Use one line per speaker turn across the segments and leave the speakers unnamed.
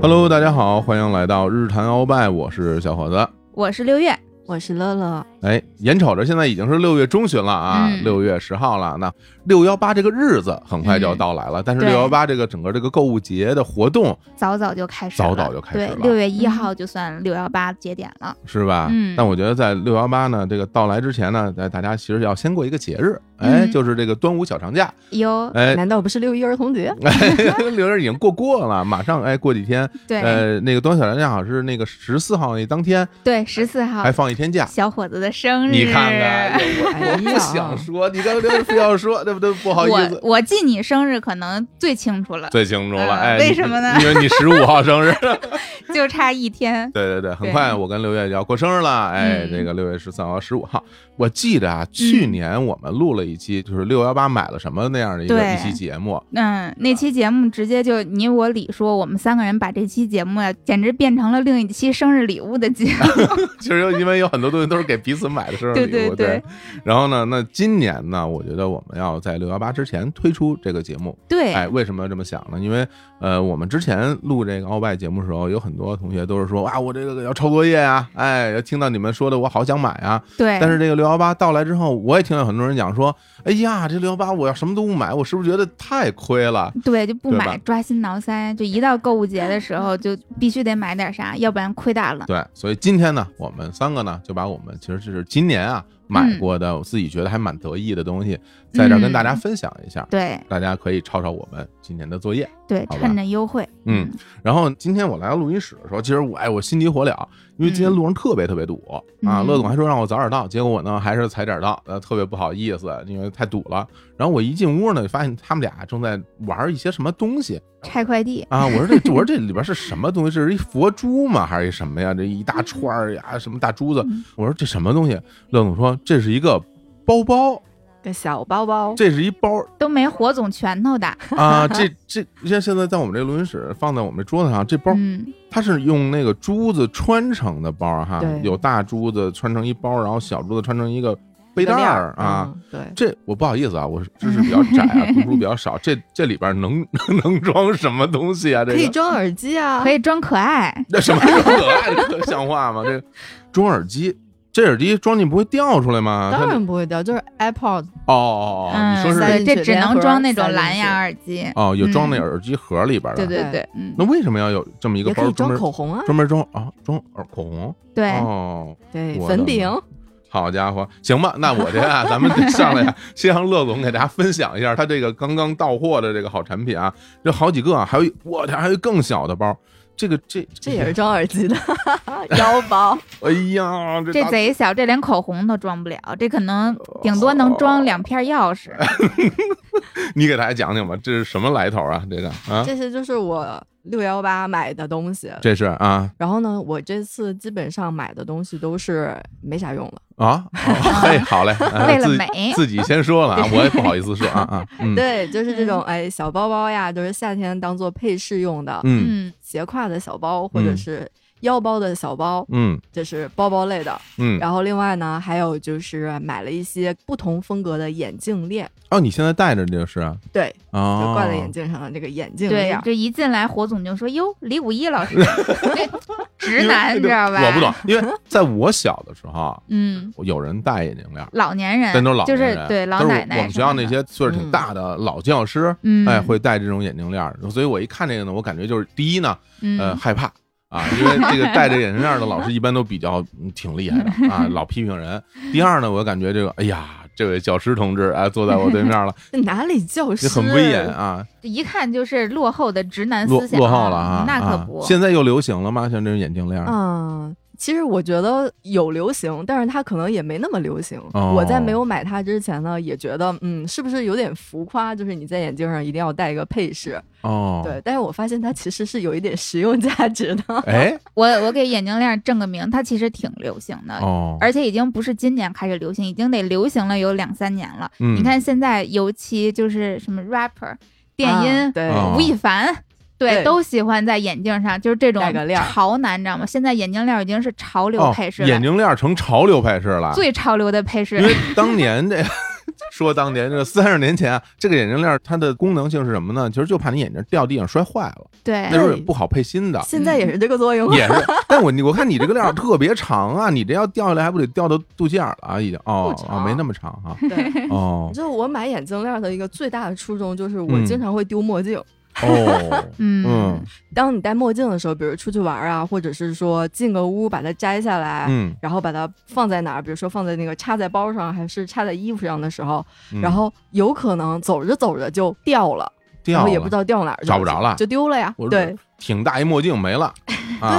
Hello，大家好，欢迎来到日坛鳌拜，我是小伙子。
我是六月，
我是乐乐，
哎，眼瞅着现在已经是六月中旬了啊，
嗯
六、月十号了。那六幺八这个日子很快就要
嗯
到来了，但是
对
六幺八这个整个这个购物节的活动
早早就开始了，
早早就开始了
对，六月一号就算六幺八节点了，
是吧？
嗯
但我觉得在六幺八呢这个到来之前呢，大大家其实要先过一个节日，哎，
嗯
就是这个端午小长假，
哟，
哎。
难道不是六一儿童节？
哎， 六月已经过过了，马上哎，过几天，
对、
呃，那个端午小长假好像是那个十四号那当天
对，十四号
还放一天假，
小伙子的生日，
你看看，我
哎
我
呀
不想说，你刚才非要说，对不对？不好意
啊我
思，
我记你生日可能最清楚了，
最清楚了，
嗯
哎，
为
你
什么呢
因为你十五号 生日，
就差一天，
对对对，很
对
快我跟六月就要过生日了，哎，
嗯
这个六月十三号、十五号，我记得啊，去年我们录了一期，就是六幺八买了什么那样的一个
对
一期节目，
嗯，那期节目直接就你我李说，我们三个人把这期节目呀，简直变成了另一期生日礼物的节目，
其实因为有很多东西都是给彼此买的 生日礼
对
物，
对对
然后呢，那今年呢，我觉得我们要在六幺八之前推出这个节目，
对，
哎，为什么这么想呢？因为呃，我们之前录这个鳌拜节目的时候，有很多同学都是说，哇，我这个要抄作业啊，哎，要听到你们说的，我好想买啊。
对，
但是这个六幺八到来之后，我也听到很多人讲说，哎呀，这六幺八我要什么都不买，我是不是觉得太亏 了？
对，就不
对
买
吧，
抓心挠腮，就一到购物节的时候就必须得买点啥，要不然亏大了。
对，所以今天呢，我们三个呢，就把我们其实就是今年啊买过的，我自己觉得还蛮得意的东西，在这儿跟大家分享一下，
对
大家可以抄抄我们今年的作业。
对，
好吧
趁着优惠，
嗯，然后今天我来到录音室的时候，其实我哎我心急火燎，因为今天路上特别特别堵、啊。
嗯
乐总还说让我早点到，结果我呢还是踩点到，呃，特别不好意思，因为太堵了。然后我一进屋呢，发现他们俩正在玩一些什么东西
拆快递，
啊！我说这我说这里边是什么东西？ 这是一佛珠吗？还是一什么呀？这一大串儿呀，什么大珠子
嗯？
我说这什么东西？乐总说这是一个包包，
个小包包，
这是一包
都没火总拳头大。
啊！这这像现在在我们这录音室放在我们这桌子上，这包
嗯，
它是用那个珠子穿成的包哈
对，
有大珠子穿成一包，然后小珠子穿成一个背带儿啊。
嗯，对，
这我不好意思啊，我知识比较窄啊，读书比较少， 这这里边能 能装什么东西啊？这
可以
个
装耳机啊，
可
以，
以装可爱。
那什么可爱的可像话吗？ 这个装耳机，这耳机装进不会掉出来吗？啊它
当然不会掉，就是 AirPod，
哦哦哦，你
嗯，
说是
对
塞进
这
去
只
连
能
盒
装那
塞
种
进
蓝牙
去
耳机。
哦，有装那
嗯
耳机盒里边
对
的。
对对，嗯，
那为什么要有这么一个
也可
包
以
专
装
门
口红啊，
专门装啊装耳口红？
对，
哦，
对，
我的
粉饼，
好家伙，行吧，那我这啊， 咱们得上来呀，先让乐总给大家分享一下他这个刚刚到货的这个好产品啊，这好几个啊，还有一我天，还有一更小的包，这个这
这也是装耳机的 腰包，
哎呀，这哦
这
大
贼小，这连口红都装不了，这可能顶多能装两片钥匙。
哦你给大家讲讲吧，这是什么来头啊？这个啊，
这些就是我六幺八买的东西。
这是啊
然后呢，我这次基本上买的东西都是没啥用了。
啊，哦嘿，好嘞，啊
为了
自己
美
自己先说了啊，我也不好意思说啊 啊，嗯
对，就是这种哎小包包呀，就是夏天当做配饰用的，
嗯
嗯，
斜挎的小包或者
嗯
是腰包的小包，
嗯
这是包包类的。
嗯，
然后另外呢，还有就是买了一些不同风格的眼镜链，
哦，你现在戴着这个是啊，
对，就
哦，
挂在眼镜上的这个眼镜
对
链，。
这一进来，火总就说：“哟，李五一老 师，这直男，
因
你
为
知道吧？”
我不懂，，因为在我小的时候啊，
嗯，
有人戴眼镜链。
老年人，
但都是老
哎就
年
是
人，
对老
都是
奶奶
我们学校
什么
那
的
些岁数挺大的老教师，
嗯，
哎，会戴这种眼镜链儿，所以我一看这个呢，我感觉就是第一呢，呃，
嗯，
害怕啊，因为这个戴着眼镜链儿的老师一般都比较嗯挺厉害的啊，老批评人。第二呢，我感觉这个，哎呀，这位教师同志啊，坐在我对面 了，
这 哪里教师
也很威严啊，
这一看就是落后的直男
落
思想，嗯
落后了啊，
那可
啊
不，
现在又流行了吗？像这种眼镜链儿，
嗯，其实我觉得有流行，但是它可能也没那么流行。
哦
我在没有买它之前呢，也觉得嗯，是不是有点浮夸？就是你在眼镜上一定要戴一个配饰，
哦，
对。但是我发现它其实是有一点实用价值的。
哎，
我我给眼镜链正个名，它其实挺流行的，
哦，
而且已经不是今年开始流行，已经得流行了有两三年了。
嗯
你看现在，尤其就是什么 rapper、电音、
啊对，
哦
吴亦凡。对，
对
都喜欢在眼镜上，就是这种
戴个链儿
潮男，你知道吗？现在眼镜链已经是潮流
嗯哦
配饰了，
眼镜链儿成潮流配饰了，
最潮流的配饰。
因为当年这 说当年这三十年前啊，这个眼镜链儿它的功能性是什么呢？其实就怕你眼镜掉地上摔坏了，
对
哎
那时候也不好配新的。
现在也是这个作用。
也是， 但我我看你这个链儿特别长啊，你这要掉下来还不得掉到肚脐眼儿了啊？已经哦
不
哦，
长
没那么长 哈、
对，
哦
就我买眼镜链儿的一个最大的初衷就是，我
嗯
经常会丢墨镜。
哦，
嗯
嗯
当你戴墨镜的时候，比如出去玩儿啊，或者是说进个屋把它摘下来，
嗯，
然后把它放在哪儿，比如说放在那个插在包上，还是插在衣服上的时候，
嗯
然后有可能走着走着就掉了，然
掉
后
了
也不知道掉哪儿去，
找不着了
就丢了呀。
我
对
挺大一墨镜 没了，
对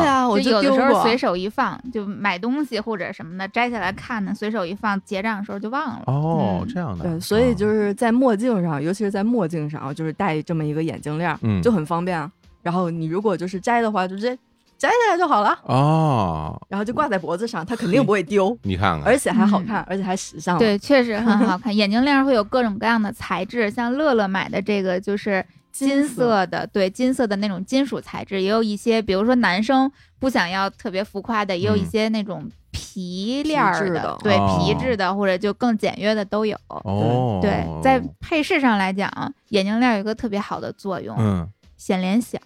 啊，
啊，我
有
丢
的时候
过
随。手一放，就买东西或者什么的摘下来看呢，随手一放，结账的时候就忘了。
哦，
嗯
这样的，
对，所以就
啊
是在墨镜上，尤其是在墨镜上，就是戴这么一个眼镜链儿，
嗯
就很方便啊。然后你如果就是摘的话，就直接摘下来就好了，
哦，
然后
嗯
就挂在脖子上，它肯定不会 丢，
你看看
而，且还好看，而且还时尚。，
对，确实哦很好看。眼镜链儿会有各种各样的材质，像乐乐买的这个就是金
金
色的，对，金色的那种金属材质，也有一些，比如说男生不想要特别浮夸的，也有一
嗯
些那种皮链儿
质
的，
的
对，
哦
皮质的或者就更简约的都有。
哦，
对，在配饰上来讲，眼镜链儿有一个特别好的作用，
嗯，
显脸小，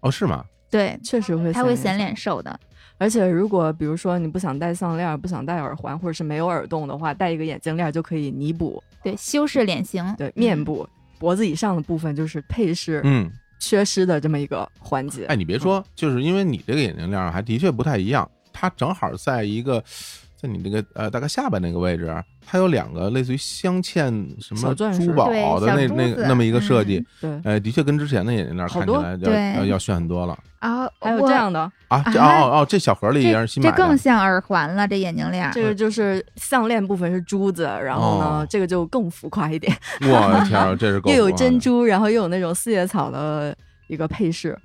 哦，是吗？
对，
确实会，
它会显。脸瘦的。
而且如果比如说你不想戴项链儿，不想戴耳环，或者是没有耳洞的话，戴一个眼镜链儿就可以弥补
对，修饰脸型，
对
嗯
面部、脖子以上的部分就是配饰
嗯，
缺失的这么一个环节。
哎，你别说，就是因为你这个眼镜链儿还的确不太一样，它正好在一个，在你这个呃大概下巴那个位置，它有两个类似于镶嵌什么
小钻石
珠宝
对
的
小
那
珠
那
子
那么一个设
嗯
计，
对，
哎，的确跟之前的眼镜链儿
好
看起
多
来要
对
要要炫很多了
啊，
还有
我
这样的，
啊！这哦
啊
哦哦，这小盒里也是
这
新买
这
的，
更像耳环了，这眼镜链儿。
这个就是项链部分是珠子，然后呢，
哦
这个就更浮夸一点，
我天儿， 这是够
又有
多
珍
的，
珠，然后又有那种四叶草的一个配饰。
嗯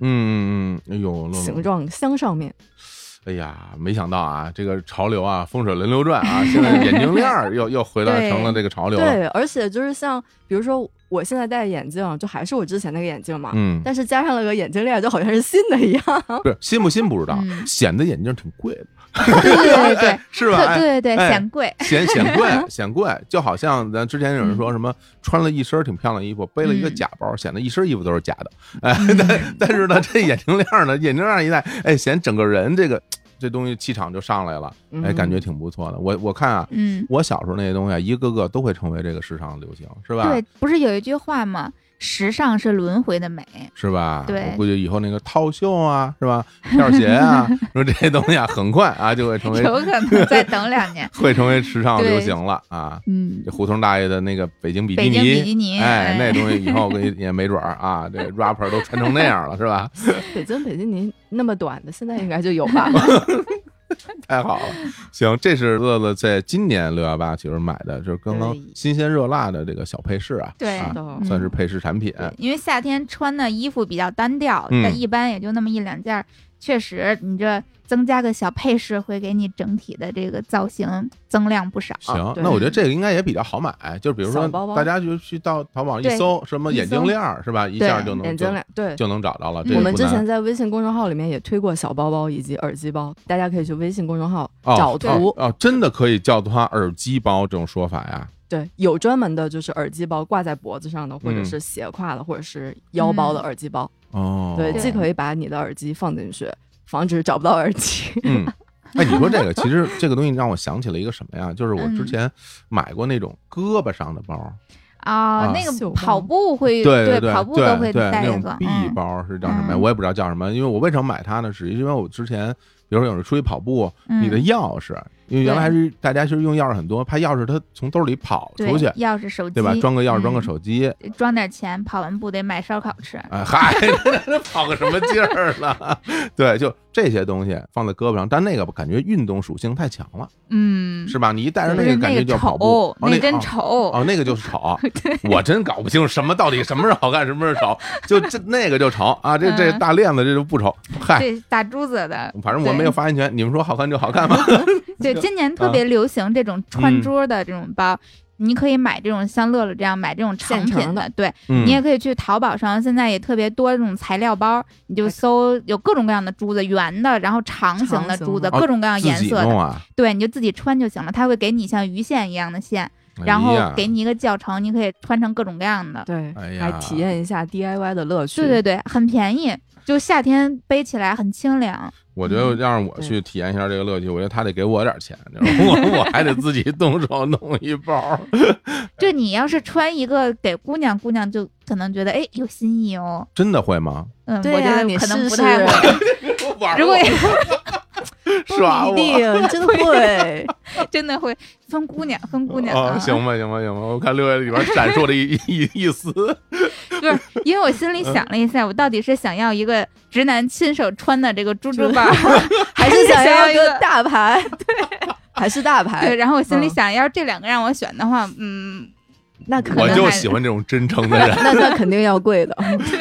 嗯嗯，哎呦，乐乐
形状镶上面，
哎呀，没想到啊，这个潮流啊，风水轮流转啊，现在眼镜链儿 又又回来
对
成了这个潮流了。
对，而且就是像，比如说我现在戴眼镜，就还是我之前那个眼镜嘛，
嗯，
但是加上了个眼镜链，就好像是新的一样。
不是新不新不知道，
嗯
显得眼镜挺贵的，
对 对对对
哎， 是吧？
特
哎
对对对，
哎
显贵。
显显 贵，显贵，就好像咱之前有人说
嗯
什么穿了一身挺漂亮的衣服，背了一个假包，显得一身衣服都是假的。
嗯
哎，但但是呢，这眼镜链儿呢，眼镜链儿一戴，哎，显整个人这个这东西气场就上来了，哎，
嗯
感觉挺不错的。我我看啊，
嗯，
我小时候那些东西啊，一个个都会成为这个时尚的流行，是吧？
对，不是有一句话吗？时尚是轮回的美。
是吧？
对
我估计以后那个套袖啊，是吧？跳鞋 啊，说这些东西啊，很快啊就会成为。
有可能再等两年
会成为时尚
对
流行了啊。
嗯
这，胡同大爷的那个北京比基
北
尼，
京比基尼，
哎， 那东西以后跟也没准儿啊，这 rapper 都穿成那样了，是吧？
北京北京您那么短的，现在应该就有 吧？嗯
太好了，行，这是乐乐在今年六幺八其实买的，就是刚刚
对
新鲜热辣的这个小配饰啊，
对
啊
的
嗯
算是配饰产品。
对啊因为夏天穿的衣服比较单调，
嗯
但一般也就那么一两件儿。确实，你这增加个小配饰，会给你整体的这个造型增量不少。
行，
对
那我觉得这个应该也比较好买，就比如说
小包包
大家就去到淘宝一
对
搜什么
一
眼镜
搜
链儿是吧，一下
对
就能
眼
就
镜链，对。
就能找着了。这
对
也
我们
不
之
难
前在微信公众号里面也推过小包包以及耳机包，大家可以去微信公众号
哦
找图，
哦哦，真的可以叫它耳机包这种说法呀。
对，有专门的就是耳机包挂在脖子上的，或者
嗯
是斜挎的，或者是腰包的
嗯
耳机包，
哦，
对，既可以把你的耳机放进去，防止找不到耳机。
嗯，哎，你说这个，其实这个东西让我想起了一个什么呀？就是我之
嗯
前买过那种胳膊上的包，
啊、
啊
那个
袖包
跑步会
对
跑步都会
对那
带一
种
个
B
嗯
包是叫什么呀？
嗯
我也不知道叫什么，因为我为什么买它呢？是因为我之前。比如说有时候出去跑步，
嗯，
你的钥匙，因为原来还是大家其实用钥匙很多，怕钥匙它从兜里跑
对
出去，
钥匙、手机，
对吧？装个钥匙，装个
嗯
手机，
装点钱，跑完步得买烧烤吃。
哎嗨， 跑个什么劲儿了？ 对，就这些东西放在胳膊上，但那个感觉运动属性太强了，
嗯，
是吧？你一戴上
不
那
是
个感觉就
个
要跑步
丑，，
哦
那真
哦
丑。
哦，那个就是 丑，我真搞不清楚什么到底什么是好看，什么是丑，就这那个就丑啊，这这
嗯
大链子这就不丑，嗨，
这大珠子的，
反正我没有发言权，你们说好看就好 看吧。
对，今年特别流行这种穿珠的这种
嗯
包，你可以买这种像乐乐这样买这种成
现
品
成的
对，
嗯
你也可以去淘宝上，现在也特别多这种材料包，
哎
你就搜有各种各样的珠子，圆的，然后长形的
长形
珠子，
的
各种各样颜
自己
色的，
弄啊，
对，你就自己穿就行了，它会给你像鱼线一样的线，然
哎
后
呀
给你一个教程，你可以穿成各种各样的。
对，
哎呀
来体验一下 DIY 的乐趣。
对对对，很便宜，就夏天背起来很清凉。
我觉得
嗯
让我
对
去体验一下这个乐趣，我觉得他得给我点钱，你知道吗 我我还得自己动手弄一包。
就你要是穿一个给姑娘，姑娘就可能觉得哎有新意哦。
真的会 吗？
嗯，
对
我觉
呀
得
你
可能
试
不太
试
会。
玩
如果
不
耍
一定
我。
真的会。
真的会分姑娘，分姑娘、啊
哦，行吧，行吧，行吧，我看六月里边闪烁着一 一一丝，
就是因为我心里想了一下，我到底是想要一个直男亲手穿的这个猪猪包，还
还是想要
一
一
个
个大牌，对， 还是大
对，
牌，
然后我心里
嗯
想，要是这两个让我选的话，嗯，
那可
我
能
就
还
喜欢这种真诚的 人，
那那肯定要贵的，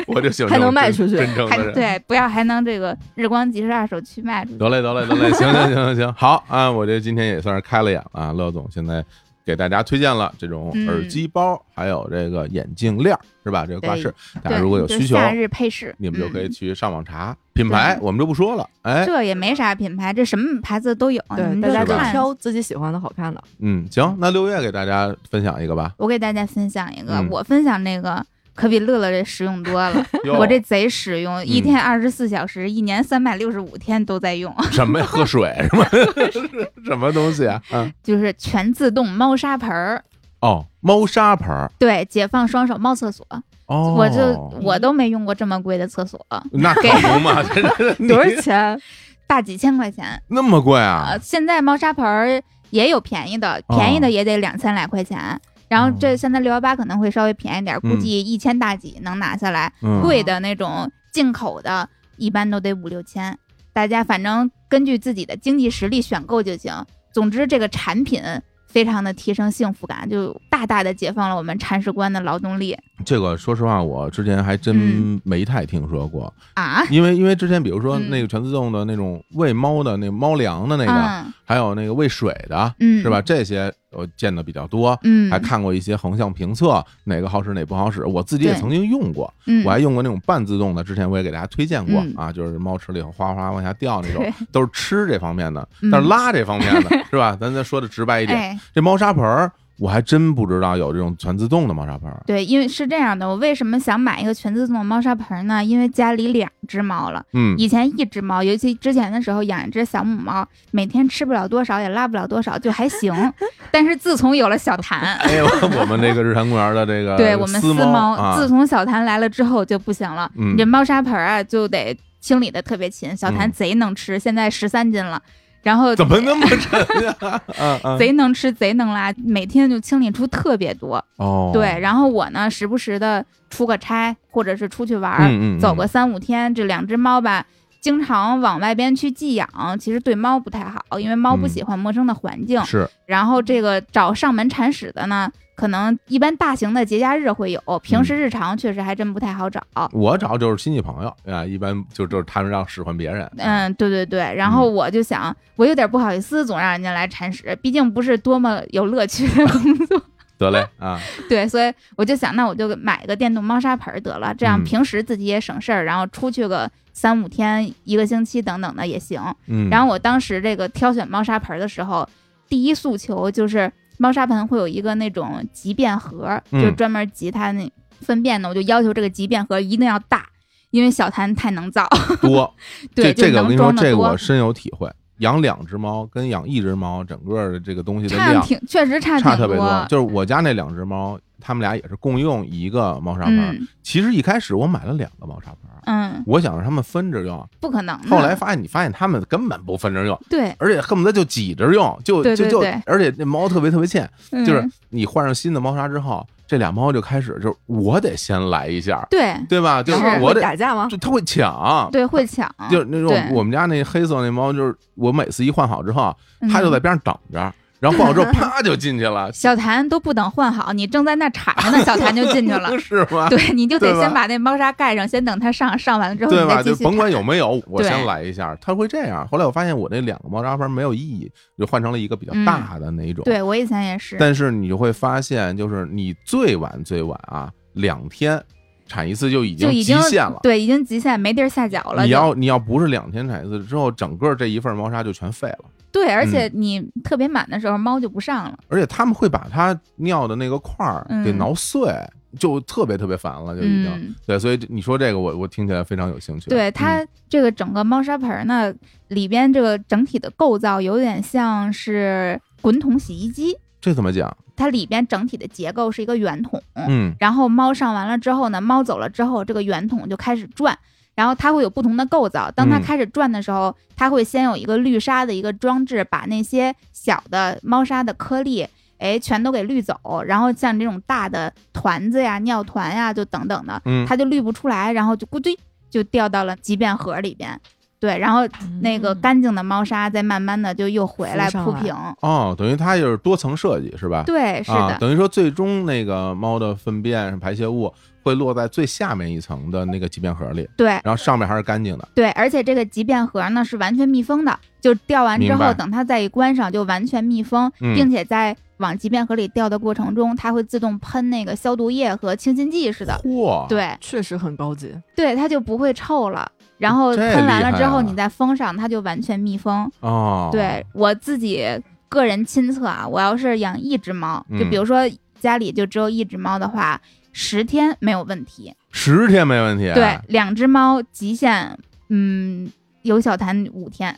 我就喜欢
还能
这种
卖
真
出去
真诚
还
的人。
对，不要还能这个日光集市二手去卖出去。
得嘞，得嘞，得嘞，行行行行行，好啊！我这今天也算是开了眼了啊。乐总现在给大家推荐了这种
嗯
耳机包，还有这个眼镜链儿，是吧？这个挂饰，大家
对，
如果有
就
需求，
夏日配饰，
你们就可以
嗯
去上网查品牌，我们就不说了。哎，
这也没啥品牌，这什么牌子都有，你
对，
们
大家
就
就
嗯看。
挑自己喜欢的好看的。
嗯，行，那六月给大家分享一个吧。
我给大家分享一个，
嗯
我分享那个可比乐乐这实用多了，
哟嗯
我这贼实用，一天二十四小时，一年三百六十五天都在用，
什么呀？喝水是吗？ 是什么东西啊？嗯，
就是全自动猫砂盆儿。
哦，猫砂盆儿。
对，解放双手猫厕所，
哦，
我就我都没用过这么贵的厕所，
那可不嘛，这 这你
多少钱？
大几千块钱。
那么贵啊
呃，？现在猫砂盆儿也有便宜的，便宜
哦
的也得两千来块钱。然后这现在六幺八可能会稍微便宜点儿，估计一千大几能拿下来。
嗯
贵的那种进口的，一般都得五六千。大家反正根据自己的经济实力选购就行。总之，这个产品非常的提升幸福感，就大大的解放了我们铲屎官的劳动力
这个说实话，我之前还真
嗯
没太听说过，
啊！
因为因为之前比如说
嗯
那个全自动的那种喂猫的那个猫粮的那个，
嗯
还有那个喂水的，
嗯，
是吧？？这些我见的比较多。
嗯，
还看过一些横向评测，哪个好使哪不好使，我自己也
对
曾经用过，
嗯，
我还用过那种半自动的，之前我也给大家推荐过
嗯
啊，就是猫吃了以后哗哗往下掉那 种
对，
都是吃这方面的，
嗯
但是拉这方面的 是吧？咱再说的直白一点，
哎，
这猫砂盆儿我还真不知道有这种全自动的猫砂盆儿，
对，因为是这样的，我为什么想买一个全自动的猫砂盆呢？因为家里两只猫了，
嗯，
以前一只猫，尤其之前的时候养一只小母猫，每天吃不了多少，也拉不了多少，就 还行。但是自从有了小谭，
哎呦，我们这个日坛公园的这个
对我们
私
猫，
啊，
自从小谭来了之后就不行了，
嗯
你这猫砂盆儿啊就得清理的特别勤。小谭
嗯
贼能吃，现在十三斤了，然后
怎么那么沉呀、啊？嗯嗯，
贼能吃，贼能拉，每天就清理出特别多。
哦，
对，，然后我呢，时不时的出个差，或者是出去玩儿，
嗯嗯嗯
走个三五天，这两只猫吧，经常往外边去寄养，其实对猫不太好，因为猫不
嗯
喜欢陌生的环境。
是
然后这个找上门铲屎的呢，可能一般大型的节假日会有，平时日常确实还真不太好找。
我找嗯就是亲戚朋友啊，一般就就是他们让使唤别人，啊，
嗯，对对对，然后我就想，我有点不好意思，总让人家来铲屎，毕竟不是多么有乐 趣的工作。
得嘞啊，
对，所以我就想，那我就买个电动猫砂盆儿得了，这样
嗯
平时自己也省事儿，然后出去个三五天、一个星期等等的也行。
嗯，
然
后
后我当时这个挑选猫砂盆儿的时候，第一诉求就是猫砂盆会有一个那种集便盒，
嗯
就是专门集它那粪便的，我就要求这个集便盒一定要大，因为小谭太能造，
多，
对，
这这
就
个我跟你
能
说，
装的
这个
多
我。深有体会。养两只猫跟养一只猫，整个的这个东西的
差
量
挺，确实差
差
挺
特别多。就是我家那两只猫，它们俩也是共用一个猫砂盆儿。
嗯
其实一开始我买了两个猫砂盆儿，啊
嗯，
我想让它们分着用，
不可能的。
后来发现，你发现它们根本不分着用，
对，
而且恨不得就挤着用，就
对
就
对
就
对，嗯
而且那猫特别特别欠，
就
就是你换上新的猫砂之后，这俩猫就开始就是我得先来一下，
对
对吧？就是
是
我
会
得
打架吗？
就它会抢，
对会抢，
就是那种
对
我们家那黑色那猫，就是我每次一换好之后，它就
嗯
在边上等着，然后换好 之后啪就进去了，。
小谭都不等换好，你正在那铲着呢，小谭就进去了
是吗？
对，你就得
对吧
先把那猫砂盖上，先等它上，上完了之后
对
你
吧？
再
就
继续
甭管有
铲
没有，我
对
先来一下，它会这样。后来我发现我那两个猫砂盆没有意义，就换成了一个比较
嗯
大的那一种。
对我以前也是，
但是你就会发现，就是你最晚最晚啊，两天产一次就已经
就已
极
经
限了。
对，已经极限没地儿下脚了。
你
就
要你要不是两天产一次之后，整个这一份猫砂就全废了。
对，而且你特别满的时候，猫就不上了。
而且他们会把它尿的那个块儿给
嗯
挠碎，就特别特别烦了，就已经。
嗯，
对，所以这你说这个我，我听起来非常有兴趣。
对
嗯
它这个整个猫砂盆儿呢，里边这个整体的构造有点像是滚筒洗衣机，
这怎么讲？
它里边整体的结构是一个圆筒。
嗯
然后猫上完了之后呢，猫走了之后，这个圆筒就开始转，然后它会有不同的构造。当它
嗯
开始转的时候，它会先有一个滤沙的一个装置，把那些小的猫砂的颗粒。哎，全都给滤走，然后像这种大的团子呀、尿团呀，就等等的，
嗯，
它就滤不出来，然后就咕堆就掉到了集便盒里边。对，然后那个干净的猫砂再慢慢的就又回来
嗯浮上
铺
来
平。
哦，等于它就是多层设计是吧？
对，是
啊，
的，
等于说最终那个猫的粪便排泄物会落在最下面一层的那个集便盒里，
对，
然后上面还是干净的。
对，而且这个集便盒呢是完全密封的，就掉完之
明
后，
白
等它再一关上就完全密封，
嗯
并且在往集便盒里掉的过程中，它会自动喷那个消毒液和清新剂似的。
嚯，，
对
确实很高级，
对，它就不会臭了。然后
这
喷完
厉
了之
害
后，
啊
你再封上，它就完全密封。
哦，
对我自己个人亲测啊，我要是养一只猫，就比
嗯
如说家里就只有一只猫的话，十天没有问题。
十天没问题。啊
对，，两只猫极限，嗯，有小痰五天。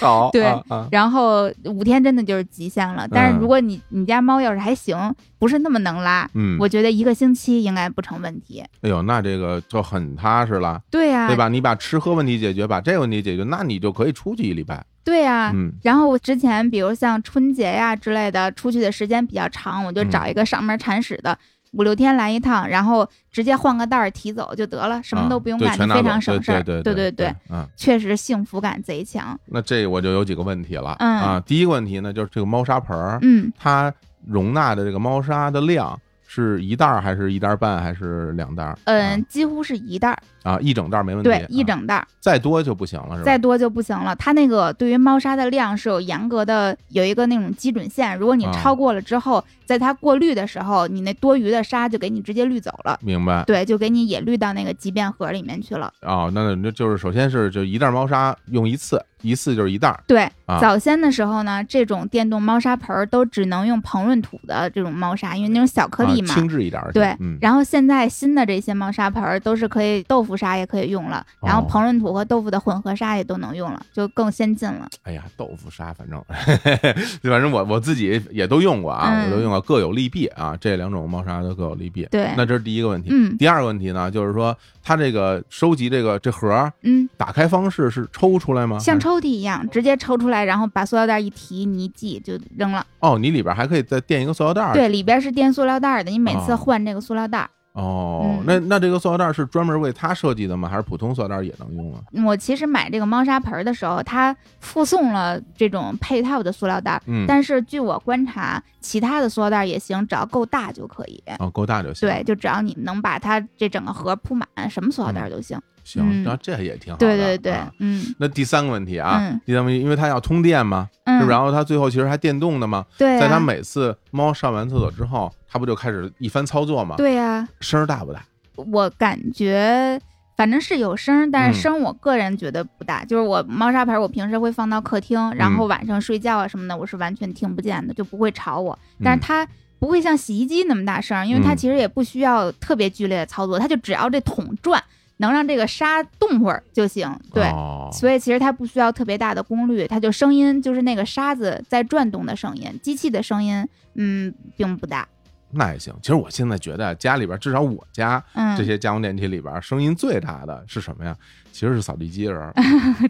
好，
对
啊啊
然后五天真的就是极限了。但是如果你你家猫要是还行，不是那么能拉，
嗯，
我觉得一个星期应该不成问题。
哎呦，那这个就很踏实了，
对啊呀、
对吧？你把吃喝问题解决，把这个问题解决，那你就可以出去一礼拜。
对呀、
嗯，
然后我之前比如像春节呀、之类的，出去的时间比较长，我就
嗯
找一个上门铲屎的。五六天来一趟，然后直接换个袋儿提走就得了，什么
啊
都不用
对
干，
全拿
就非
走
常省事儿。
对
对
对
对，，
嗯。
确实幸福感贼强。
那这我就有几个问题了、
嗯
啊。第一个问题呢，就是这个猫砂盆儿，
嗯，
它容纳的这个猫砂的量是一袋儿还是一袋儿半还是两袋儿？
嗯，几乎是一袋儿，
啊，啊一整袋儿没问题，
对，一
啊、
整袋儿。
再多就不行了，是吧？
再多就不行了。它那个对于猫砂的量是有严格的有一个那种基准线，如果你
啊
超过了之后，在它过滤的时候，你那多余的沙就给你直接滤走了，
明白
对，就给你也滤到那个集便盒里面去了。
哦，那那就是首先是就一袋儿猫砂用一次，一次就是一袋儿，
对，
啊
早先的时候呢，这种电动猫砂盆儿都只能用膨润土的这种猫砂，因为那种小颗粒
啊
嘛。
轻质一点儿去，
对
嗯，
然后现在新的这些猫砂盆儿都是可以豆腐砂也可以用了，然后
哦
膨润土和豆腐的混合砂也都能用了，就更先进了。
哎呀，豆腐砂，反正 反正我我自己也都用过啊，
嗯
我都用过，各有利弊啊，这两种猫砂都各有利弊。
对
那这是第一个问题。
嗯
第二个问题呢，就是说它这个收集这个这盒儿
嗯，
打开方式是抽出来吗？
像
还是
抽屉一样，直接抽出来，然后把塑料袋一提，你一系就扔了。
哦，你里边还可以再垫一个塑料袋儿。
对，里边是垫塑料袋的，你每次
哦
换这个塑料袋。
哦
嗯，
那那这个塑料袋儿是专门为它设计的吗？还是普通塑料袋儿也能用啊？
我其实买这个猫砂盆儿的时候，它附送了这种配套的塑料袋，
嗯，
但是据我观察，其他的塑料袋也行，只要够大就可以。
哦，够大就行。
对，，就只要你能把它这整个盒铺满，什么塑料袋都行。嗯
行，那这也挺好的。
对对对
啊，
嗯
那第三个问题啊
嗯，
第三个问题，因为它要通电嘛，
嗯，
是不是？然后它最后其实还电动的嘛，
对啊呀，
在它每次猫上完厕所之后，它不就开始一番操作吗？
对呀、啊
声儿大不大？
我感觉反正是有声儿，但
嗯
是声儿我个人觉得不大。就是我猫砂盆儿，我平时会放到客厅，然
嗯
后晚上睡觉啊什么的，我是完全听不见的，就不会吵我。但是它不会像洗衣机那么大声儿，因为它
嗯
其实也不需要特别剧烈的操作，它就只要这桶转，能让这个沙动会儿就行。对。
哦
所以其实它不需要特别大的功率，它就声音就是那个沙子在转动的声音，机器的声音，嗯，并不大，
那也行。其实我现在觉得家里边，至少我家
嗯，
这些家用电器里边，声音最大的是什么呀？其实是扫地机器人
嗯
儿，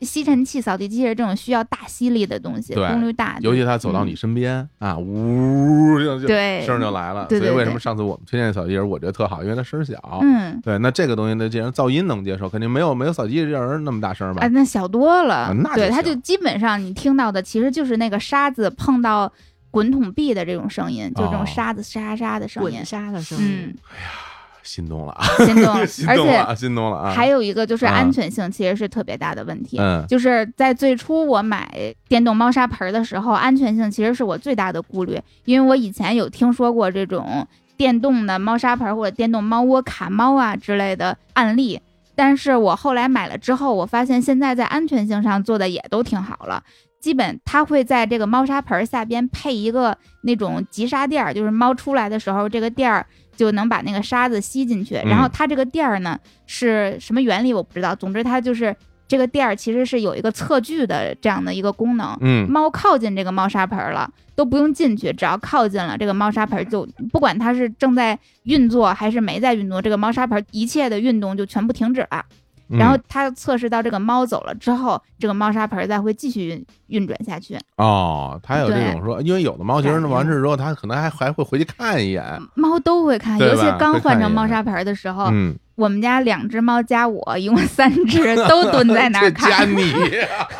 吸尘器、扫地机器人这种需要大吸力的东西，
对
功率大的，嗯
尤其它走到你身边啊，呜就就
对
声儿就来了。
对
所
对
以为什
对
么上次我们推荐扫地机器人儿，我觉得特好，因为它声儿小。
嗯
对，那这个东西呢，既然噪音能接受，肯定没有没有扫地机器人儿那么大声儿吧
啊，？那小多了，
啊那就
对，它就
行
基本上你听到的其实就是那个沙子碰到滚筒壁的这种声音，就这种
哦
沙子沙沙的声音
滚，沙的声音
嗯，，
心动了啊，，
心 动
心
而
动了
且
啊，心动了啊！
还有一个就是
啊
安全性其实是特别大的问题。
嗯
就是在最初我买电动猫砂盆儿的时候，安全性其实是我最大的顾虑，因为我以前有听说过这种电动的猫砂盆儿或者电动猫窝卡猫啊之类的案例，但是我后来买了之后，我发现现在在安全性上做的也都挺好了。基本它会在这个猫砂盆下边配一个那种集沙垫儿，就是猫出来的时候，这个垫儿就能把那个沙子吸进去。
嗯
然后它这个垫儿呢是什么原理我不知道，总之它就是这个垫儿其实是有一个测距的这样的一个功能。
嗯
猫靠近这个猫砂盆了，都不用进去，只要靠近了这个猫砂盆就，不管它是正在运作还是没在运作，这个猫砂盆一切的运动就全部停止了。
嗯
然后它测试到这个猫走了之后，这个猫砂盆再会继续运运转下去。
哦，它有这
对
种说，因为有的猫其实
感觉
完事之后，它可能还还会回去看一眼。
猫都会看，
对
尤
吧
其刚换成
会看一眼
猫砂盆的时候，
嗯，
我们家两只猫加我一共三 只都蹲在那
这
儿
加
看，
你，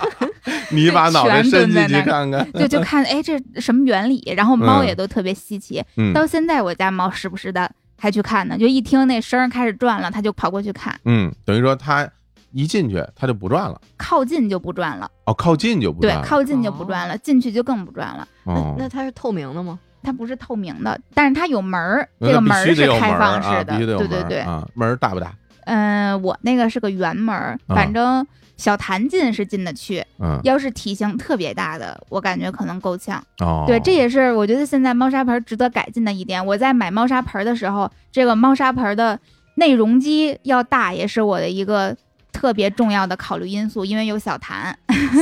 你把脑袋伸进去
全蹲在那
看看。
就就看哎这什么原理，然后猫
嗯
也都特别稀奇。
嗯
到现在我家猫时不时的还去看呢，就一听那声儿开始转了，它就跑过去看，
嗯，等于说它一进去它就不转了，
靠近就不转了，
哦，靠近就不
对
转，了。
靠近就不转了，进去就更不转了。
哦
那它是透明的吗？
它不是透明的，但是它有门儿，
那
这个
必
门
须得
儿是
有门
开
儿
放
啊
式的，
必须得有
对
门
对对
儿。啊，门儿大不大？
嗯，我那个是个圆门儿，
啊
反正小弹进是进得去，
嗯，
要是体型特别大的，我感觉可能够呛。
哦，
对，这也是我觉得现在猫砂盆值得改进的一点。我在买猫砂盆的时候，这个猫砂盆的内容积要大，也是我的一个特别重要的考虑因素，因为有小痰。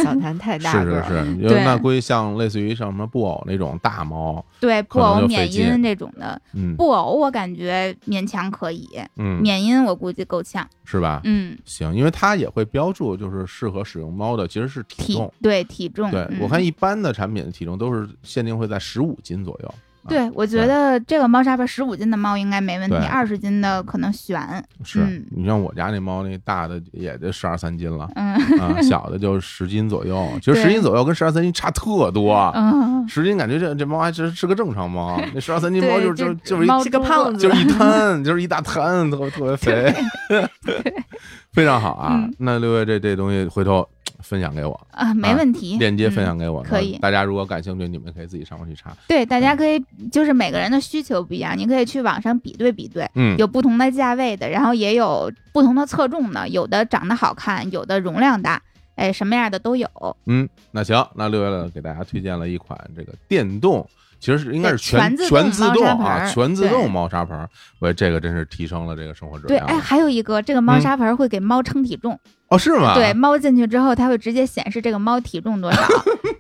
小谭太大
是
个
是
儿了，
是，因为
对
那估计像类似于像什么布偶那种大猫，
对，布
可能
偶、
就费
缅
劲
因这种的，
嗯
布偶我感觉勉强可以，
嗯，
缅因我估计够呛。
是吧？
嗯，
行，因为它也会标注，就是适合使用猫的其实是体
体
重。
对体重，
对
嗯
我看一般的产品的体重都是限定会在十五斤左右，
对，我觉得这个猫砂盆十五斤的猫应该没问题，
对
二十斤的可能悬。
是
嗯
你像我家那猫，那大的也得十二三斤了
嗯
啊，小的就十斤左右。其实
对
十斤左右跟十二三斤差特多，
嗯，
十斤感觉这这猫还真是个正常猫，啊那十二三斤
对
猫就是
就
就就是一
猫
是个
猪
胖子
就是一滩，就是一大滩，特别特别肥， 非常好啊
嗯。
那六月这这东西回头分享给我，
啊，没问题。
链接分
嗯
享给我，
可以
大家如果感兴趣，你们可以自己上网去查。
对，大
嗯
家可以就是每个人的需求不一样，你可以去网上比对比对，
嗯，
有不同的价位的，然后也有不同的侧重的，有的长得好看，有的容量大，哎，什么样的都有。
嗯，那行，那六月呢给大家推荐了一款这个电动，其实是应该是
对
全
全自动
全自动
猫砂
啊，
盆儿
全自动
对
猫砂盆儿，我这个真是提升了这个嗯生活质
对，
量啊
哎，还有一个，这个猫砂盆会给猫称体重，
哦，是吗？
对，，猫进去之后，它会直接显示这个猫体重多 少。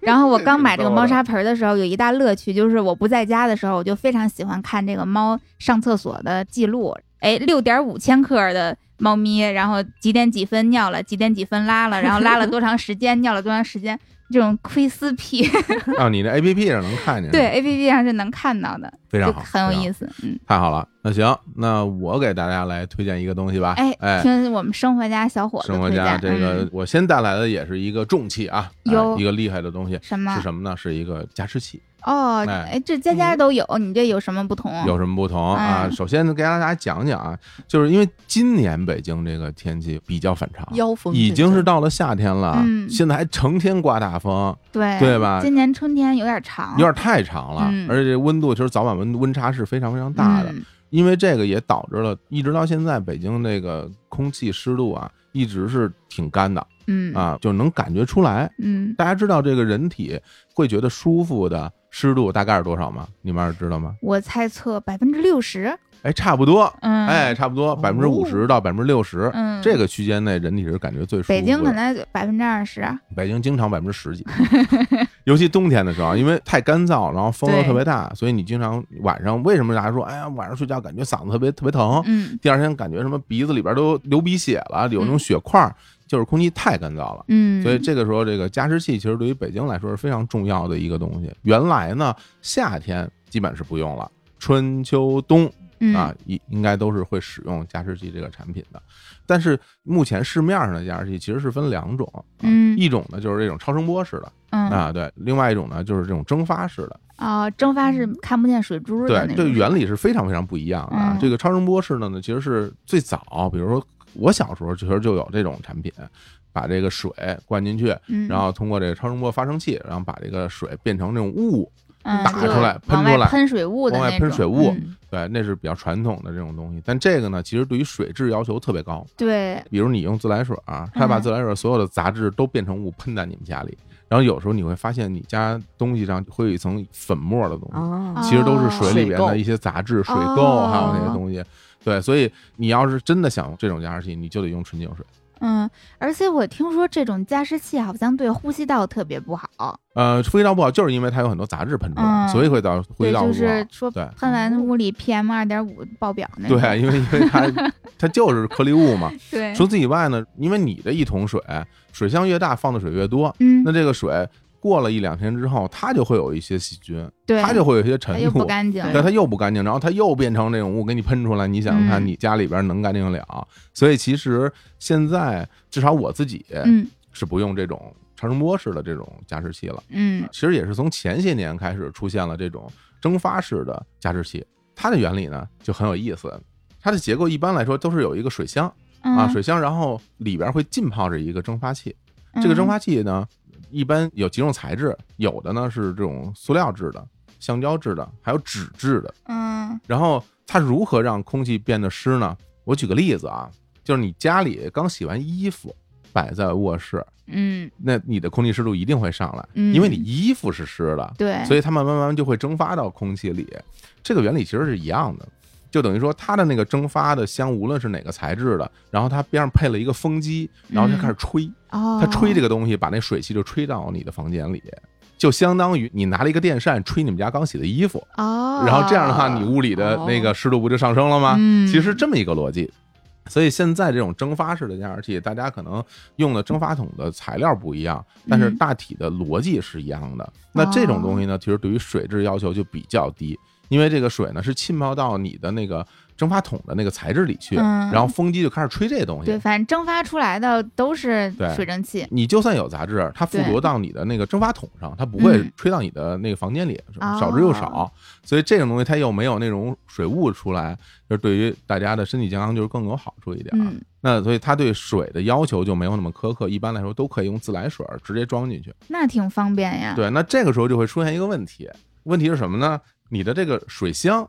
然后我刚买这个猫砂盆的时候，有一大乐趣就是我不在家的时候，我就非常喜欢看这个猫上厕所的记录。哎，六点五千克的猫咪，然后几点几分尿了，几点几分拉了，然后拉了多长时间， 尿了多长时间，这种窥私癖，
啊，你那 A P P 上能看见，
对，A P P 上是能看到的，
非
就
常好，
很有意
思，
思。嗯，
太好了。那行，那我给大家来推荐一个东西吧，
哎，
哎。
听我们生活家小伙子
生活
推
家
荐，
这个
嗯、，
我先带来的也是一个重器啊，哎
哟
一个厉害的东西
什么
是什么呢？是一个加湿器。
哦，
哎
哎，这家家都有，你这有什么不同？
有什么不同啊？
嗯
首先给大家讲讲啊，就是因为今年北京这个天气比较反常，
妖风
已
阵
经是
阵
到了夏天了，
嗯
现在还成天刮大风，
对
对吧
今年春天有点长，
啊有点太长了，
嗯
而且温度其实早晚温温差是非常非常大的，
嗯
因为这个也导致了一直到现在北京这个空气湿度啊一直是挺干的
嗯
啊，就能感觉出来。
嗯，
大家知道这个人体会觉得舒服的湿度大概是多少吗？你们二知道吗？
我猜测百分之六十，
哎，差不多，
嗯，
哎，，差不多百分之五十到百分之六十，
嗯，
这个区间内人体是感觉最舒服的。哦
北京可能百分之二十，
北京经常百分之十几， 尤其冬天的时候，因为太干燥，然后风又
对
特别大，所以你经常晚上为什么大家说，哎呀，晚上睡觉感觉嗓子特别特别疼，
嗯
第二天感觉什么鼻子里边都流鼻血了，有那种血块儿，就是空气太干燥了。
嗯，
所以这个时候，这个加湿器其实对于北京来说是非常重要的一个东西。原来呢，夏天基本是不用了，春秋冬
嗯
啊，应应该都是会使用加湿器这个产品的。但是目前市面上的加湿器其实是分两种，啊
嗯
一种呢就是这种超声波式的
嗯
啊，对，另外一种呢就是这种蒸发式的，
哦，蒸发是看不见水珠的
对
那，
这
种，
个原理是非常非常不一样的啊
嗯。
这个超声波式的呢，其实是最早，比如说我小时候其实就有这种产品。把这个水灌进去，
嗯，
然后通过这个超声波发生器，然后把这个水变成这种雾，
嗯，
打
就
出来喷
往
出
外
来
喷水雾的
往
那
外
种，
喷水雾
嗯
对，那是比较传统的这种东西。但这个呢，其实对于水质要求特别高。
对，
比如你用自来水啊，它把
嗯
自来水所有的杂质都变成雾喷在你们家里，然后有时候你会发现你家东西上会有一层粉末的东
哦
西，
啊
其实都是水里边
哦
的一些杂质、水
水
垢，
垢
还有那些东西。对，所以你要是真的想这种加湿器，你就得用纯净水。
嗯，而且我听说这种加湿器好像对呼吸道特别不好，
呃，呼吸道不好，就是因为它有很多杂质喷出来，
嗯
所以会导致呼吸
对，
道不
就
好。
是说
对
喷完屋里 PM 二点五爆表那种，
对，因为因为它 它就是颗粒物嘛。
对
除此以外呢，因为你的一桶水水箱越大，放的水越多，
嗯
那，这个水过了一两天之后，它就会有一些细菌，
对，
它就会有一些
它
尘
哎又不
土，
干净，
对，它又不干净，然后它又变成这种雾给你喷出来，你想想看，
嗯
你家里边能干净得了？所以其实现在至少我自己
嗯
是不用这种超声波式的这种加湿器了，
嗯
其实也是从前些年开始出现了这种蒸发式的加湿器，它的原理呢就很有意思。它的结构一般来说都是有一个水箱
嗯
啊，水箱，然后里边会浸泡着一个蒸发器，
嗯
这个蒸发器呢，一般有几种材质，有的呢是这种塑料制的、橡胶制的，还有纸质的。
嗯
然后它如何让空气变得湿呢？我举个例子啊，就是你家里刚洗完衣服摆在卧室，
嗯
那你的空气湿度一定会上来，
嗯
因为你衣服是湿的，
对，
所以它慢慢慢慢就会蒸发到空气里。这个原理其实是一样的。就等于说，它的那个蒸发的香，无论是哪个材质的，然后它边上配了一个风机，然后它开始吹，
哦，
它吹这个东西，把那水汽就吹到你的房间里，就相当于你拿了一个电扇吹你们家刚洗的衣服，
哦，
然后这样的话，你屋里的那个湿度不就上升了吗？
嗯
其实这么一个逻辑。所以现在这种蒸发式的加湿器，大家可能用的蒸发桶的材料不一样，但是
嗯
大体的逻辑是一样的。那这种东西呢，其实对于水质要求就比较低，因为这个水呢是浸泡到你的那个蒸发桶的那个材质里去，
嗯
然后风机就开始吹这东西
对，，反正蒸发出来的都是
对
水蒸气，
你就算有杂质，它附着
对
到你的那个蒸发桶上，它不会
嗯
吹到你的那个房间里，是吧
哦
少之又少。所以这种东西它又没有那种水雾出来，就是对于大家的身体健康就是更有好处一点。
嗯
那所以它对水的要求就没有那么苛刻，一般来说都可以用自来水直接装进去。
那挺方便呀，
对，那这个时候就会出现一个问题，问题是什么呢？你的这个水箱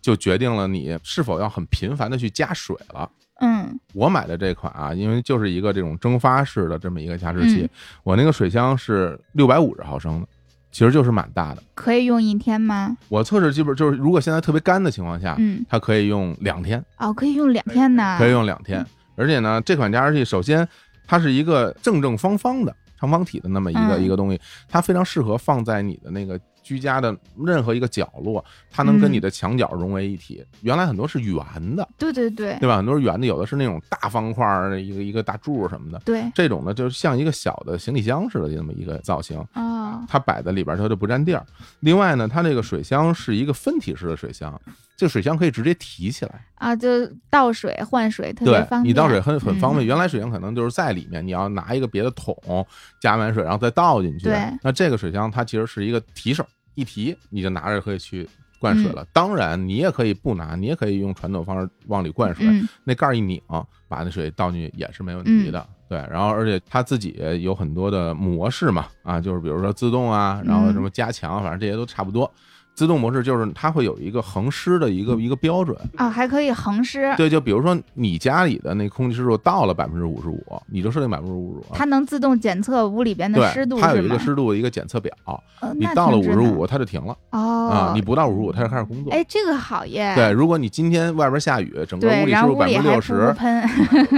就决定了你是否要很频繁的去加水了。
嗯
我买的这款啊，因为就是一个这种蒸发式的这么一个加湿器，
嗯
我那个水箱是六百五十毫升的，其实就是蛮大的。
可以用一天吗？
我测试基本就是，如果现在特别干的情况下，
嗯，啊
它可以用两天，
哦，可以用两天呢，
啊可以用两
嗯
天。而且呢，这款加湿器首先它是一个正正方方的长方体的那么一个、
嗯
一个东西，它非常适合放在你的那个居家的任何一个角落，它能跟
嗯
你的墙角融为一体。原来很多是圆的，
对对对
对吧？很多是圆的，有的是那种大方块儿的一个一个大柱什么的。
对，
这种呢，就是像一个小的行李箱似的这么一个造型，
哦，
它摆在里边儿它就不占地儿。另外呢，它这个水箱是一个分体式的水箱，这个水箱可以直接提起来，
啊，就倒水换水特别
对
方便，
你倒水很很方便。
嗯
原来水箱可能就是在里面，你要拿一个别的桶加满水，然后再倒进去
对。
那这个水箱它其实是一个提手，一提你就拿着可以去。灌
嗯
水了，当然你也可以不拿，你也可以用传统方式往里灌水，
嗯
那盖儿一拧，把那水倒进去也是没问题的。对，然后而且它自己有很多的模式嘛，啊，就是比如说自动啊，然后什
嗯
么加强，反正这些都差不多。自动模式就是它会有一个恒湿的一个一个标准，
哦，还可以恒湿，
对，就比如说你家里的那空气湿度到了百分之五十五，你就设定百分之五十五。
它能自动检测屋里边的湿度
对，它有
是
一个
吗？
湿度的一个检测表，
呃
你
那
到了五
挺智
十
能
五它就停了啊
哦，，
你不到五十五它就开始工作。
哎，这个好耶，
对，如果你今天外边下雨，整个
对
屋里湿
然后
度
屋
百
里
分之
还
六
不
十，
喷，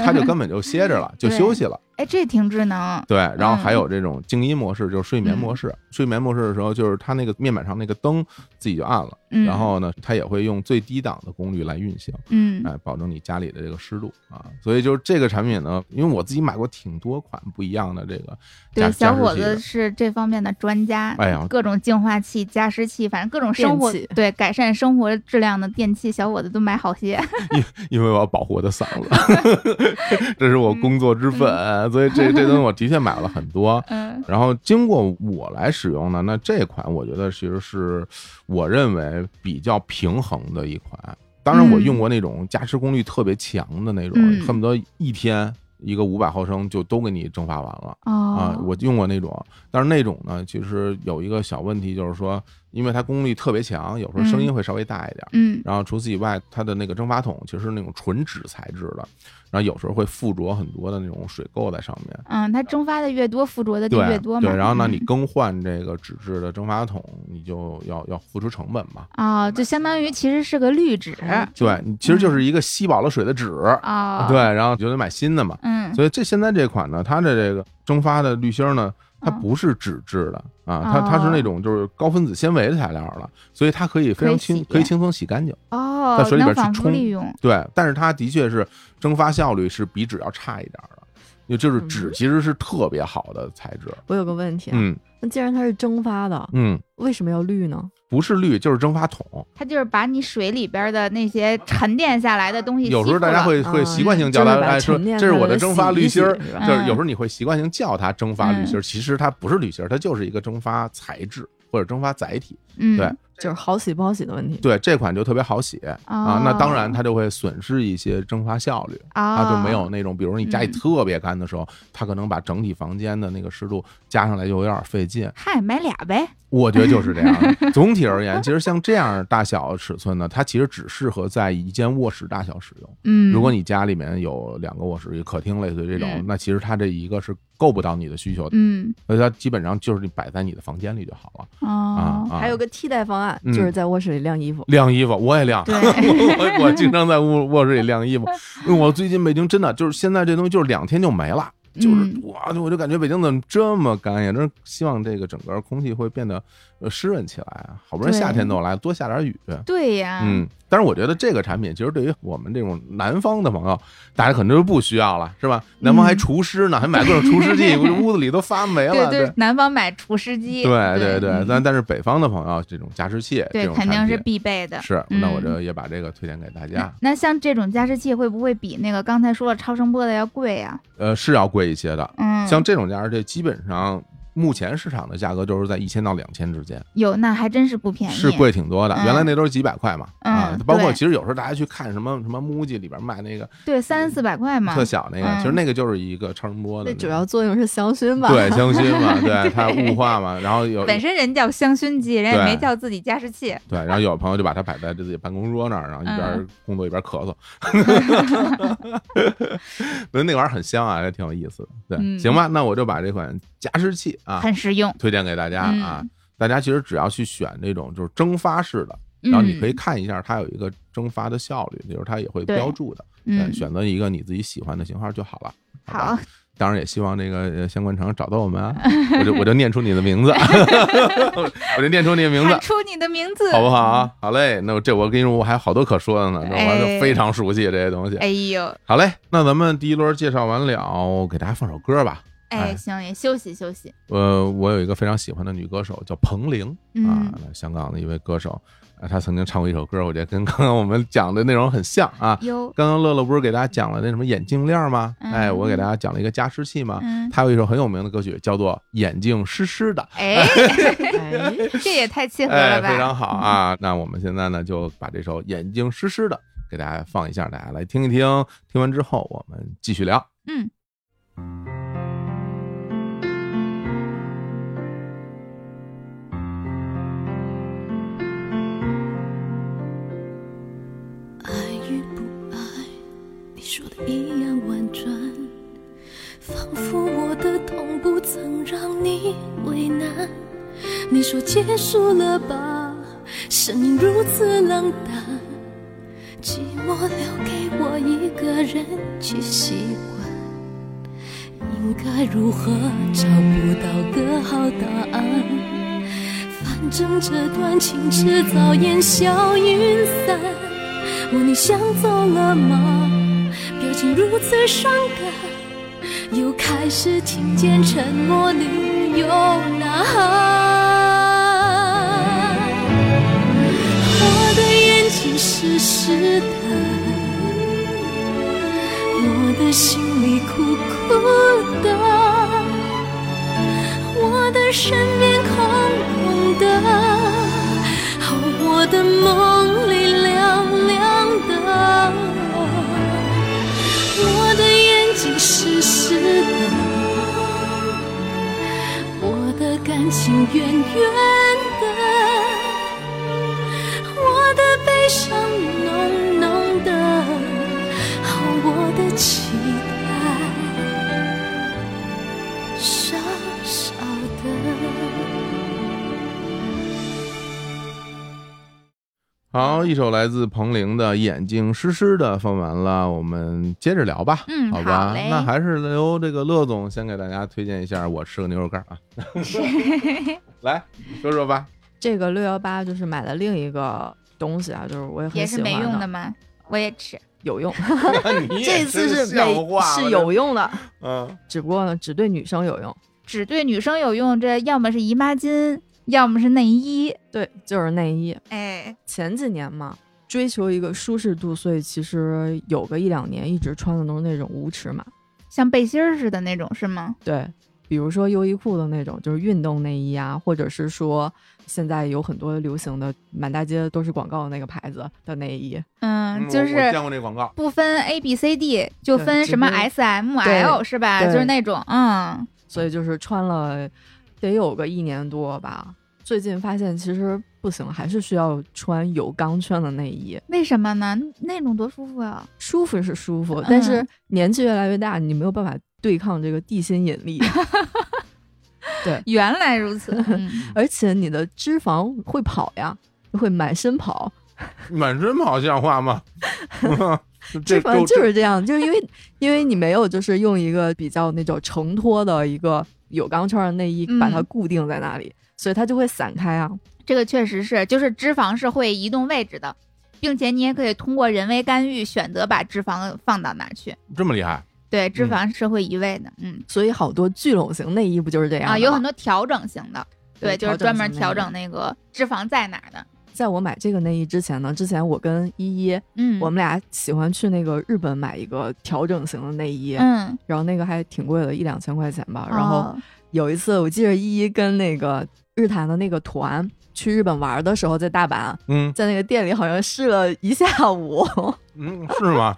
它就根本就歇着 了，就
对
休息了。
哎，这挺智能，
对，然后还
嗯
有这种静音模式，就是睡眠模式。睡眠模式的时候，就是它那个面板上那个灯自己就暗了，
嗯，
然后呢，它也会用最低档的功率来运行，
嗯
哎，保证你家里的这个湿度啊。所以就是这个产品呢，因为我自己买过挺多款不一样的这个加
对，小
加
伙，子
湿器
是这方面的专家。
的哎呀，
各种净化器、加湿器，反正各种生活
电器
对改善生活质量的电器，小伙子都买好些。
因为我要保护我的嗓子， 这是我工作之本，所以这这东西我的确买了很多。
嗯
然后经过我来使用呢，那这款我觉得其实是我认为比较平衡的一款。当然，我用过那种加湿功率特别强的那种，
嗯
恨不得一天一个五百毫升就都给你蒸发完了、啊
哦
啊！我用过那种，但是那种呢，其实有一个小问题，就是说因为它功率特别强，有时候声音会稍微大一点。
嗯
然后除此以外，它的那个蒸发桶其实是那种纯纸材质的，然后有时候会附着很多的那种水垢在上面。
嗯，它蒸发的越多，附着的就
对
越多嘛。
对，然后呢，
嗯
你更换这个纸质的蒸发桶，你就要要付出成本嘛。
哦，就相当于其实是个滤纸
哎
对，你其实
嗯
就是一个吸饱了水的纸，
哦。
嗯啊对，，然后你就得买新的嘛。
嗯，
所以这现在这款呢，它的这个蒸发的滤芯儿呢，它
嗯
不是纸质的啊，它它是
哦
那种就是高分子纤维的材料了，所以它可以非
可以
常轻
洗，
可以轻松洗干净。
哦
在，水里
能
边去
反复
冲
利用。
对，但是它的确是蒸发效率是比纸要差一点儿的，也
嗯
就是纸其实是特别好的材质。
我有个问题啊，
嗯
那既然它是蒸发的，
嗯，
为什么要滤呢？
不是滤就是蒸发桶，
它就是把你水里边的那些沉淀下来的东西吸附了，
有时候大家会
啊
会习惯性
就
叫
是
它，
把
哎，说
沉淀
这是
下来
我
的
的蒸发
洗一
滤芯儿
洗是，吧嗯
就是有时
嗯
候你会习惯性叫它蒸发滤芯儿，其实它不是滤芯儿，它就是一个蒸发材质或者蒸发载体。
嗯
对
就是好洗不好洗的问题。
对，这款就特别好洗啊
哦
啊，
那当然它就会损失一些蒸发效率，它
啊
就没有那种，比如你家里
哦
嗯
特别干的时候，它可能把整体房间的那个湿度加上来就有点费劲。
嗨，买俩呗。
我觉得就是这样 的。总体而言，其实像这样大小尺寸呢，它其实只适合在一间卧室大小使用。
嗯，
如果你家里面有两个卧室、一个客厅，类似于这种
嗯，
那其实它这一个是够不到你的需求的，
嗯
所以它基本上就是你摆在你的房间里就好了啊
哦，
啊。
还有个替代方案，
嗯
就是在卧室里晾衣服。
晾衣服，我也晾。
对，
我我经常在卧卧室里晾 衣服，因为我最近北京真的就是现在这东西就是两天就没了，就是
嗯
哇，我就感觉北京怎么这么干呀？真是希望这个整个空气会变得呃湿润起来啊！好不容易
对
夏天都来，多下点雨。
对呀，
嗯，但是我觉得这个产品其实对于我们这种南方的朋友，大家可能就不需要了，是吧？南
嗯
方还除湿呢，还买各种除湿 剂，屋子里都发霉
对
了。
对，南方买除湿机，
对对对，
嗯
但但是北方的朋友，这种加湿器，这
对，
种
肯
产
定是
品
必备的。
是，那我
嗯
这也把这个推荐给大家。
那像这种加湿器会不会比那个刚才说了超声波的要贵呀？
呃，是要贵一些的。
嗯，
像这种价格，这基本上目前市场的价格就是在一千到两千之间，
有那还真是不便宜，
是贵挺多的。
嗯
原来那都是几百块嘛，啊
嗯，
包括
对
其实有时候大家去看什么什么 MUJI 里边卖那个
对，三四百块嘛
特。小那个，
嗯
其实那个就是一个超声波的
那
那个，
主要作用是香薰吧？
对香薰 嘛，对它雾化嘛，然后有
本身人叫香薰机，人也
对啊
没叫自己加湿器。
对，然后有朋友就把它摆在自己办公桌那儿，然后一边
嗯
工作一边 咳嗽， 所以那玩意儿很香啊，还挺有意思的。对，
嗯
行吧，那我就把这款加湿器啊
很实用，
推荐给大家啊
嗯。
大家其实只要去选那种就是蒸发式的，
嗯
然后你可以看一下它有一个蒸发的效率，比如它也会标注的，
嗯
对，选择一个你自己喜欢的型号就好了。吧
好，
当然也希望这个呃相关厂找到我们啊， 我就我就念出你的名字， 我就念出你的名字
喊，出你的名字，
好不好？啊？好嘞，那我这我跟你说，我还有好多可说的呢，这我就
哎
非常熟悉这些东西。
哎呦，
好嘞，那咱们第一轮介绍完了，给大家放首歌吧。哎
哎，行，也休息休息。
呃，我有一个非常喜欢的女歌手叫彭玲啊
嗯，
香港的一位歌手，啊她曾经唱过一首歌，我觉得跟刚刚我们讲的内容很像啊。
哟，
刚刚乐乐不是给大家讲了那什么眼镜链吗？
嗯
哎，我给大家讲了一个加湿器嘛。
嗯，
她有一首很有名的歌曲，叫做《眼镜湿湿的》，
哎，
哎，
这也太契合
哎，
了吧？嗯
非常好啊。那我们现在呢，就把这首《眼睛湿湿的》给大家放一下，大家来听一听。听完之后，我们继续聊。
嗯。
爱与不爱，你说的一样婉转，仿佛我的痛不曾让你为难。你说结束了吧，生命如此冷淡，寂寞留给我一个人去习惯。应该如何找不到个好答案？反正这段情迟早烟消云散。问你想走了吗？表情如此伤感，又开始听见沉默里有呐喊。我的眼睛湿湿的，我的心里苦苦的，我的身边空空的，哦，我的梦里凉凉的，我的眼睛湿湿的，我的感情远远的。上浓浓的好我的期待，傻傻的。
嗯
好，一首来自彭羚的《眼睛湿湿的》放完了，我们接着聊吧，
嗯
好吧
好嘞
那还是由这个乐总先给大家推荐一下《我吃个牛肉 干》啊，来说说吧，
这个六幺八就是买了另一个东西啊，就是我也
也
很喜
是
欢
没用的吗？我也吃，
有用。
你也
这次
真
是
像
没
话吗
是有，用的，
嗯，
只不过呢，只对女生有用。
只对女生有用。这要么是姨妈巾，要么是内衣。
对，就是内衣。
哎，
前几年嘛，追求一个舒适度，所以其实有个一两年一直穿的都是那种无尺码。
像背心儿似的那种是吗？
对，比如说优衣库的那种，就是运动内衣啊，或者是说现在有很多流行的，满大街都是广告的那个牌子的内衣。
嗯，
我
就
我
是
见过这广告，
不分 A B C D，就
对
分
只
什么
分
S M L 是吧？
对
就是那种，嗯，
所以就是穿了得有个一年多吧。最近发现其实不行，还是需要穿有钢圈的内衣。
为什么呢？那种多舒服啊！
舒服是舒服，但是
嗯
年纪越来越大，你没有办法对抗这个地心引 力，
原来如此，嗯
而且你的脂肪会跑呀，会满身跑。
满身跑像话吗？
脂
这
肪就
这
是这样，就是因为因为你没有就是用一个比较那种承托的一个有钢圈的内衣
嗯
把它固定在那里，所以它就会散开啊。
这个确实是，就是脂肪是会移动位置的，并且你也可以通过人为干预选择把脂肪放到哪儿去。
这么厉害，
对，脂肪是会移位的，嗯
所以好多聚拢型内衣不就是这样
啊，有很
多。
多调整型的，对，
对
就是专门调
调整
整
型
那个脂肪在哪儿的。
在我买这个内衣之前呢，之前我跟依依，
嗯，
我们俩喜欢去那个日本买一个调整型的内衣，
嗯，
然后那个还挺贵的，一两千块钱吧。然后
哦
有一次，我记得依依跟那个日坛的那个团去日本玩的时候，在大阪，
嗯
在那个店里好像试了一下午，
嗯，是吗？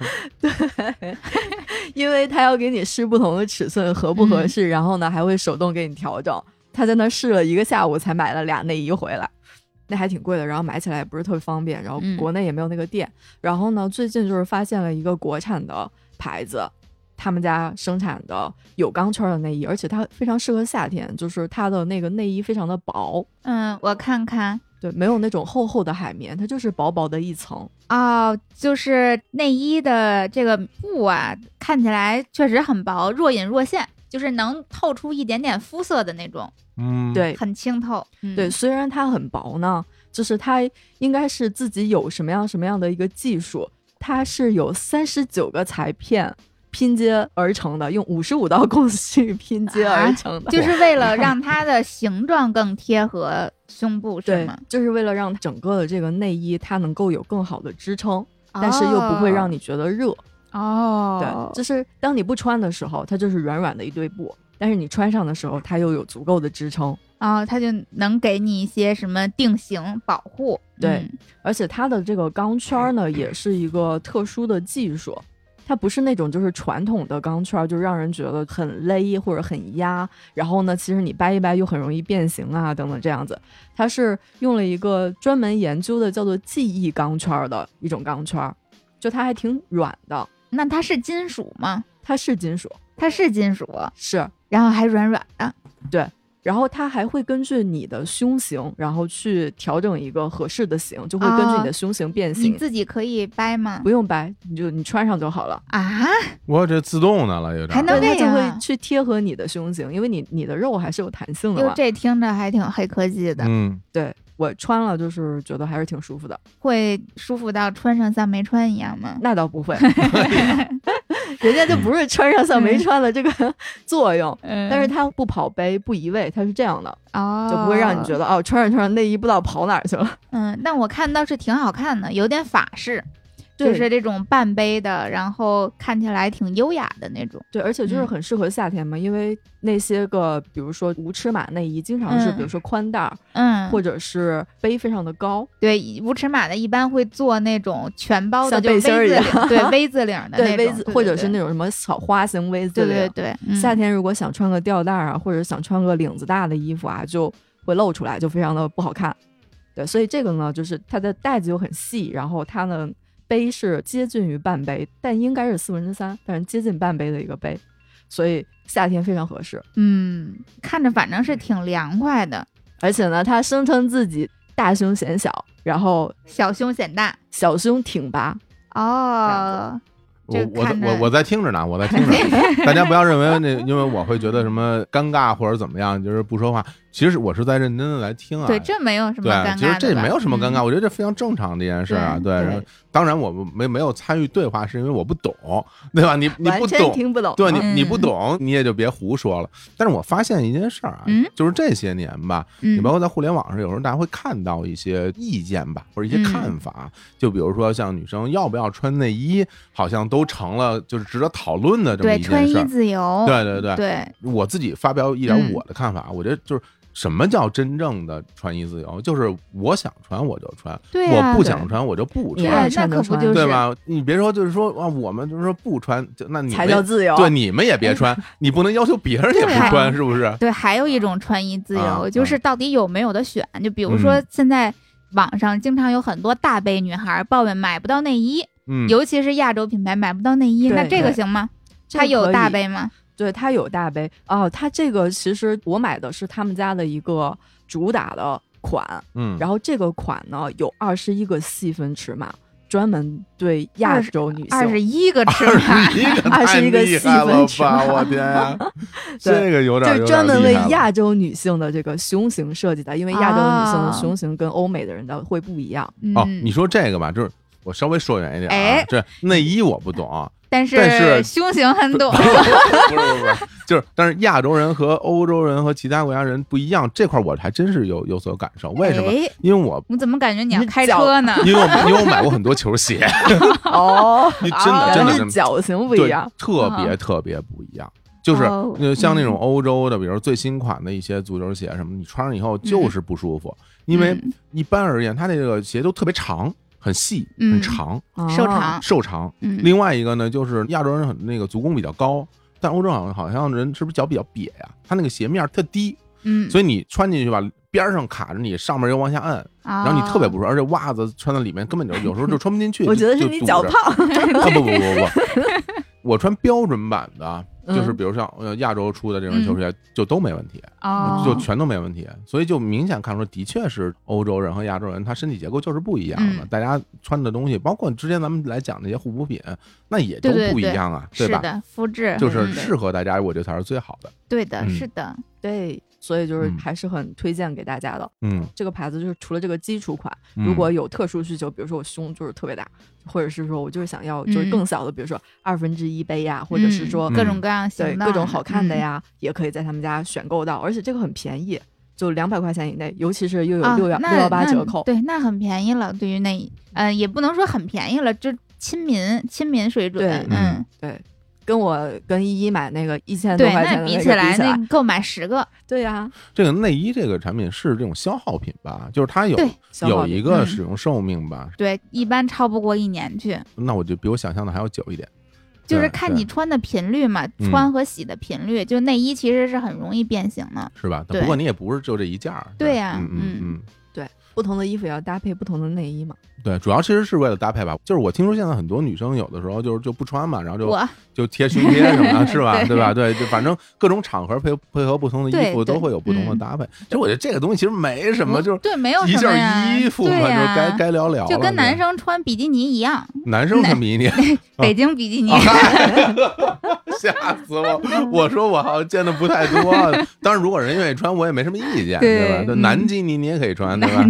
因为他要给你试不同的尺寸合不
嗯
合适，然后呢还会手动给你调整。他在那试了一个下午，才买了俩内衣回来。那还挺贵的，然后买起来也不是特别方便，然后
嗯
国内也没有那个店。然后呢，最近就是发现了一个国产的牌子，他们家生产的有钢圈的内衣，而且它非常适合夏天，就是它的那个内衣非常的薄，
嗯，我看看
对，没有那种厚厚的海绵，它就是薄薄的一层。
哦，就是内衣的这个布啊，看起来确实很薄，若隐若现，就是能透出一点点肤色的那种，
嗯，，
对，
很清透。嗯
对，，虽然它很薄呢，就是它应该是自己有什么样什么样的一个技术，它是有三十九个裁片拼接而成的，用五十五道工序拼接而成的，
啊就是为 了让它的形状更贴合胸部，是
对
吗？，
就是为了让整个的这个内衣它能够有更好的支撑，但是又不会让你觉得热。
哦
对，，就是当你不穿的时候，它就是软软的一堆布。但是你穿上的时候，它又有足够的支撑，
哦，它就能给你一些什么定型保护。嗯
对而且它的这个钢圈儿呢，也是一个特殊的技术，它不是那种就是传统的钢圈儿，就让人觉得很勒或者很压，然后呢，其实你掰一掰又很容易变形啊，等等这样子。它是用了一个专门研究的叫做记忆钢圈儿的一种钢圈儿，就它还挺软的，
嗯，那它是金属吗？
它是金属，
它是金属，
是，
然后还软软
嗯
的。
然后它还会根据你的胸型，然后去调整一个合适的型，就会根据你的胸型变
你
形。
自己可以掰吗
不？用掰，你就你穿上就好了。
啊，
我这自动的了，有点
还能
儿
这
对，它
样
就
啊
会去贴合你的胸型，因为你你的肉还是有弹性的
哟，
嘛。
这听着还挺黑科技的，
嗯。
对我穿了就是觉得还是挺舒服的，
会舒服到穿上像没穿一样吗？
那倒 不会，人家就不是穿上像没穿的这个 作用，
嗯
但是它不跑杯不移位，它是这样的，
哦，
就不会让你觉
得。
得哦穿上穿上内衣不知道跑哪儿去了。
嗯，那我看倒是挺好看的，有点法式，就
对
是这种半杯的，然后看起来挺优雅的那种。
对，而 且就是
嗯
很适合夏天嘛，因为那些个比如说无尺码内衣，经常是
嗯
比如说宽带儿、
嗯，
或者是杯非常的高，
对，无尺码的一般会做那种全包的，
像
就
背
V
心
字
儿
领，
一样
对 V 字领的那种，
对 V 字或者是那
种，
种什么小花型 V 字
对
领
对对，嗯
夏天如果想穿个吊带儿啊，或者想穿个领子大的衣服啊，就会露出来，就非常的不好看。对，所以这个呢，就是它的袋子又很细，然后它呢杯是接近于半杯，但应该是四分之三，但是接近半杯的一个杯，所以夏天非常合适。
嗯，看着反正是挺凉快的，
而且呢，他声称自己大胸显小，然后
小胸显大
小胸挺拔，
哦。
我
这
我
看着
我我在听着呢，我在听着 呢。大家不要认为那，因为我会觉得什么尴尬或者怎么样，就是不说话。其实我是在认真的来听啊。
对，这没有什么尴尬
对，其
的
实这
吧
没有什么尴尬，
嗯
我觉得这非常正常的一件事啊。对，
对
然后当然我们没没有参与对话，是因为我不懂，对吧？你你
完
不
全
懂，
听不懂。
对
嗯
你你不
嗯
懂，你也就别胡说了。但是我发现一件事儿啊
嗯，
就是这些年吧，
嗯
你包括在互联网上，有时候大家会看到一些意见吧，或者一
嗯
些看法，就比如说像女生要不要穿内衣，好像都成了就是值得讨论的这么
对
一
穿
件事
衣
儿。
自由，
对对对，
对，
我自己发表一点
嗯
我的看法，我觉得就是什么叫真正的穿衣自由，就是我想穿我就穿，
对
我
啊
不想穿我就不
你
穿，
爱
哎
穿
那
就
可不
穿
就
对
是
吧？你别说，就是说啊，我们就是说不穿，就那你
才
们
叫自由。
对，你们也别穿，你不能要求别人也不
对啊
穿，是不是？
对，还有一种穿衣自由，
啊
就
啊
是到底有没有的选。就比如说
嗯
现在网上经常有很多大杯女孩抱怨买不到内衣，
嗯，
尤其是亚洲品牌买不到内衣，那
对
这个
对
行吗？
这
它
个可
有大
以
杯吗？
对，它有大杯哦。它这个其实我买的是他们家的一个主打的款，
嗯，
然后这个款呢有二十一个细分尺码，专门对亚
20
洲女性。
二十 一个尺码，
你可
二
太
十一个
厉
细
害了
分尺
吧！
码，
我天呀 这个有点儿
就是
有
专
点儿
门为
厉害了
亚洲女性的这个胸型设计的，因为亚洲女性的
啊
胸型跟欧美的人的会不一 样。
嗯，
哦，你说这个吧，就是我稍微说远一点啊
哎，
这内衣我不懂 啊，
但
但是
胸型很懂，
不是不是，不是，就是但是亚洲人和欧洲人和其他国家人不一样，这块儿我还真是有有所感受。为什么？
哎
因为我
我怎么感觉你要
你
开
脚
车呢？
因为我因为我买过很多球 鞋，
哦，
你真的
啊
真
原
的真
来是
的
脚型不一
对，
样。哦
特别
啊
特别不一样。就是
哦
呃像那
嗯
种欧洲的，比如最新款的一些足球鞋什么，你穿上以后就是不舒服，因为
嗯
一般而言，它这个鞋都特别长、很细、很
嗯
长、
瘦
哦。
长，
瘦长。
嗯，
另外一个呢，就是亚洲人很那个足弓比较高，但欧洲好像好像人是不是脚比较瘪呀、他那个鞋面儿特低，
嗯，
所以你穿进去吧，边儿上卡着你，上面又往下摁，
哦
然后你特别不舒服，而且袜子穿在里面根本就有时候就穿不进去
我觉得
就是
你脚
就堵着
胖，
啊不不不不 不，我穿标准版的，
嗯
就是比如像呃亚洲出的这种球鞋，就都没问题，
嗯哦，
就全都没问题，所以就明显看出，的确是欧洲人和亚洲人，他身体结构就是不一样的，
嗯
大家穿的东西，包括之前咱们来讲那些护肤品，那也都
对对
不一
对
样啊，
是
吧？
的，肤质
就是
嗯
适合大家，我觉得才是最好的。
对的，
嗯
是的，
对，所以就是
嗯
还是很推荐给大家的。
嗯，
这个牌子就是除了这个基础款，
嗯
如果有特殊需求，比如说我胸就是特别大，或者是说我就是想要就是更小的，比如说二分之一杯呀，或者是
嗯
说
各种各样型
对
的
各种好看的，
嗯
呀，也可以在他们家选购到，而且这个很便宜，就两百块钱以内，尤其是又有
啊
六幺
那
六幺八
那
折扣。
对，那很便宜了。对于那，呃，也不能说很便宜了，就亲民亲民水准
对，
嗯，
对，跟我跟依依买那个一千多
对，
块钱
那
的
比
那
起
个
来，
比起
那
来，
你购买十个，
对呀、
这个内衣这个产品是这种消耗品吧，就是它有
对
消耗
有
品
一个
嗯
使用寿命吧，
对，一般超不过一年去，
那我就比我想象的还要久一点。
就是
对
看
对
你穿的频率嘛，
嗯
穿和洗的频率，就内衣其实是很容易变形的。
是吧？
对
不过你也不是就这一件儿，
对呀
嗯嗯
嗯
嗯，
不同的衣服也要搭配不同的内衣嘛。
对，主要其实是为了搭配吧。就是我听说现在很多女生有的时候就是就不穿嘛，然后就
我
就贴胸贴什 么的，是吧？
对
对吧？对，就反正各种场合配配合不同的衣
对
服
对
都会有不同的
嗯
搭配。其实我觉得这个东西其实没什么，就是
对，没有
一
什么呀
件衣服嘛，
对
就
呀
该该聊聊了。
就跟男
对
生穿比基尼一样，
男生穿比基尼，啊
北京比基 尼。
吓死我！我说我好像见的不太多，啊 当然如果人愿意穿，我也没什么意见，
对
对吧？就
嗯
南基尼你也可以穿，对吧？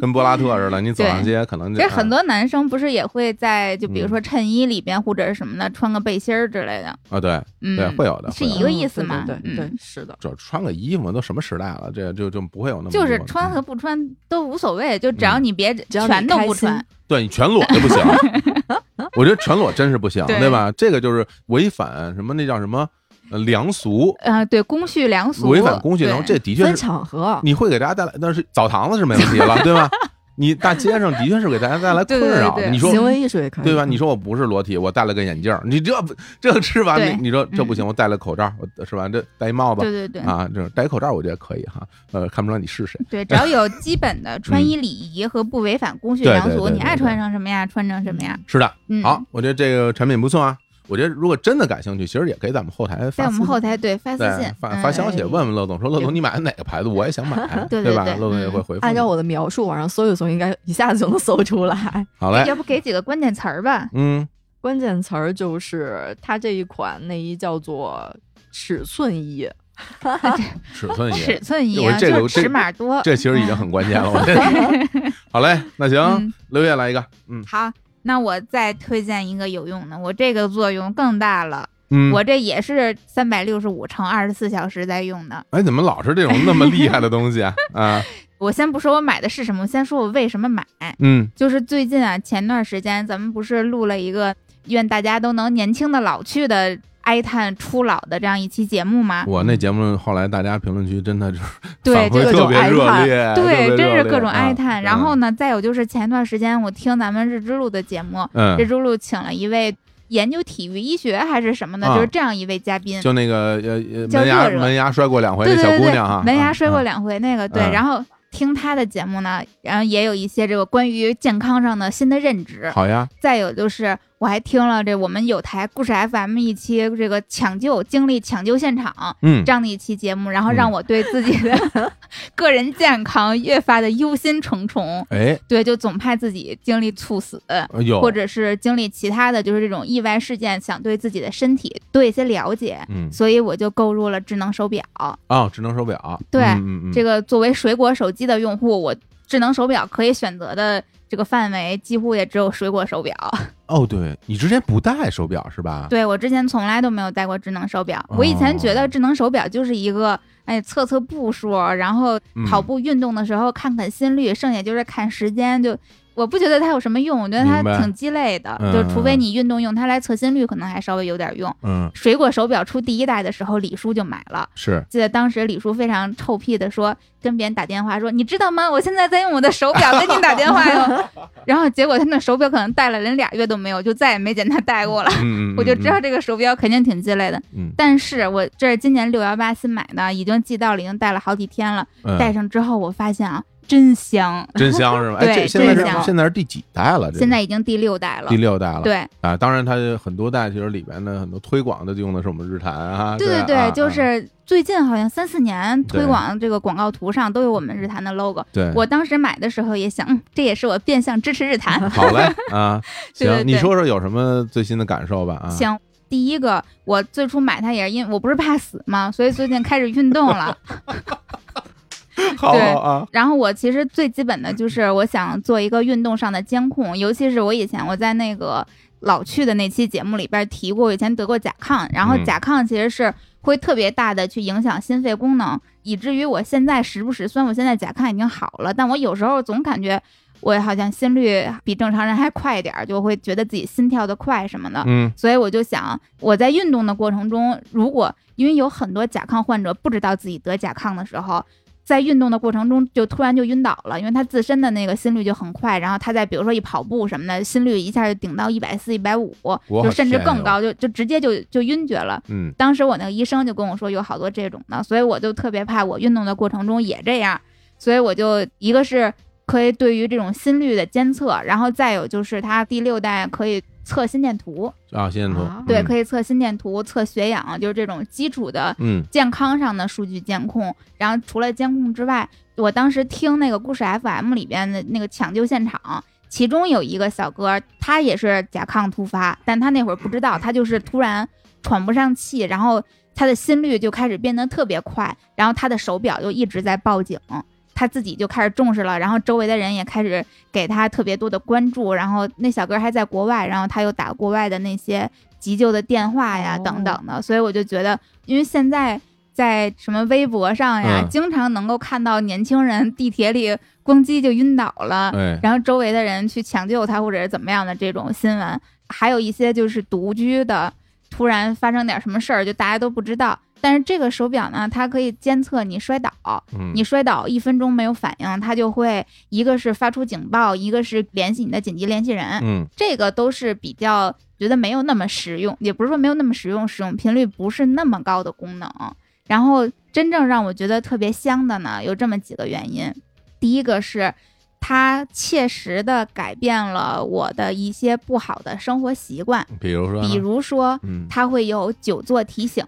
跟柏拉特似的，你走上街可能
其
就
实很
嗯
多男生不是也会在就比
嗯
如说衬衣里边或者是什么的穿个背心儿之类的，
啊，对，
嗯，
对会有的
是
会有
一个意思
嗯
嘛？
对对对
嗯
对，是的。
主要穿个衣服都什么时代了，这就就不会有那么
就是
多
穿和不穿都无所谓，就只要
嗯
你别
只要你
全都
开
不
心
穿，
对你全裸就 不行，我觉得全裸真是不行，
对
对吧？这个就是违反什么那叫什么呃良俗，
呃，对，公序良俗，
违反公序良，
对
这的确
分
是
场合，
你会给大家带来，但是澡堂子是没问题了，对吧？你大街上的确是给大家带来
对
困
对对
扰的。
对
你说
行为艺术也可以，嗯
对吧？你说我不是裸体，我戴了个眼镜儿，你这不这吃完
对嗯
你你说这不行，我戴了口罩，我是吧？这戴一帽
对
子
对对
啊，这戴一口罩我觉得可以哈，呃，看不出来你是谁。
对，只 要有基本的穿衣礼仪和不违反公序良
嗯对对
俗，
对对
你爱
对
穿成什么呀，穿成什么呀。
是的，
嗯，
好，，我觉得这个产品不错啊。我觉得如果真的感兴趣，其实也可以在我们后台
在
发
我们
私
后台对发私
对
信，
发
嗯
发消息
哎
问问乐总，说乐总你买的哪个牌子？我也想买，
对
对吧
对？对
乐总也
嗯
会回复你。
按照我的描述往上搜一搜，应该一下子就能搜出来。
好嘞，
要不给几个关键词儿吧？
嗯，
关键词儿就是它这一款内衣叫做尺 寸衣，
尺寸
尺
也，
寸一
我
样，
这个
就
这
尺码 多。
这其实已经很关键了。我觉得 好嘞，那行
嗯，
刘烨来一个，嗯
好，那我再推荐一个有用的，我这个作用更大了，
嗯，
我这也是三百六十五乘二十四小时在用的。
哎，怎么老是这种那么厉害的东西 啊？啊，
我先不说我买的是什么，我先说我为什么买。
嗯
就是最近啊，前段时间咱们不是录了一个愿大家都能年轻的老去的哀叹初老的这样一期节目吗？
我那节目后来大家评论区真的就是
对
反馈
这个
特别
各种
热
哀叹
烈，特别
对，真
热
是
烈
各种哀
啊
叹。然后呢，再有就是前段时间我听咱们日之路的节目，
嗯
日，之路请了一位研究体育医学还是什么的，
啊
就是这样一位嘉宾。
就那个呃呃
叫
门牙
热热
门牙摔过两回
对
那
对
小
对
姑
对
娘哈，，
门牙
啊
摔过两回那个，对。
嗯
然后听他的节目呢，然后也有一些这个关于健康上的新的认知。
好呀，
再有就是，我还听了这我们有台故事 FM 一期这个抢救经历抢救现场
嗯
这，样的一期节目，然后让我对自己 的个人健康越发的忧心忡忡。
哎，
对，就总怕自己经历猝死，
有
或者是经历其他的就是这种意外事件，想对自己的身体多一些了解，
嗯
所以我就购入了智能手表。
哦，智能手表，
对
嗯嗯嗯，
这
个
个作为水果手机的用户，我智能手表可以选择的这个范围几乎也只有水果手表。
哦，对你之前不戴手表是吧？
对我之前从来都没有戴过智能手表，
哦
我以前觉得智能手表就是一个。哎，测测步数，然后
嗯
跑步运动的时候看看心率，剩下就是看时间。就我不觉得它有什么用，我觉得它
明白
挺鸡肋的。
嗯
就除非你运动用它来测心率，可能还稍微有点用。
嗯，
水果手表出第一代的时候，李叔就买了。
是
记得当时李叔非常臭屁的说，跟别人打电话说：“你知道吗？我现在在用我的手表跟你打电话 哟。”然后结果他那手表可能戴了连俩月都没有，就再也没见他戴过了。
嗯嗯，
我就
嗯
知道，这个手表肯定挺鸡肋的。
嗯，
但是我这是今年六幺八新买的，已经寄到了，已经戴了好几天了。
嗯
戴上之后，我发现啊，真香！
真香是吧？哎，这
对
现在
真
是
香
现在是第几代了？这个
现在已经第六代了
第。六代了，
对
啊，当然它很多代其实里边的很多推广的就用的是我们日坛啊，
对对
吧啊
对，就
啊
是最近好像三四年
对
推广这个广告图上都有我们日坛的 logo。
对
我当时买的时候也想，嗯，这也是我变相支持日坛。
好嘞啊，
对对
行，你
对
说说有什么最新的感受吧啊？
行，第一个我最初买它也是因为我不是怕死嘛，所以最近开始运动了。
好
对
啊，
然后我其实最基本的就是我想做一个运动上的监控，尤其是我以前我在那个老去的那期节目里边提过，我以前得过甲亢，然后
嗯
甲亢其实是会特别大的去影响心肺功能，以至于我现在时不时，虽然我现在甲亢已经好了，但我有时候总感觉我好像心率比正常人还快一点儿，就会觉得自己心跳的快什么的。
嗯
所以我就想，我在运动的过程中，如果因为有很多甲亢患者不知道自己得甲亢的时候，在运动的过程中就突然就晕倒了，因为他自身的那个心率就很快，然后他在比如说一跑步什么的，心率一下就顶到一百四、一百五，就甚至更高，就就直接就就晕厥了。
嗯
当时我那个医生就跟我说有好多这种的，所以我就特别怕我运动的过程中也这样，所以我就一个是可以对于这种心率的监测，然后再有就是它第六代可以测心电图，
啊，心电图
啊
对，
嗯
可以测心电图、测血氧，就是这种基础的
嗯
健康上的数据监控。然后除了监控之外，我当时听那个故事 FM 里边的那个抢救现场，其中有一个小哥，他也是甲亢突发，但他那会儿不知道，他就是突然喘不上气，然后他的心率就开始变得特别快，然后他的手表就一直在报警。他自己就开始重视了，然后周围的人也开始给他特别多的关注，然后那小哥还在国外，然后他又打国外的那些急救的电话呀、
哦
等等的，所以我就觉得，因为现在在什么微博上呀，
嗯
经常能够看到年轻人地铁里咣叽就晕倒了，
哎
啊然后周围的人去抢救他或者是怎么样的这种新闻，还有一些就是独居的，突然发生点什么事儿，就大家都不知道。但是这个手表呢，它可以监测你摔倒，
嗯，
你摔倒一分钟没有反应，它就会一个是发出警报，一个是联系你的紧急联系人。
嗯
这个都是比较觉得没有那么实用，也不是说没有那么实用，使用频率不是那么高的功能。然后真正让我觉得特别香的呢，有这么几个原因。第一个是它切实的改变了我的一些不好的生活习惯，
比如说呢，
比如说
嗯，
它会有久坐提醒，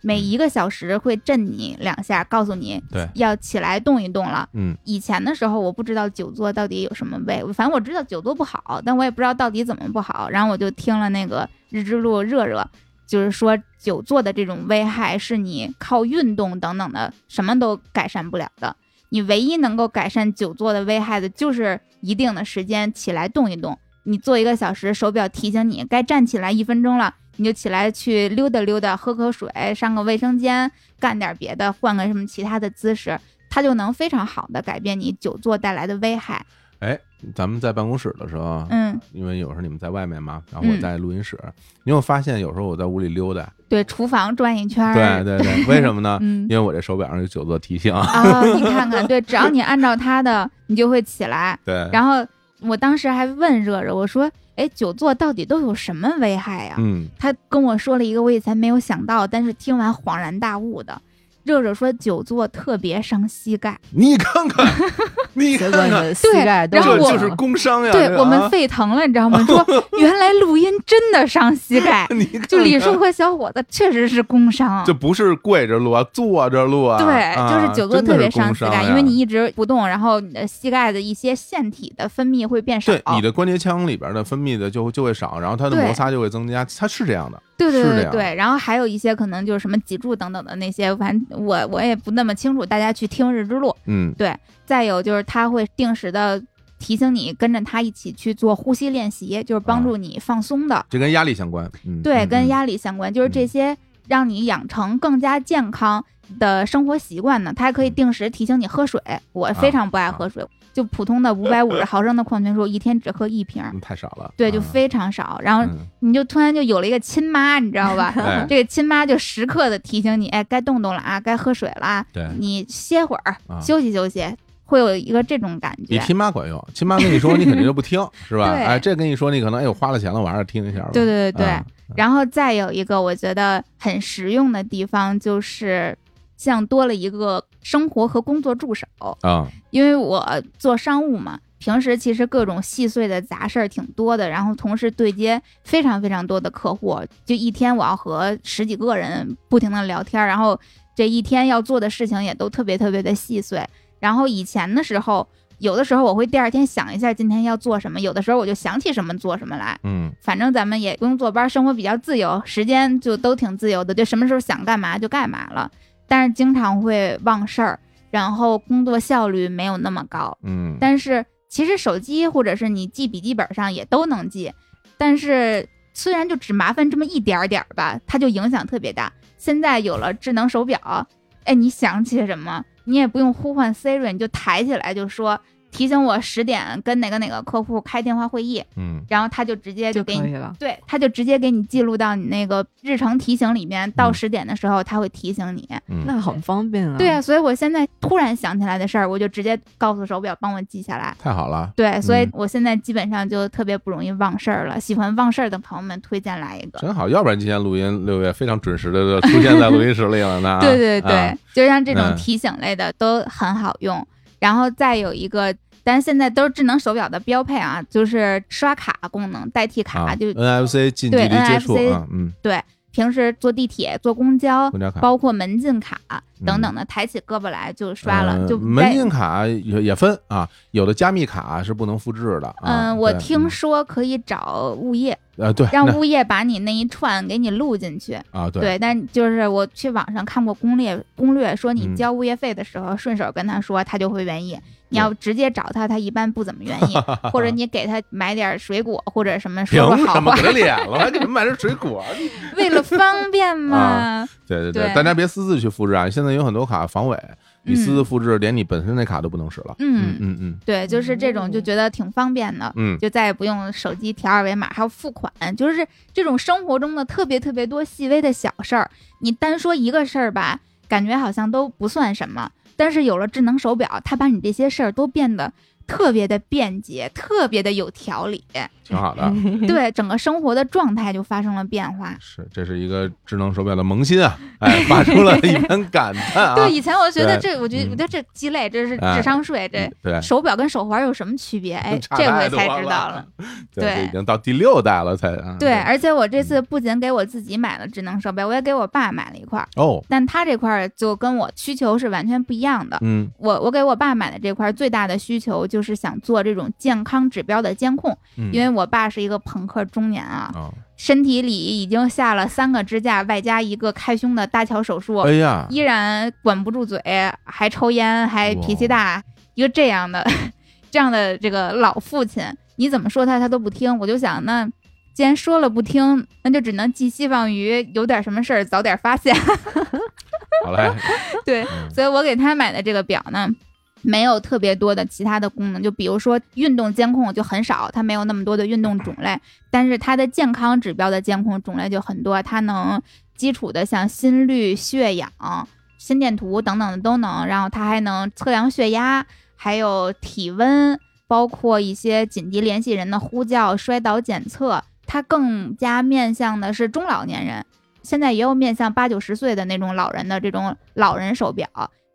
每一个小时会震你两下，告诉你
对
要起来动一动了。
嗯
以前的时候，我不知道久坐到底有什么味，反正我知道久坐不好，但我也不知道到底怎么不好。然后我就听了那个日之路热热，就是说久坐的这种危害是你靠运动等等的什么都改善不了的。你唯一能够改善久坐的危害的，就是一定的时间起来动一动。你坐一个小时，手表提醒你该站起来一分钟了，你就起来去溜达溜达，喝口水，上个卫生间，干点别的，换个什么其他的姿势。它就能非常好的改变你久坐带来的危害。
哎，咱们在办公室的时候，啊
嗯，
因为有时候你们在外面嘛，然后我
嗯
在录音室，你有发现有时候我在屋里溜达，
对，厨房转一圈儿。
对对对，为什么呢？
嗯
因为我这手表上有久坐 提醒，
啊、你看看，对，只要你按照它的，你就会起来。
对，
然后我当时还问热热，我说：“哎，久坐到底都有什么危害呀、
嗯
他跟我说了一个我以前没有想到，但是听完恍然大悟的。热热说久坐特别伤膝盖，
你看 看，你
结
看
果你
看，
的膝盖都
然后
这
我
就是工伤呀！
对
这个
我们
啊
沸腾了，你知道吗？ 说原来录音真的伤膝盖，
你看
就李
看
叔和小伙子确实是工伤，啊
就不是跪着录啊，坐着录啊，
对，
啊
就是久坐
真的
特别
是工
伤膝
伤
盖，
呀
因为你一直不动，然后你的膝盖的一些腺体的分泌会变少。
对你的关节腔里边的分泌的就就会少，然后它的
对
摩擦就会增加，它是这样的。
对对
是这
对
样
对，然后还有一些可能就是什么脊柱等等的那些，反正我我也不那么清楚，大家去听日之路。
嗯
再有就是它会定时的提醒你跟着它一起去做呼吸练习，就是
啊
帮助你放松的。
这跟压力相关。嗯，
对，
嗯
跟
嗯
压力相关，就是这些让你养成更加健康的生活习惯呢。它还可
嗯
以定时提醒你喝水，我
啊
非常不爱喝水，就普通的五百五十毫升的矿泉水，我一天只喝一瓶儿，
嗯太少了。
对，就
啊
非常少。然后
嗯哎
你就突然就有了一个亲妈，你知道吧？
对
这个亲妈就时刻的提醒你，哎，该动动了啊，该喝水了啊，
对，
你歇会儿
哎啊，
休息休息，会有一个这种感
比
觉。
亲妈管用。亲妈跟你说，你肯定就不听，是吧？
对
哎，这跟你说，你可能哎，我花了钱了，我还是听一下吧。
对对对对，
啊
然后再有一个我觉得很实用的地方就是，像多了一个生活和工作助手，
啊，
因为我做商务嘛。平时其实各种细碎的杂事儿挺多的，然后同时对接非常非常多的客户，就一天我要和十几个人不停的聊天儿，然后这一天要做的事情也都特别特别的细碎。然后以前的时候，有的时候我会第二天想一下今天要做什么，有的时候我就想起什么做什么来。
嗯
反正咱们也不用坐班，生活比较自由，时间就都挺自由的，就什么时候想干嘛就干嘛了。但是经常会忘事儿，然后工作效率没有那么高。
嗯，
但是其实手机或者是你记笔记本上也都能记，但是虽然就只麻烦这么一点儿点儿吧，它就影响特别大。现在有了智能手表，哎，你想起什么，你也不用呼唤 Siri，你就抬起来就说提醒我十点跟哪个哪个客户开电话会议，
嗯
然后他就直接
就
就
可
给你嗯
以了。
对，他就直接给你记录到你那个日程提醒里面，到
嗯
十点的时候他会提醒你。
嗯，
那很方便啊！
对啊，所以我现在突然想起来的事儿，我就直接告诉手表帮我记下来。
太好了。
对，所以
嗯
我现在基本上就特别不容易忘事儿了。喜欢忘事儿的朋友们，推荐来一个。。
真好，要不然今天录音六月非常准时的出现在录音室里了呢
对对对，
啊
就像这种
嗯
提醒类的都很好用。然后再有一个，但现在都是智能手表的标配啊，就是刷卡功能代替卡，
啊
就
，NFC 近距离
对
接触
NFC
啊，嗯，
平时坐地铁、坐公交，
公交卡
包括门禁卡等等的，抬起胳膊来就刷了，
呃
就
门
在
禁卡也也分啊，有的加密卡是不能复制的。啊
嗯，我
对
听说可以找物业，
呃对，
让
那
物业把你那一串给你录进去。
啊 对，
对，但就是我去网上看过攻略，攻略说你
嗯
交物业费的时候，顺手跟他说，他就会愿意。你要直接找他，他一般不怎么愿 意，或者你给他买点水果或者什么，
凭
说说好
什么
话
给，他脸 了？我还给他买点水果？
为了方便嘛。
对对
对
大家别私自去复制啊！现在在有很多卡防伪，你私自复制，连你本身那卡都不能使了。嗯
嗯，
嗯嗯
对，就是这种就觉得挺方便的，
嗯，
就再也不用手机调二维码，还有付款，就是这种生活中的特别特别多细微的小事儿。你单说一个事儿吧，感觉好像都不算什么，但是有了智能手表，它把你这些事儿都变得特别的便捷，特别的有条理，
挺好的。
对整个生活的状态就发生了变化。
是，这是一个智能手表的萌新啊，哎，发出了一番感叹啊。
对，以前我觉得
对
这，我觉得
嗯
我觉得这鸡肋，这是
哎
智商税，这
嗯对
手表跟手环有什么区别？哎，
差
这
太
回
多
才知道
了嗯
了。
对，这
对
已经到第六代了才啊。
对，而且我这次不仅给我自己买了智能手表，我也给我爸买了一块儿，
哦，
但他这块儿就跟我需求是完全不一样的。
嗯
我我给我爸买的这块儿最大的需求就是想做这种健康指标的监控，
嗯，
因为我爸是一个朋克中年啊，
啊，
身体里已经下了三个支架，外加一个开胸的搭桥手术
哎，呀，
依然管不住嘴，还抽烟，还脾气大，一个这样的 这样的这个老父亲，你怎么说他他都不听。我就想，那既然说了不听，那就只能寄希望于有点什么事儿早点发现。
好嘞，
对，
嗯
所以我给他买的这个表呢。没有特别多的其他的功能，就比如说运动监控就很少，它没有那么多的运动种类，但是它的健康指标的监控种类就很多，它能基础的像心率、血氧、心电图等等的都能，然后它还能测量血压，还有体温，包括一些紧急联系人的呼叫、摔倒检测。它更加面向的是中老年人，现在也有面向八九十岁的那种老人的这种老人手表。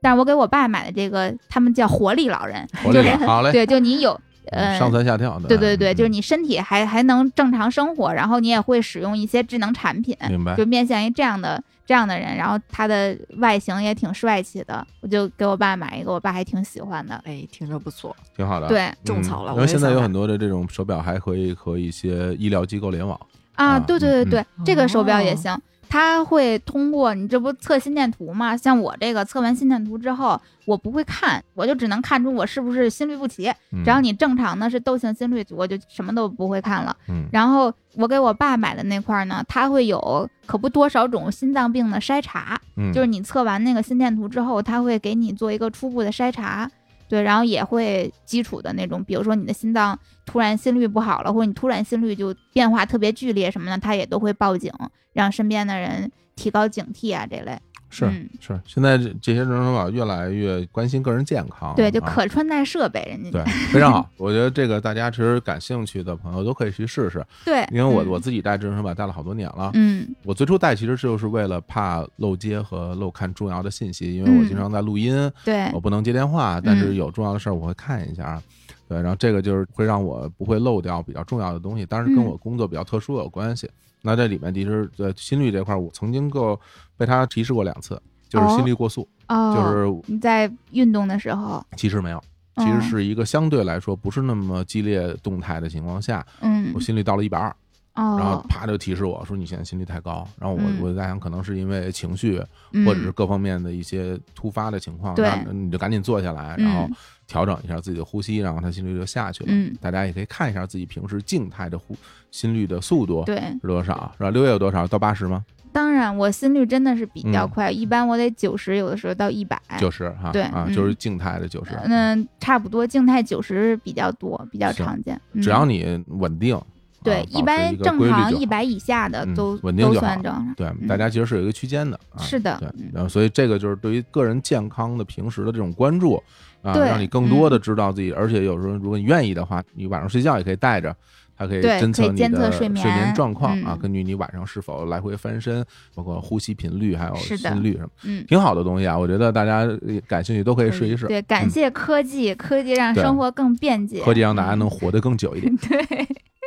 但是我给我爸买的这个，他们叫活力老人，
活力了，好嘞，嗯
对，就你有呃
哎上蹿下跳的，
对对对，
嗯
就是你身体还还能正常生活，然后你也会使用一些智能产品，
明白
就面向于这样的这样的人，然后他的外形也挺帅气的，我就给我爸买一个，我爸还挺喜欢的。
哎，听着不错，
挺好的。
对
种草
嗯
了我
因为
也
现在
想
有
买
很多的这种手表还可以和一些医疗机构联网，
啊，
啊
对对对对，这个手表也
哦
行。它会通过你这不测心电图嘛？像我这个测完心电图之后，我不会看，我就只能看出我是不是心律不齐。
嗯
只要你正常的是窦性心律，我就什么都不会看了。
嗯
然后我给我爸买的那块儿呢，它会有可不多少种心脏病的筛查，
嗯，
就是你测完那个心电图之后，它会给你做一个初步的筛查，对，然后也会基础的那种，比如说你的心脏突然心率不好了，或者你突然心率就变化特别剧烈什么的，它也都会报警，让身边的人提高警惕啊这类。
是
嗯
是，现在这这些智能手表越来越关心个人健康，
对，就
啊
可穿戴设备，人家
对，非常好。我觉得这个大家其实感兴趣的朋友都可以去试试，
对，
因为我
嗯
我自己戴智能手表戴了好多年了。
嗯
我最初戴其实就是为了怕漏接和漏看重要的信息，因为我经
嗯
常在录音，
对
我不能接电话，但是
嗯
有重要的事儿我会看一下啊。对，然后这个就是会让我不会漏掉比较重要的东西，当然跟
嗯
我工作比较特殊有关系。那这里面其实呃心率这块儿，我曾经够被他提示过两次，就是
哦
心率过速，
哦，
就是
你在运动的时候，
其实没有，
嗯
其实是一个相对来说不是那么激烈动态的情况下，
嗯
我心率到了一百二，
哦，
然后啪就提示我说你现在心率太高，然后我
嗯
我在想可能是因为情绪
嗯
或者是各方面的一些突发的情况，
对
那你就赶紧坐下来，
嗯
然后调整一下自己的呼吸，然后他心率就下去了。
嗯
大家也可以看一下自己平时静态的呼心率的速度
对，
是多少，是吧？六月有多少？到八十吗？
当然，我心率真的是比较
嗯
快，一般我得九十，有的时候到一百。
九十哈，
哎对
啊，
嗯
就是静态的九十。
嗯，差不多静态九十比较多，比较
是
常见。
只要
你
你稳定，
嗯对
啊，
一般正常一。百以下的
嗯
都
稳定
都
就
算
好
正常。
保持一个规律就好对，
嗯
大家其实是有一个区间的，啊
是的
对
嗯，
然后所以这个就是对于个人健康的平时的这种关注啊，
对嗯
让你更多的知道自己，而且有时候如果你愿意的话，你晚上睡觉也可以带着。它可以
对
侦测
可以
你
监
的
测睡眠
状况啊，
嗯
根据你晚上是否来回翻身，包括呼吸频率，还有
是的
心率什么，
嗯，
挺好的东西啊。我觉得大家呃感兴趣都可以试一试。
对，感谢科技，科技
嗯
让
对
生活更便捷。
科技让大家
嗯
能活得更久一点。
对，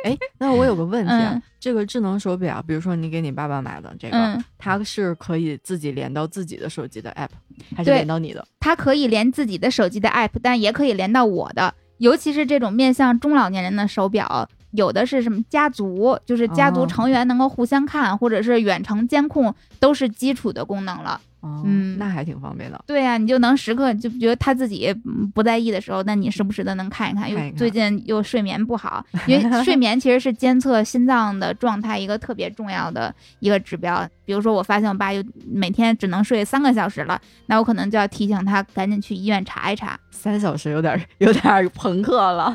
哎，那我有个问题啊，
嗯
这个智能手表，比如说你给你爸爸买的这个，
嗯，
它是可以自己连到自己的手机的 app，还是
对
连到你的？
它可以连自己的手机的 app，但也可以连到我的。尤其是这种面向中老年人的手表，有的是什么家族，就是家族
哦
成员能够互相看，或者是远程监控，都是基础的功能了。
哦，
嗯
那还挺方便的。
对呀、你就能时刻就觉得他自己嗯不在意的时候，那你时不时的能看一看。
看一
又
看
最近又睡眠不好，因 为睡眠其实是监测心脏的状态一个特别重要的一个指标。比如说，我发现我爸又每天只能睡三个小时了，那我可能就要提醒他赶紧去医院查一查。
三小时有点儿有点儿朋克 了，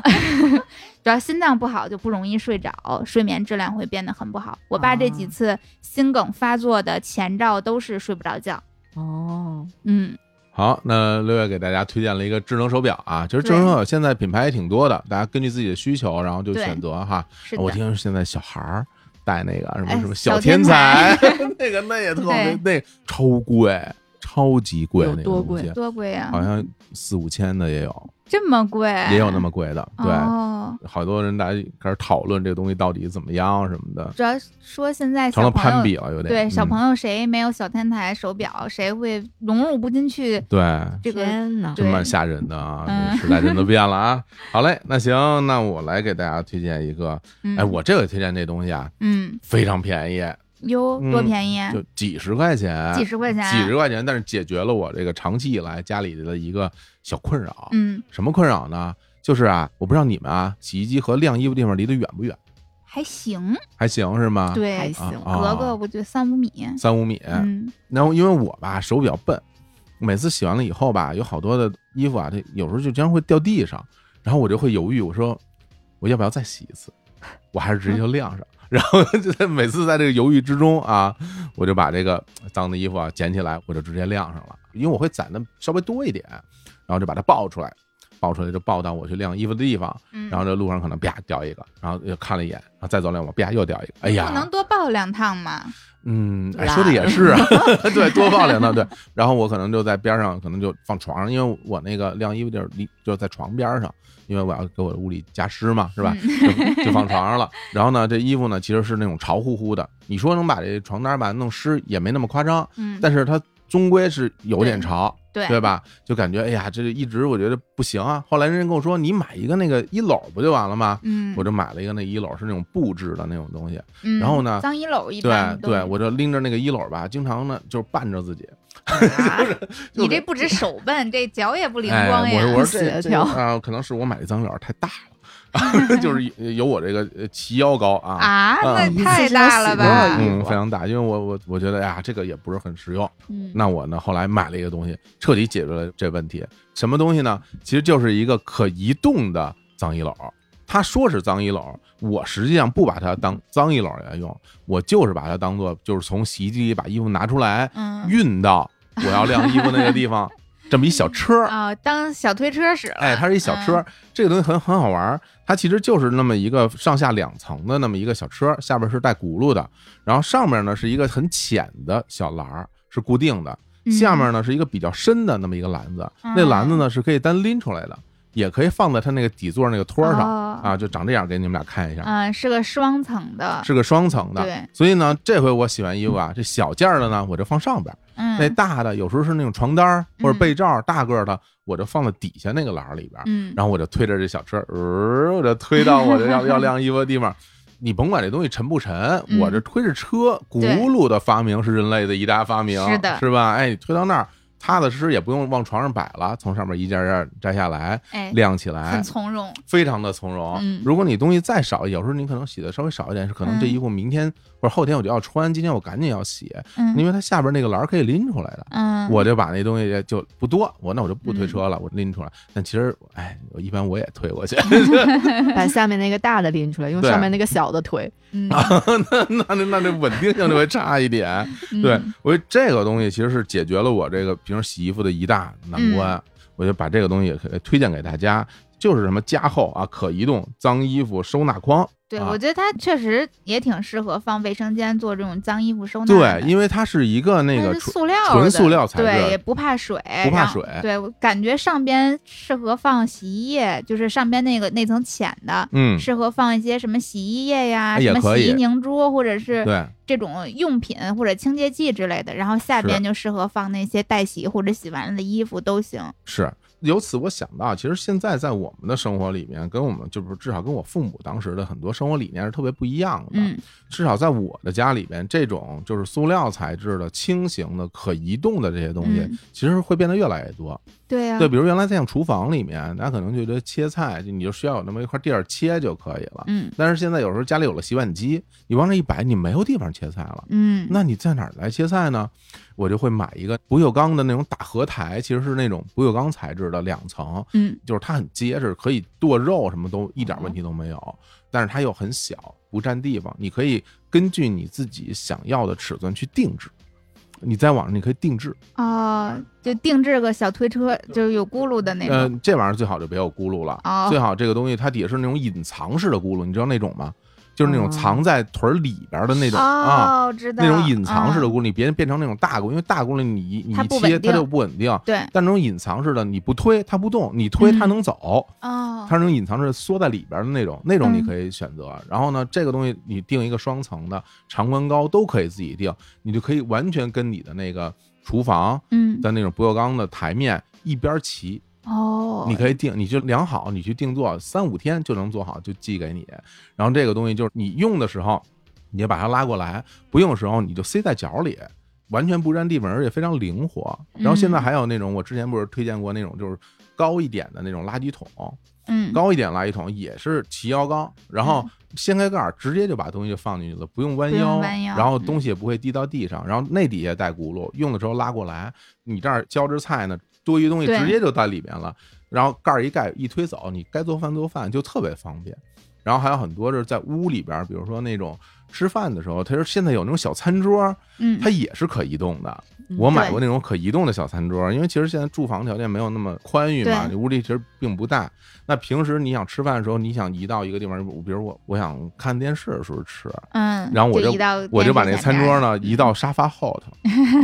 只要心脏不好，就不容易睡着，睡眠质量会变得很不好。我爸这几
啊
次心梗发作的前兆都是睡不着觉。
哦，
嗯，
好，那六月给大家推荐了一个智能手表啊，其实智能手表现在品牌也挺多的，大家根据自己的需求，然后就
对
选择哈。
是的。
哦我听现在小孩儿戴那个什么
哎
什么
小
天
天
才
才，
那个那也特好
对，
那超贵，超级贵，
有
那个
多
东西
贵
多贵啊！
好像四五千的也有，
这么贵，
也有那么贵的，对。
哎哦，
好多人大家开始讨论这个东西到底怎么样什么的，
主要说现在
成
小
了
朋友
攀比了，有点嗯
对小
友、
朋友谁没有小天才手表，谁会融入不进去
对，
这个？
天呐，
真
对
蛮吓人的啊！
嗯
这时代真 的变了啊！好嘞，那行，那我来给大家推荐一个，
嗯、
哎，我这个推荐这东西啊，
嗯
非常便宜，
哟
嗯
多便宜，
就几十块钱，
几十块钱，啊
几十块钱，但是解决了我这个长期以来家里的一个小困扰。
嗯，
什么困扰呢？就是啊，我不知道你们啊，洗衣机和晾衣服地方离得远不远？
还行，
还行是吗？，
还
对，
行
啊
隔个我觉得三五米，
三五米。
嗯
然后因为我吧手比较笨，每次洗完了以后吧，有好多的衣服啊，它有时候就经常会掉地上，然后我就会犹豫，我说我要不要再洗一次？ 我还是直接就晾上。然后就在每次在这个犹豫之中啊，我就把这个脏的衣服啊捡起来，我就直接晾上了，因为我会攒的稍微多一点，然后就把它抱出来，抱出来就抱到我去晾衣服的地方，
嗯，
哎然后这路上可能啪掉一个，然后又看了一眼，然后再走两步啪又掉一个，哎呀，
不能多抱两趟嘛，
嗯，哎，
懒
说的也是啊， 对，多抱两趟，对。然后我可能就在边上，可能就放床上，因为我那个晾衣服地儿离就在床边上，因为我要给我屋里加湿嘛，是吧？
嗯
就就放床 上了。然后呢，这衣服呢其实是那种潮乎乎的，你说能把这床单吧弄湿也没那么夸张，
嗯，
但是它终归是有点
对
潮，
对
对？吧？就感觉哎呀，这一直我觉得不行啊。后来人家跟我说，你买一个那个衣篓不就完了吗？
嗯，
我就买了一个那衣篓，是那种布制的那种东西。
嗯
然后呢
脏衣篓一
对
般都
对，我就拎着那个衣篓吧，经常呢就是绊着自己，
啊
就
你
是
这不止手笨，这脚也不灵光
哎、
呀，
我我说
不
这
协
这
调
啊、可能是我买的脏篓太大了， 就是有有我这个呃齐腰高啊。
啊，
啊
那太大了吧？
嗯
嗯，非常大，因为我我我觉得哎呀，这个也不是很实用。
嗯
那我呢，后来买了一个东西，彻底解决了这问题。什么东西呢？其实就是一个可移动的脏衣篓。它说是脏衣篓，我实际上不把它当脏衣篓来用，我就是把它当做就是从洗衣机里把衣服拿出来，
嗯
运到我要晾衣服那个地 方，这么一小车。
啊，当小推车使了。
哎，它是一小车，
嗯
这个东西很很好玩儿，它其实就是那么一个上下两层的那么一个小车，下边是带轱辘的，然后上面呢是一个很浅的小篮儿，是固定的，
嗯
下面呢是一个比较深的那么一个篮子，那篮子呢是可以单拎出来的，也可以放在它那个底座那个托儿上、
哦
啊，就长这样，给你们俩看一下，
嗯，是个双层的，
是个双层的，
对，
所以呢，这回我洗完衣服啊，这小件儿的呢我就放上边。
嗯，
那大的有时候是那种床单儿或者
嗯
被罩儿大个儿的，我就放在底下那个篮儿里边儿，
嗯，
然后我就推着这小车，呃，我就推到我这 要要晾衣服的地方。你甭管这东西沉不沉，
嗯
我这推着车，
对
轱辘的发明是人类的一大发明，
是的
是吧？哎，你推到那儿，踏踏实实也不用往床上摆了，从上面一件件摘下来
哎，
晾起
很
来，
从容，
非常的从容。
嗯
如果你东西再少，有时候你可能洗的稍微少一点，是可能这
嗯
衣服明天或者后天我就要穿，今天我赶紧要洗，
嗯，
因为它下边那个篮儿可以拎出来的。
嗯，
我就把那东西就不多，我那我就不推车了，我拎出来。但其实，哎，我一般我也推 过去，
把下面那个大的拎出来，用
对
上面那个小的推，
嗯
啊那那那那这稳定性就会差一点。
嗯
对，我觉得这个东西其实是解决了我这个平时洗衣服的一大难关，
嗯
我就把这个东西也可以推荐给大家，就是什么加厚啊，可移动脏衣服收纳筐。
对，
啊
我觉得它确实也挺适合放卫生间做这种脏衣服收纳的，
对，因为它是一个那
它
个
是
纯
塑料的，
纯塑料材质
对，也不怕水，
不怕
然后
水
对，我感觉上边适合放洗衣液，就是上边那个那层浅的。
嗯，
适合放一些什么洗衣液呀、
哎也
什么
可以
洗衣凝珠，或者是
对
这种用品或者清洁剂之类的，然后下边就适合放那些待洗或者洗完了的衣服都行。
是。由此我想到，其实现在在我们的生活里面，跟我们就不是至少跟我父母当时的很多生活理念是特别不一样的。
嗯，
至少在我的家里边，这种就是塑料材质的、轻型的、可移动的这些东西，
嗯啊
其实会变得越来越多。
对呀、
对，比如原来在像厨房里面，大家可能觉得切菜，就你就需要有那么一块地儿切就可以了。
嗯
但是现在有时候家里有了洗碗机，你往那一摆，你没有地方切菜了。
嗯，
那你在哪儿来切菜呢？我就会买一个不锈钢的那种打荷台，其实是那种不锈钢材质的两层，
嗯
就是它很结实，可以剁肉，什么都一点问题都没有。但是它又很小，不占地方，你可以根据你自己想要的尺寸去定制。你在网上你可以定制，
哦，就定制个小推车，就是有轱辘的那
呃
种。，
这玩意儿最好就别有轱辘了，
哎哦
最好这个东西它底下是那种隐藏式的轱辘，你知道那种吗？就是那种
哦
藏在腿儿里边的那种啊，
哦，知道
那种隐藏式的
嗯
轱辘，你别变成那种大轱辘，因为大轱辘你一你
它
一
不
切
稳
它就
定
不稳定。
对
但那种隐藏式的，你不推它不动，你推它
嗯
能走，
哦，
它是那种隐藏式缩在里边的那种，那种你
嗯
可以选择。然后呢，这个东西你定一个双层的，长宽高都可以自己定，你就可以完全跟你的那个厨房
嗯
的那种不锈钢的台面一边齐，
哦，
你可以定，你就量好，你去定做，三五天就能做好，就寄给你。然后这个东西就是你用的时候，你就把它拉过来；不用的时候，你就塞在脚里，完全不占地方，而且非常灵活。然后现在
嗯
还有那种，我之前不是推荐过那种，就是高一点的那种垃圾桶，
嗯
高一点垃圾桶也是齐腰高，然后掀开盖儿，直接就把东西就放进去了，不用弯
不用
腰，
弯腰
然后东西也不会滴到地上，然后那底下带轱辘，用的时候拉过来，你这儿浇着菜呢，多余东西
对
直接就在里面了，然后盖儿一盖一推走，你该做饭做饭就特别方便。然后还有很多是在屋里边儿，比如说那种吃饭的时候，它是现在有那种小餐桌，
嗯，
它也是可移动的。
嗯
我买
对
过那种可移动的小餐桌，因为其实现在住房条件没有那么宽裕嘛，
对
这屋里其实并不大。那平时你想吃饭的时候，你想移到一个地方，比如我我想看电视的时候吃，
嗯，
然后我就
移到
我就把那
电
个
视前
餐
边
桌
儿，
呢移到沙发后头，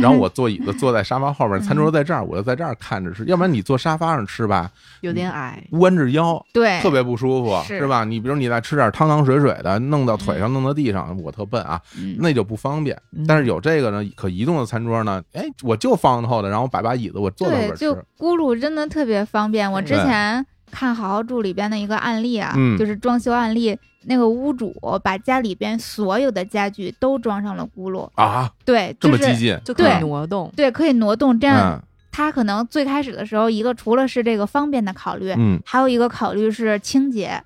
然后我坐椅子坐在沙发后边， 餐桌在这儿，我就在这儿看着吃。要不然你坐沙发上吃吧，
有点矮，
弯着腰。
对，
特别不舒服，
哎是
是吧？你比如你再吃点汤汤水水的，弄到腿上，弄到地上，我特笨啊，
嗯
那就不方便。
嗯
但是有这个呢，可移动的餐桌呢，哎，我就放后头，然后摆把椅子，我坐在
对
那边，
就
吃。
轱辘真的特别方便。我之
对
前看《好好住》里边的一个案例啊，
嗯
就是装修案例，那个屋主把家里边所有的家具都装上了轱辘，
啊，
对，
这
就
么激
是
进，
就可以
嗯
挪动。
对可以挪动，这样
嗯
他可能最开始的时候，一个除了是这个方便的考虑，
嗯，
还有一个考虑是清洁，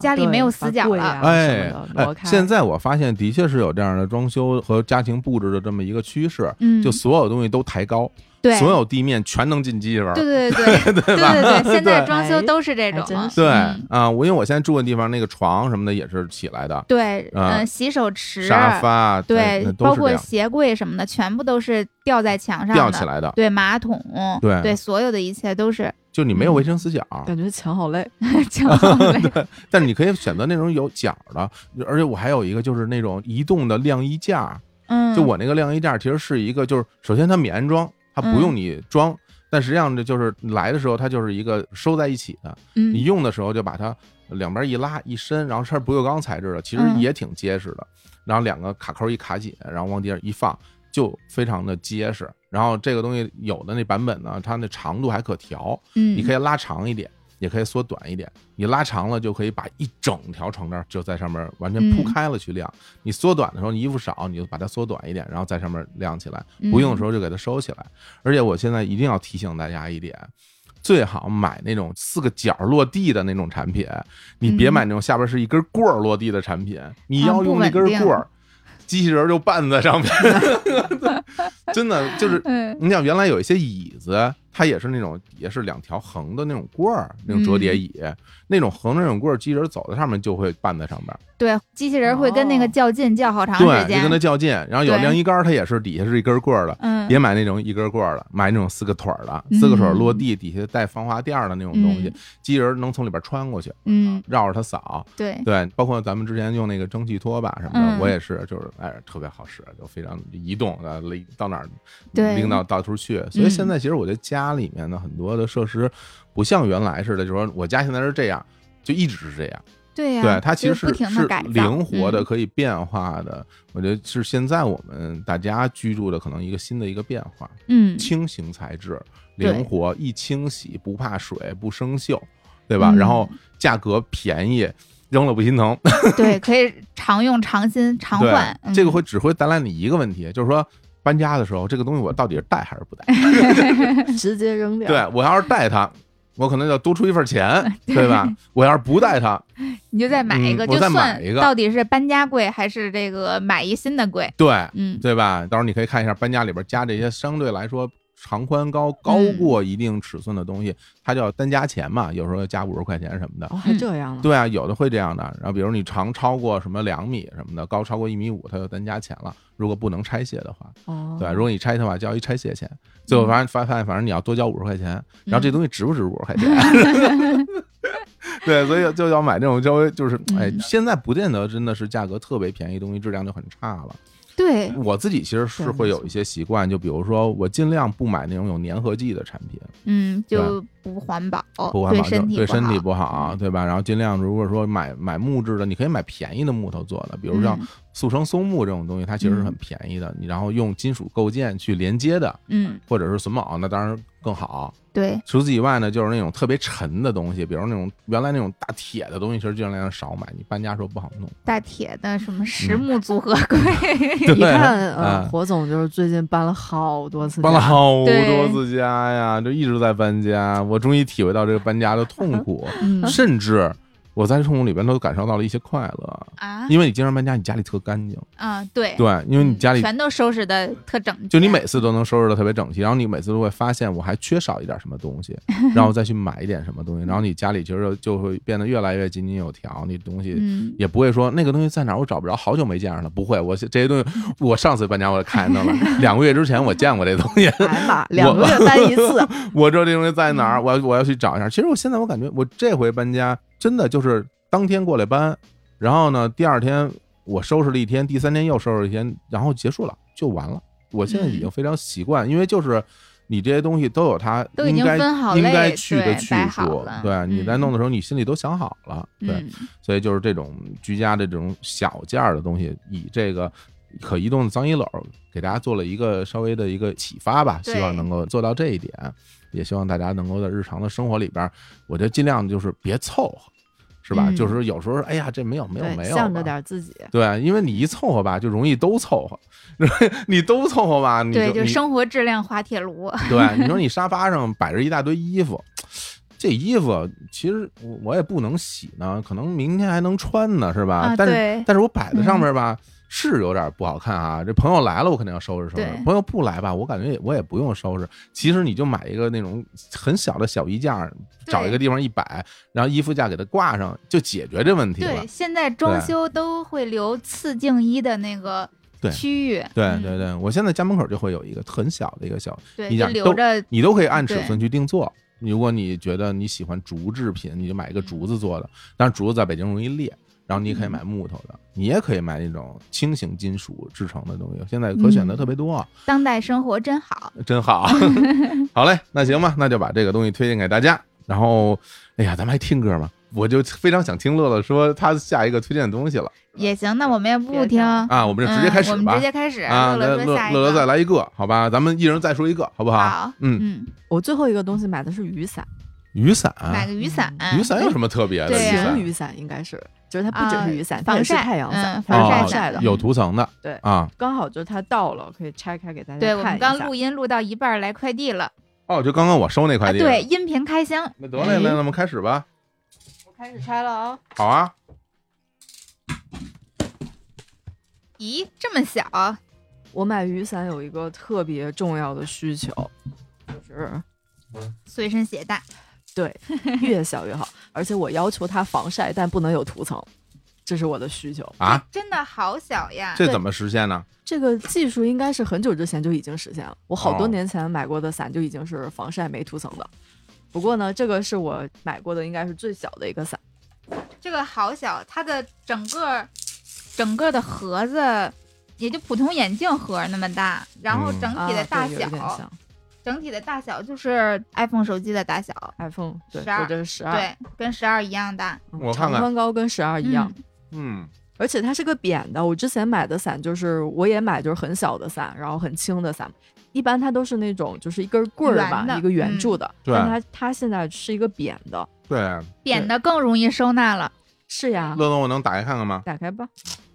家里
对
没有死
把
角
柜
了
啊
哎
什么的
哎
挪，开
现在我发现的确是有这样的装修和家庭布置的这么一个趋势，
嗯，
就所有东西都抬高，
对，嗯
所有地面全能进机
对
玩。
对对对对对对，现在装修
哎
都是这
还
种
真
了，
是
对
嗯
啊，我因为我现在住的地方那个床什么的也是起来的，
对，
啊
嗯，洗手池、
沙发哎
对
那，都
包
是这
括
样
鞋柜什么的，全部都是吊在墙上
吊
的，
起来的，
对，马桶，
对
所有的一切 都是
就你没有
嗯
卫生死角，
感觉墙好累，
墙类
但是你可以选择那种有角的，而且我还有一个就是那种移动的晾衣架，
嗯，
就我那个晾衣架其实是一个，就是首先它免安装，它不用
嗯
你装，但实际上这就是来的时候它就是一个收在一起的，
嗯，
你用的时候就把它两边一拉一伸，然后它是不锈钢材质的，其实
嗯
也挺结实的，然后两个卡扣一卡紧，然后往地上一放。就非常的结实，然后这个东西有的那版本呢，它那长度还可调，
嗯，
你可以拉长一点，也可以缩短一点。你拉长了就可以把一整条床单就在上面完全铺
嗯
开了去晾。你缩短的时候，你衣服少，你就把它缩短一点，然后在上面晾起来。
以
不用的时候就给它收起
嗯
来。而且我现在一定要提醒大家一点。最好买那种四个角落地的那种产品，你别
嗯
买那种下边是一根棍儿落地的产品。你
啊
要
不
用那
稳
根
定
棍儿，机器人就绊在上面。 真的就是
嗯
你想原来有一些椅子，它也是那种也是两条横的那种棍儿，那种折
嗯
叠椅，那种横的那种棍儿，机器人走在上面就会绊在上边儿，
对机器人会跟那个
哦
较劲较好长时
对，就
间
跟它，较劲。然后有
对
晾衣杆，儿，它也是底下是一根棍儿的。
嗯，
别买那种一根棍儿的，买那种四个腿儿的，四个腿儿落地，底下带防滑垫儿的那种东西
嗯，
机器人能从里边穿过去，
嗯，
绕着它扫。
对，
对，包括咱们之前用那个蒸汽拖把什么的，
嗯
我也是，就是哎，特别好使，就非常移动，呃，拎到哪儿
对嗯
拎到到处去。所以现在其实我觉得家里面的很多的设施，不像原来似的，就说我家现在是这样，就一直是这样。
对呀、啊
对，它其
就
实
不
是
停
是
的改造
灵活的，
嗯
可以变化的。我觉得是现在我们大家居住的可能一个新的一个变化，
嗯，
轻型材质，
对
灵活，易清洗，不怕水，不生锈，对吧？
嗯
然后价格便宜，扔了不心疼。
对，可以常用、常新、常
对
换。嗯、
这个会只会带来你一个问题，就是说搬家的时候，这个东西我到底是带还是不带？
直接扔掉。哦
对我要是带它。我可能要多出一份钱，对吧？我要是不带它，
你就再买一
嗯
个，
我
就
再
算
买一个
到底是搬家贵还是这个买一新的贵。
对，
嗯，
对吧？到时候你可以看一下搬家里边加这些相对来说长宽高高过一定尺寸的东西，它就要单加钱嘛，有时候要加五十块钱什么的。
哦，还
嗯
这样呢？
对啊，有的会这样的。然后比如你长超过什么两米什么的，高超过一米五，它就单加钱了。如果不能拆卸的话，
哦，
对吧如果你拆的话，交一拆卸钱。最后发现发现，反正你要多交五十块钱，然后
嗯
这东西值不值五十块钱？ 对，所以就要买这种稍微就是，哎，
嗯
现在不见得真的是价格特别便宜，东西质量就很差了。
对，
我自己其实是
对
会
没
有
错
一些习惯，就比如说我尽量不买那种有粘合剂的产品，
嗯，
对吧
就不环保，
不环保
哦对
就
身体
对身体
好嗯
不好，对吧？然后尽量如果说买买木质的，你可以买便宜的木头做的，比如像
嗯
速成松木这种东西，它其实是很便宜的。你然后用金属构件去连接的，
嗯，
或者是榫卯，那当然更好。
对，
除此以外呢，就是那种特别沉的东西，比如那种原来那种大铁的东西，其实尽量少买。你搬家时候不好 弄，
大铁的什么
嗯
实木 组合柜，
对
一看，呃，
嗯
火总就是最近搬了好多次家，
搬了好多
对
次家呀，就一直在搬家。我终于体会到这个搬家的 痛苦，
嗯，
甚至我在痛苦里边都感受到了一些快乐，
啊
因为你经常搬家，你家里特干净。
啊，对，
对，因为你
嗯
家里
全都收拾的特整齐，
就你每次都能收拾的特别整齐，然后你每次都会发现我还缺少一点什么东 西，然后再去买一点什么东西，然后你家里其实就会变得越来越井井有条，你东西。
嗯，
也不会说那个东西在哪儿，我找不着，好久没见着了。不会，我这些东西，我上次搬家我看见它了，两个月之前我见过这东西，
哎呀妈，两个月搬一次，
我知道这东西在哪儿，我要我要去找一下。其实我现在我感觉我这回搬家真的就是当天过来搬，然后呢第二天我收拾了一天，第三天又收拾了一天，然后结束了就完了。我现在
嗯
已经非常习惯，因为就是你这些东西都有它
都已
应
经
该
分好
应
类
该去的
对
去
摆好
处
了，
对，你在
嗯
弄的时候你心里都想好了，对，
嗯
所以就是这种居家的这种小件儿的东西，以这个可移动的脏衣篓儿给大家做了一个稍微的一个启发吧，
对
希望能够做到这一点，也希望大家能够在日常的生活里边儿，我觉得尽量就是别凑合，是吧？
嗯
就是有时候哎呀，这 没有没有
对，
没有吧，
向着点自己，
对，因为你一凑合吧，就容易都凑合， 你都凑合吧，你
对，就
你啊
生活质量滑铁卢，
对，你说你沙发上摆着一大堆衣服，这衣服其实我我也不能洗呢，可能明天还能穿呢，是吧？
啊
但是
对嗯
但是我摆在上面吧，是有点不好看啊。这朋友来了，我肯定要收拾收拾
对；
朋友不来吧，我感觉也我也不用收拾。其实你就买一个那种很小的小衣架，找一个地方一摆，然后衣服架给它挂上，就解决这问题了
对，。现在装
对
修都会留次净衣的那个
对
区域，
对
嗯
对对，我现在家门口就会有一个很小的一个小
对，
你
就
想
留
都
着
你都可以按尺寸去定做。如果你觉得你喜欢竹制品，你就买一个竹子做的，但是竹子在北京容易裂。然后你也可以买木头的，你也可以买那种轻型金属制成的东西，现在可选择特别多，
当代生活真好。
嗯真 好。好嘞，那行吧，那就把这个东西推荐给大家。然后，哎呀，咱们还听歌吗？我就非常想听乐乐说他下一个推荐的东西了
也行，那我们也不
别
听，
的
啊，我们就直接开始
嗯、我们
吧
直。接开始。
啊，
乐
那乐
乐说下一
乐乐再
个，
来一个，好吧？咱们一人再说一个，好不
好，
嗯，
嗯，
我最后一个东西买的是雨伞，
雨伞，
买个雨伞，
嗯雨伞有什么特别的？
对
雨
呀
伞
晴雨伞应该是，就是它不只
啊
是雨伞，它
防
也是
晒
太阳伞，
嗯
防
防晒
晒
晒
伞
的，
啊有涂层的，
对
啊，
刚好就是它到了，可以拆开给大家
嗯对我
看
们
一下
刚录音录到一半儿来快递了，
哦，就刚刚我收那
啊，
快递，
对，，音频开箱，
那得嘞，
哎
那那我们开始吧，
我开始拆了啊，
好啊，
咦，这么小，
我买雨伞有一个特别重要的需求，就是
随身携带，
对越小越好，而且我要求它防晒，但不能有涂层，这是我的需求。
啊，
哎真的好小呀，
这怎么实现呢？
这个技术应该是很久之前就已经实现了。我好多
哦
年前买过的伞就已经是防晒没涂层的。不过呢，这个是我买过的应该是最小的一个伞，
这个好小，它的整个整个的盒子。也就普通眼镜盒那么大，然后
嗯
整体的
啊
大
对
小
有一点像
整体的大小就是 iPhone 手机的大小，
iPhone 对，
12
我这是十二，
对，跟十二一样大，
嗯
我看
长
看
宽高跟十二一样，
嗯，
而且它是个扁的。我之前买的伞就是我也买就是很小的伞，然后很轻的伞，一般它都是那种就是一根棍儿
圆
吧，
的
一个圆柱的，
对
但它它现在是一个扁的，
对，
嗯，扁的更容易收纳了。
是呀，
乐乐，我能打开看看吗？
打开吧，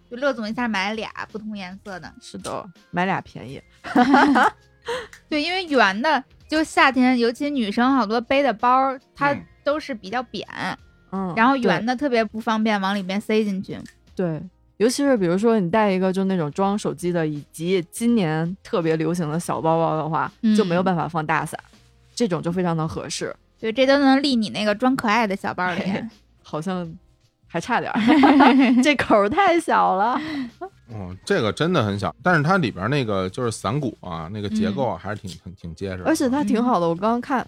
就乐总一下买了俩不同颜色的，
是的，买俩便宜，
对，因为圆的就夏天，尤其女生好多背的包儿，它
嗯
都是比较扁，
嗯，
然后
对
圆的特别不方便往里面塞进去。
对，尤其是比如说你带一个就那种装手机的，以及今年特别流行的小包包的话，
嗯
就没有办法放大伞，这种就非常的合适，
对，这都能立你那个装可爱的小 包里。
好像还差点 儿，这口儿太小了。
哦，这个真的很小，但是它里边那个就是伞骨啊，那个结构啊，还是挺挺挺结实的。
嗯而且它挺好的，我刚刚看，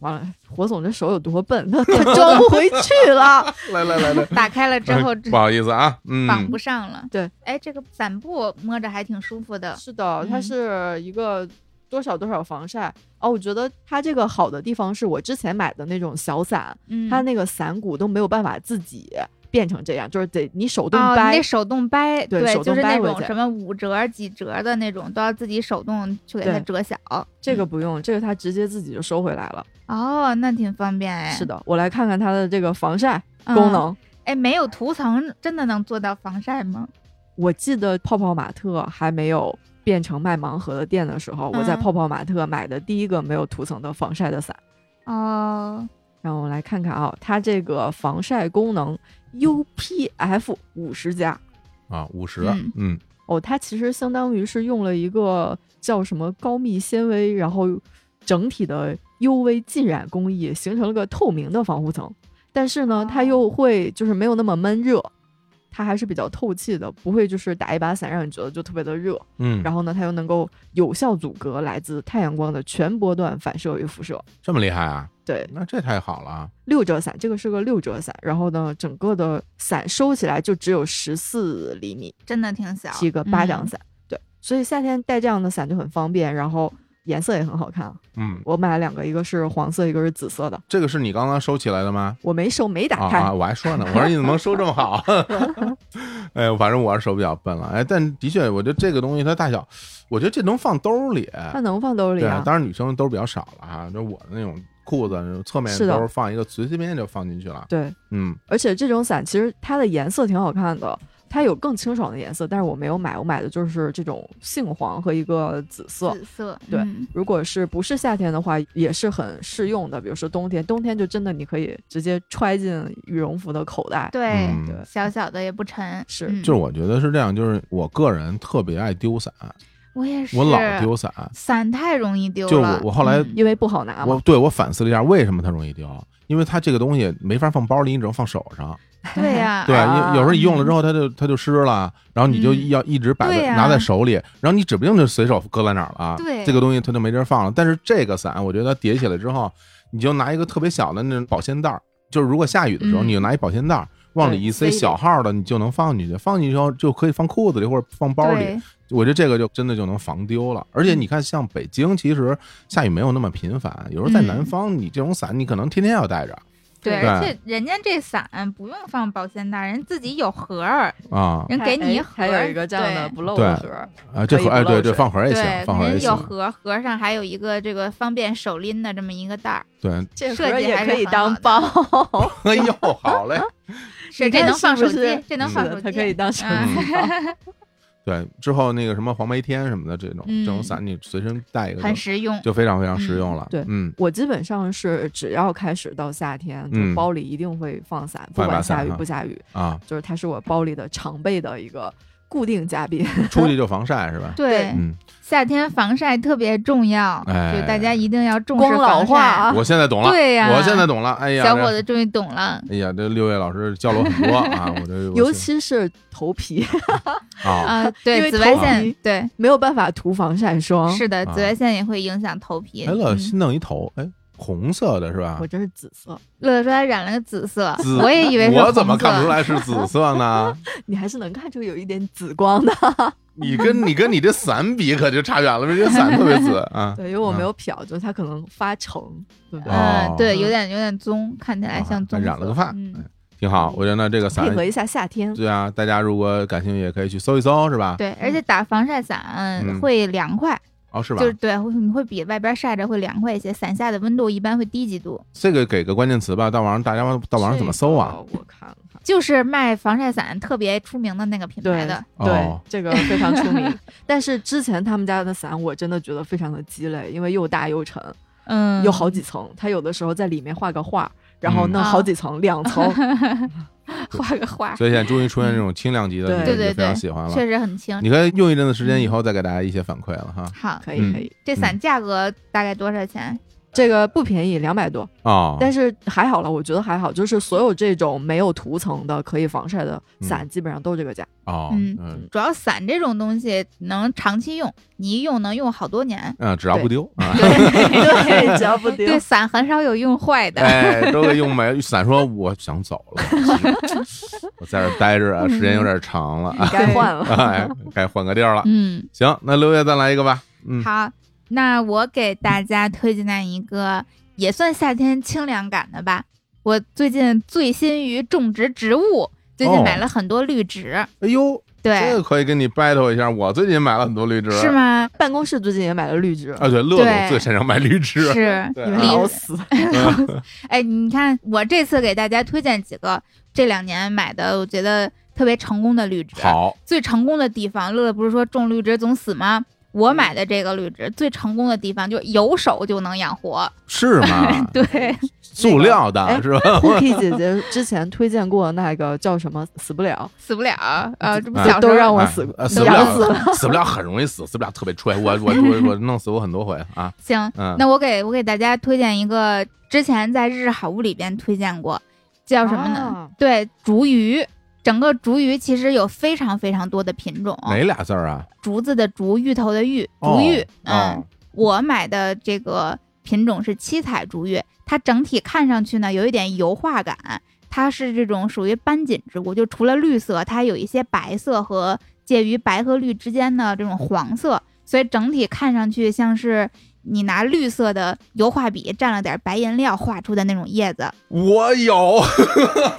完了，火总这手有多笨， 他他装不回去了。
来来 来来，
打开了之 后，
哎不好意思啊，嗯，
绑不上了。
对，
哎，这个伞布摸着还挺舒服的。
是的，它
嗯
是一个多少多少防晒哦。我觉得它这个好的地方是我之前买的那种小伞，
嗯，
它那个伞骨都没有办法自己变成这样，就是得你手动
哦，你
掰。
得手动掰，
对手动
就是那
掰回
种
去
什么五折、几折的那种，都要自己手动去给它
对
折小。
这
嗯
个不用，这个它直接自己就收回来了。
哦，那挺方便哎。
是的，我来看看它的这个防晒功
嗯
能。
哎，没有涂层真的能做到防晒吗？
我记得泡泡玛特还没有变成卖盲盒的店的时候，我在
嗯
泡泡玛特买的第一个没有涂层的防晒的伞。
哦，
让我们来看看啊，它这个防晒功能 UPF 五十加
啊，五十
嗯，
嗯，
哦，它其实相当于是用了一个叫什么高密纤维，然后整体的 UV 浸染工艺，形成了个透明的防护层。但是呢，它
哦
又会就是没有那么闷热，它还是比较透气的，不会就是打一把伞让你觉得就特别的热。
嗯，
然后呢，它又能够有效阻隔来自太阳光的全波段反射与辐射。
这么厉害啊？
对，
那这太好了啊！
六折伞，这个是个六折伞，然后呢，整个的伞收起来就只有十四厘米，
真的挺小，
是一个巴掌
嗯
伞。对，所以夏天带这样的伞就很方便，然后颜色也很好看。啊
嗯，
我买了两个，一个是黄色，一个是紫色的。
这个是你刚刚收起来的吗？
我没收，没
啊
打开。
啊！我还说呢，我说你怎么能收这么 好？哎，反正我是手比较笨了。哎，但的确，我觉得这个东西它大小，我觉得这能放兜里。
它能放兜里
对
啊？
当然女生兜比较少了啊，就我的那种裤子侧面
是的
兜放一个，随随便便就放进去了。
对，
嗯，
而且这种伞其实它的颜色挺好看的，它有更清爽的颜色，但是我没有买，我买的就是这种杏黄和一个紫色。
紫色，
对
嗯
如果是不是夏天的话，也是很适用的。比如说冬天，冬天就真的你可以直接揣进羽绒服的口袋。
对，
嗯
哎对
小小的也不沉，
是
嗯
就是我觉得是这样，就是我个人特别爱丢伞，
我也是，
我老
啊
丢伞。
伞太容易丢了，
就我我后来
嗯
因为不好拿
我
嘛，
对我反思了一下，为什么它容易丢？因为它这个东西没法放包里，你只能放手上。
对呀、
对，
啊
有有时候一用了之后，它就它就湿了，然后你就
嗯
要一直摆在、
对呀
拿在手里，然后你指不定就随手搁在哪儿了。啊
对
这个东西它就没地儿放了。但是这个伞，我觉得它叠起来之后，你就拿一个特别小的那种保鲜袋儿，就是如果下雨的时候，
嗯
你就拿一保鲜袋儿往里一塞
对塞里
小号的，你就能放进去。放进去之后就可以放裤子里或者放包里。
对，
我觉得这个就真的就能防丢了。而且你看，像北京其实下雨没有那么频繁，有时候在
嗯
南方，你这种伞你可能天天要带着
对，
对
而且人家这伞不用放保鲜袋，人自己有盒儿，
啊
人给你一盒
还
儿，
有一个这样的
对
不漏的
对
盒儿，
啊，这
可以
盒哎
不
对
漏
对，
水
放盒儿也行，放盒
对，
儿也
人
行，
有盒，盒上还有一个这个方便手拎的这么一个袋儿，
对，
这盒
设
儿
计
也
还是
可以
很
当
好的
包，
哎呦，好嘞，
是
看
这能放手
是不是
机，这能
嗯
放
是
手
的
机，
它可以当手
嗯
机包。
对，之后那个什么黄梅天什么的这种
嗯
这种伞，你随身带一个
很
就
实用。
就非常非常实用了。
对
嗯，
我基本上是只要开始到夏天，就
嗯
包里一定会放伞，不
放一把
管
伞
下雨
哈
不下雨，
啊，
就是它是我包里的常备的一个固定嘉 宾。
出去就防晒是吧？
对，
嗯，
夏天防晒特别重要，
哎
就大家一定要重视
光老
防晒。
化啊，
我现在懂了，
对呀
我现在懂了，哎呀，
小伙子终于懂了，
这，哎呀，这六位老师教了我很 多啊，我这我
尤其是头皮，
啊，
啊，
因
对，
为
紫外
头
线
皮，
对，
没有办法涂防晒霜。
是的，
啊
紫外线也会影响头皮。
哎乐
嗯
新弄一头，哎，红色的是吧
我？这是紫色，
乐乐说他染了个紫色，
紫
我也以为是
我怎么
红色
看不出？来是紫色呢？啊
你还是能看出有一点紫光的。
你跟你跟你这伞比可就差远了，这伞特别 紫啊。
对，因为我没有漂，就它可能发橙，对不对？
哦
嗯，对，有点有点棕，看起来
啊
像棕色。
染了个发，哎
嗯，
挺好。我觉得那这个伞
配合一下夏天，
对啊，大家如果感兴趣也可以去搜一搜，是吧？，
对，而且打防晒
嗯
伞会凉快，
哦，是吧
就？是对，会你会比外边晒着会凉快一些，伞下的温度一般会低几度。
这个给个关键词吧，到网上大家到网上怎么搜啊？
这个我看看。
就是卖防晒伞特别出名的那个品牌
对
的，
哦
对，这个非常出 名。但是之前他们家的伞，我真的觉得非常的鸡肋，因为又大又沉，
嗯，
有好几层。它有的时候在里面画个画，然后
嗯
弄好几层，两层。
画个花，
所以现在终于出现这种轻量级的，
对
你就
对对
非常
对
喜欢了。
确实嗯很轻。
你可以用一阵子时间以后再给大家一些反馈了哈。
好，
可
嗯
以可以，
这伞价格大概多少钱？
这个不便宜，两百多，
哦，
但是还好了，我觉得还好。就是所有这种没有涂层的可以防晒的
嗯
伞，基本上都这个价。
哦，
嗯
嗯
主要伞这种东西能长期用，你一用能用好多年。
嗯，只要不丢啊。
对，哦只要不 丢
对，伞很少有用坏 的。
哎，都给用没。伞说我想走了， 我在这儿待
嗯
着啊，时间有点长了，啊
该换了。
哎，该换个地儿了。
嗯，
行，那六月再来一个吧。嗯，
好，那我给大家推荐的一个也算夏天清凉感的吧。我最近醉心于种植植物，最近
哦
买了很多绿植，
哎呦，这
对，
个可以跟你 battle 一下。我最近买了很多绿植，
是？吗？
办公室最近也买了绿植，
啊，对，乐总
对
最擅长买绿植。
是
对
你们
啊
李
老 死。
哎，你看我这次给大家推荐几个这两年买的，我觉得特别成功的绿植。
好，
最成功的地方，乐乐不是说种绿植总死吗？
嗯
我买的这个绿植最成功的地方就是有手就能养活，
是
？
吗
对，
塑料的
哎
是吧？
Cookie 姐姐 之前推荐过那个叫什么“死不了
死不了。呃，这不
哎
小时候
都让我
哎
死过
呃死不
养
了， 死不了很容易死，死不了特别踹。我我我我弄死过很多回啊。
行，
嗯
那我给我给大家推荐一个，之前在日好物里边推荐过，”，叫什么呢？
啊
对，竹鱼。整个竹鱼其实有非常非常多的品种，
哪俩字儿啊？
竹子的竹，芋头的芋，
哦
竹芋。嗯，
哦
我买的这个品种是七彩竹芋，它整体看上去呢有一点油画感，它是这种属于斑锦植物，就除了绿色，它有一些白色和介于白和绿之间的这种黄色，所以整体看上去像是你拿绿色的油画笔蘸了点白颜料画出的那种叶子。
我有。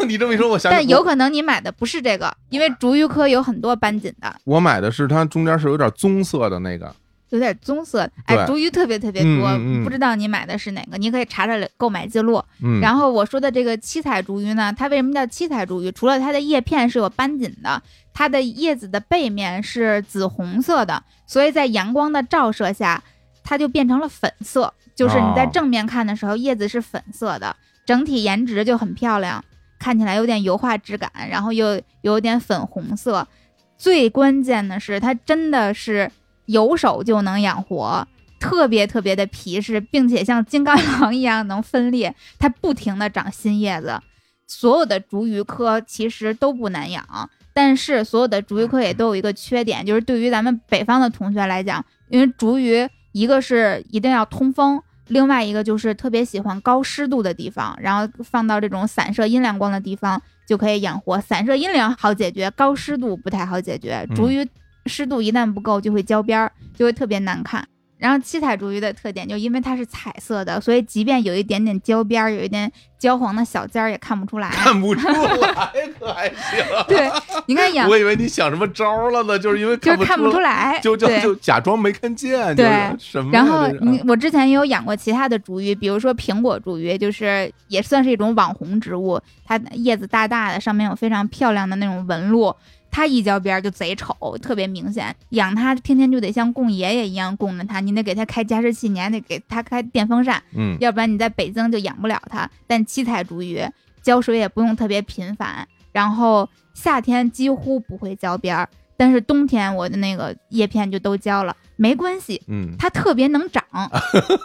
你这么一说，我想起
但有可能你买的不是这个，因为竹芋科有很多斑锦的，
我买的是它中间是有点棕色的那个，
有点棕色。哎
对，
竹芋特别特别
嗯
多，
嗯嗯
不知道你买的是哪个，你可以查查购买记录。
嗯，
然后我说的这个七彩竹芋呢，它为什么叫七彩竹芋？除了它的叶片是有斑锦的，它的叶子的背面是紫红色的，所以在阳光的照射下，它就变成了粉色。就是你在
哦
正面看的时候，叶子是粉色的，整体颜值就很漂亮，看起来有点油画质感，然后又有点粉红色。最关键的是，它真的是有手就能养活，特别特别的皮实，并且像金刚狼一样能分裂，它不停的长新叶子。所有的竹芋科其实都不难养，但是所有的竹芋科也都有一个缺点，就是对于咱们北方的同学来讲，因为竹芋一个是一定要通风。另外一个就是特别喜欢高湿度的地方，然后放到这种散射阴凉光的地方就可以养活。散射阴凉好解决，高湿度不太好解决。
嗯
竹芋湿度一旦不够就会焦边儿，就会特别难看。然后七彩竹芋的特点，就因为它是彩色的，所以即便有一点点焦边儿，有一点焦黄的小尖儿也看不出来。
看不出来，可还行。
对，你看 养
我以为你想什么招了呢，就是因为
就是
不
看不出
来，
来，
就就
对。
就假装没看见，
对
就是什么呀？
然后
这是啊
你我之前也有养过其他的竹芋，比如说苹果竹芋，就是也算是一种网红植物，它叶子大大的，上面有非常漂亮的那种纹路。它一焦边儿就贼丑，特别明显。养它天天就得像供爷爷一样供着它，你得给它开加湿器，你还得给它开电风扇，
嗯，
要不然你在北京就养不了它。但七彩竹芋浇水也不用特别频繁，然后夏天几乎不会浇边儿，但是冬天我的那个叶片就都焦了，没关系，
嗯，
它特别能长，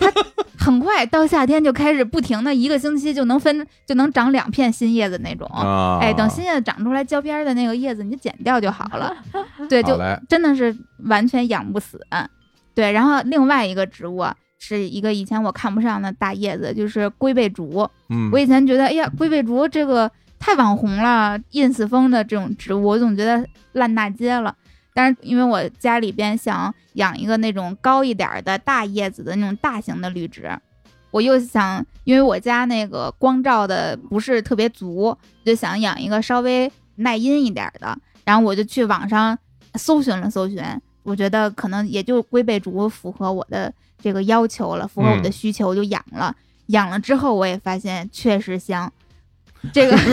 它很快到夏天就开始不停的一个星期就能分就能长两片新叶子那种。
啊，
哎，等新叶子长出来，焦边儿的那个叶子你就剪掉就好了。对，
好
就
嘞，
真的是完全养不死。对，然后另外一个植物啊是一个以前我看不上的大叶子，就是龟背竹。
嗯，
我以前觉得，哎呀，龟背竹这个太网红了，ins 风的这种植物，我总觉得烂大街了。但是因为我家里边想养一个那种高一点儿的大叶子的那种大型的绿植，我又想，因为我家那个光照的不是特别足，我就想养一个稍微耐阴一点儿的。然后我就去网上搜寻了搜寻，我觉得可能也就龟背竹符合我的这个要求了，符合我的
嗯
需求，我就养了。养了之后，我也发现确实香。这个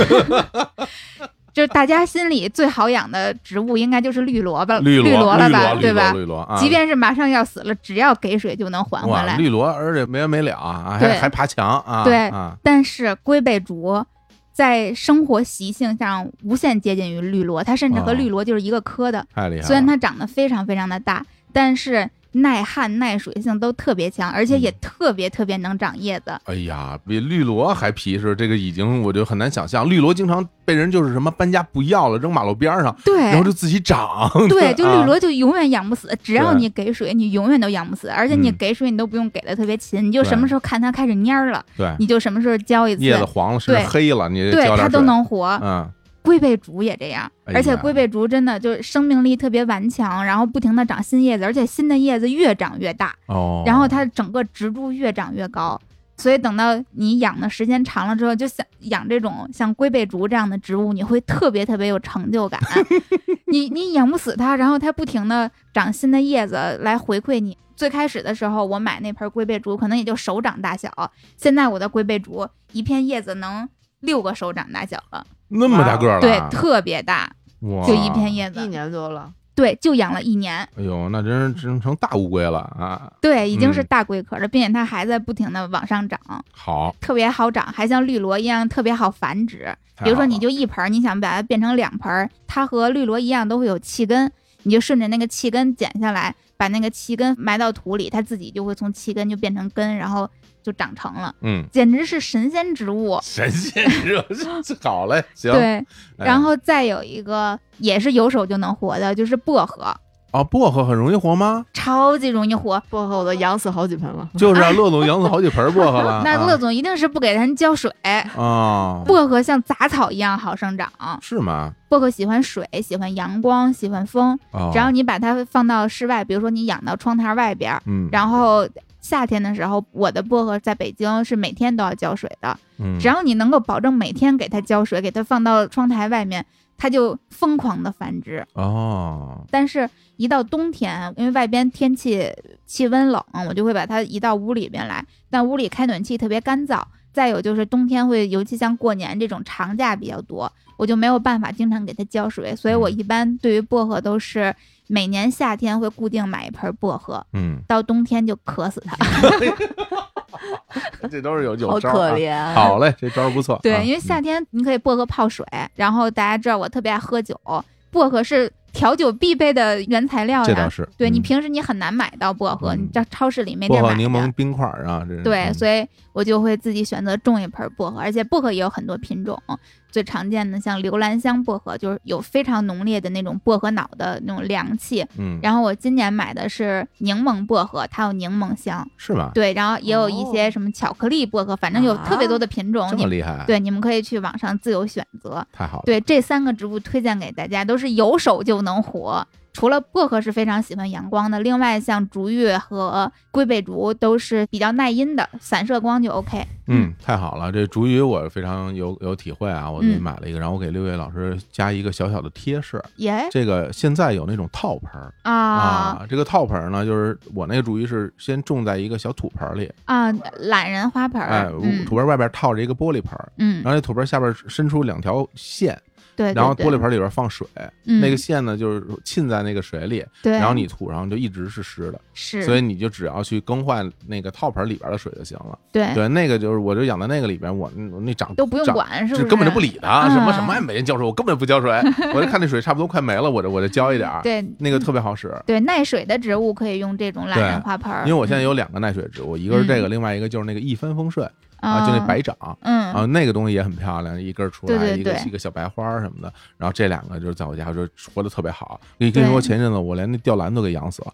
就是大家心里最好养的植物，应该就是绿萝卜了，
绿
绿
萝
了
绿
吧，
萝
对吧？
绿萝啊，
即便是马上要死了，只要给水就能还回
哇
来。
绿萝，而且没完没了啊，还
对
还爬墙啊，
对
啊，
但是龟背竹在生活习性上无限接近于绿萝，它甚至和
哦
绿萝就是一个科的。
太啊厉害了。
虽然它长得非常非常的大，但是耐旱耐水性都特别强，而且也特别特别能长叶子。
哎呀，比绿萝还皮实，这个已经我就很难想象。绿萝经常被人就是什么搬家不要了，扔马路边儿上，
对
然后就自己长。
对，就
啊
绿萝就永远养不死，只要
对
你给水，你永远都养不死，而且你
嗯
给水你都不用给的特别勤，你就
对
什么时候看它开始蔫儿了，
对，
你就什么时候浇一次，
叶子黄了，甚至
对
黑了，你
对
浇点
它
水，
都能活。
嗯，
龟背竹也这样，
哎呀
而且龟背竹真的就是生命力特别顽强，然后不停的长新叶子，而且新的叶子越长越大，
哦，
然后它整个植株越长越高。所以等到你养的时间长了之后，就想养这种像龟背竹这样的植物，你会特别特别有成就 感。你你养不死它，然后它不停的长新的叶子来回馈你。最开始的时候，我买那盆龟背竹可能也就手掌大小，现在我的龟背竹一片叶子能六个手掌大小了。
那么大个儿了，
对，特别大，
哇，
就一片。叶
一
子，
年多了，
对，就养了一年，
哎呦，那真是真成大乌龟了啊！
对，已经是
嗯
大龟壳了，并且它还在不停的往上涨，
好，
特别好长，还像绿萝一样特别好繁殖。比如说，你就一盆儿，你想把它变成两盆儿，它和绿萝一样都会有气根，你就顺着那个气根剪下来，把那个气根埋到土里，它自己就会从气根就变成根，然后就长成了，
嗯，
简直是神仙植物。
神仙热， 好嘞，行。
对，
哎
然后再有一个也是有手就能活的，就是薄荷，
啊，薄荷很容易活吗？
超级容易活，。
薄荷我都养死好几盆了。
就是啊，乐总养死好几盆薄荷了
那
啊
乐总一定是不给人浇水。
啊，
薄荷像杂草一样好生长，
是吗？
薄荷喜欢水，喜欢阳光，喜欢风。
哦，
只要你把它放到室外，比如说你养到窗台外边儿，
嗯，
然后夏天的时候，我的薄荷在北京是每天都要浇水的。
嗯
只要你能够保证每天给它浇水，给它放到窗台外面，它就疯狂的繁殖。
哦，
但是，一到冬天，因为外边天气气温冷，我就会把它移到屋里边来。但屋里开暖气特别干燥，再有就是冬天会，尤其像过年这种长假比较多，我就没有办法经常给它浇水，所以我
嗯
一般对于薄荷都是每年夏天会固定买一盆 薄荷，
嗯，
到冬天就渴死它。
这都是有有
好
招儿
可
啊。
怜，
好嘞，这招儿不错。啊
对，因为夏天你可以薄荷泡水，然后大家知道我特别爱喝酒，薄荷是调酒必备的原材料
嗯这倒
呀。
是，
对你
嗯
平时你很难买到薄荷，
嗯
你到超市里没地
薄
儿
荷
买
柠
的
檬冰块儿啊，这是
对，
嗯
所以我就会自己选择种一盆薄荷，而且薄荷也有很多品种，最常见的像留兰香薄荷，就是有非常浓烈的那种薄荷脑的那种凉气。
嗯，
然后我今年买的是柠檬薄荷，它有柠檬香，
是吗？
对，然后也有一些
哦
什么巧克力薄荷，反正有特别多的品种，
啊这
你
么厉害，，
对你们可以去网上自由选择。
太好了。
对这三个植物推荐给大家，都是有手就能活。除了薄荷是非常喜欢阳光的，另外像竹芋和龟背竹都是比较耐阴的，散射光就 OK。
嗯，太好了，这竹鱼我非常有有体会啊，我自己
嗯
买了一个，然后我给六月老师加一个小小的贴士，
耶
这个现在有那种套盆儿
啊
啊，这个套盆儿呢，就是我那个竹鱼是先种在一个小土盆儿里，
啊，懒人花盆
哎
儿，，嗯
土盆儿外边套着一个玻璃盆儿，
嗯
然，后那土盆儿下边伸出两条线，
对，对
然后
对
玻璃盆里边放水，
嗯
那个线呢就是浸在那个水里，
对，
然后你土上就一直是湿的，
是，
所以你就只要去更换那个套盆里边的水就行了。
对
对，那个就是我就养在那个里边，我我那长
哎都不用
长
管，是
就
不是？
根本就不理它，
嗯
什么什么也没人浇水，我根本不 浇水，我就看那水差不多快没了，我就我就浇一点儿，
对
那个特别好使。
对，耐水的植物可以用这种懒
对
人花盆儿，
因为我现在
嗯
有两个耐水植物，一个是这个，
嗯
另外一个就是那个一帆风顺。啊，就那白掌
嗯
啊，那个东西也很漂亮，一根儿出来
对对
一个
对
一个小白花儿什么的。然后这两个就是在我家就活得特别好。你跟你说，
对
前阵子我连那吊兰都给养 死了，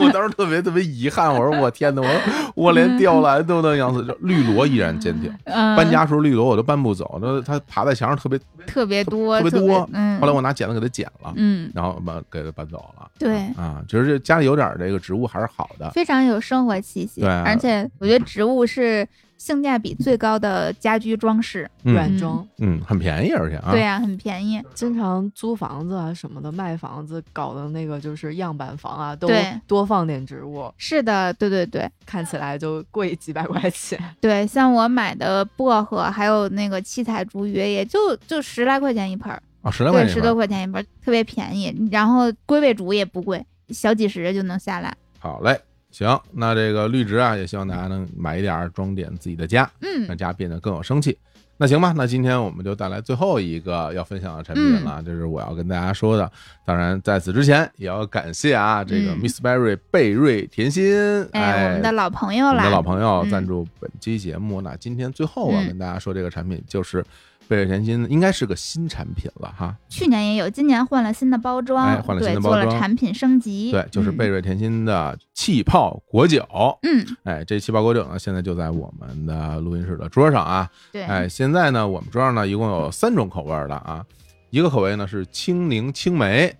我当时特别特别遗憾，我说我天呐，我说我连吊兰都能养死，就绿萝依然坚挺。
嗯，
啊搬家时候绿萝我都搬不走，那它爬在墙上特别。
特别多，
特别多
嗯，
后来我拿剪子给它剪了，
嗯，
然后把给它搬走了。
对
啊，就是家里有点这个植物还是好的。
非常有生活气息，
啊对啊
而且我觉得植物是性价比最高的家居装饰，
嗯
软装，
嗯，很便宜，而且啊，
对啊，很便宜，
经常租房子啊什么的，卖房子搞的那个就是样板房啊，都
对
多放点植物，
是的，对对对
看起来就贵几百块钱。
对，像我买的薄荷还有那个七彩竹芋，也就就十来块钱一盆儿，
啊，十来块
对，
钱一
十
盆
多
儿。
块钱一盆儿，特别便宜，然后龟背竹也不贵，小几十就能下来，
好嘞，行，那这个绿植啊，也希望大家能买一点儿装点自己的家，让
嗯
家变得更有生气。那行吧，那今天我们就带来最后一个要分享的产品了，
嗯
这是我要跟大家说的。当然，在此之前也要感谢啊，这个
嗯
Miss Berry 贝瑞甜心，哎，
我们的老朋友
我们
啦，
的老朋友
嗯
赞助本期节目。那今天最后我
嗯
跟大家说这个产品就是贝瑞甜心，应该是个新产品了哈。
去年也有，今年换了新的包装，
哎换了新的
对，
包
做了
装
产品升级，
对，就是贝
嗯
瑞甜心的气泡果酒。
嗯，
哎，这气泡果酒呢，现在就在我们的录音室的桌上啊。
对，
哎，现在呢，我们桌上呢一共有三种口味儿的啊，一个口味呢是青柠青梅，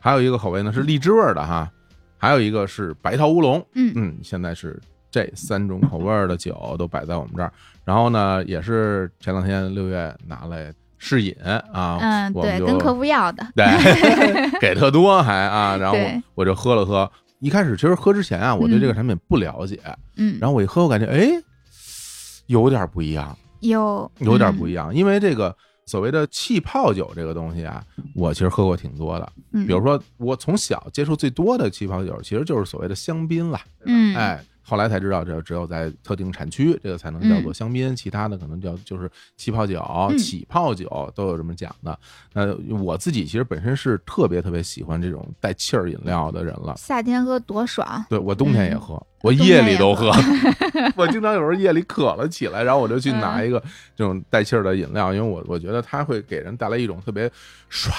还有一个口味呢是荔枝味儿的哈，还有一个是白桃乌龙。
嗯
嗯，现在是这三种口味儿的酒都摆在我们这儿。然后呢，也是前两天六月拿来试饮啊，
嗯，
我们
对，
就
跟客户要的，
对，给特多还啊，然后
对
我就喝了喝。一开始其实喝之前啊，我对这个产品不了解，
嗯，
然后我一喝，我感觉哎，有点不一样，
有嗯
有点不一
样，
样，因为这个。所谓的气泡酒这个东西啊，我其实喝过挺多的。
嗯
比如说，我从小接触最多的气泡酒，其实就是所谓的香槟啦。
嗯，
哎，后来才知道，这只有在特定产区，这个才能叫做香槟，其他的可能叫就是气泡酒、
嗯
起泡酒都有这么讲的。那我自己其实本身是特别特别喜欢这种带气儿饮料的人了。
夏天喝多爽，
对我冬天也
嗯
喝，我
冬
夜
天
里
也
都
喝
喝。 我经常有时候夜里渴了起来，然后我就去拿
嗯
一个这种带气儿的饮料，因为我我觉得它会给人带来一种特别唰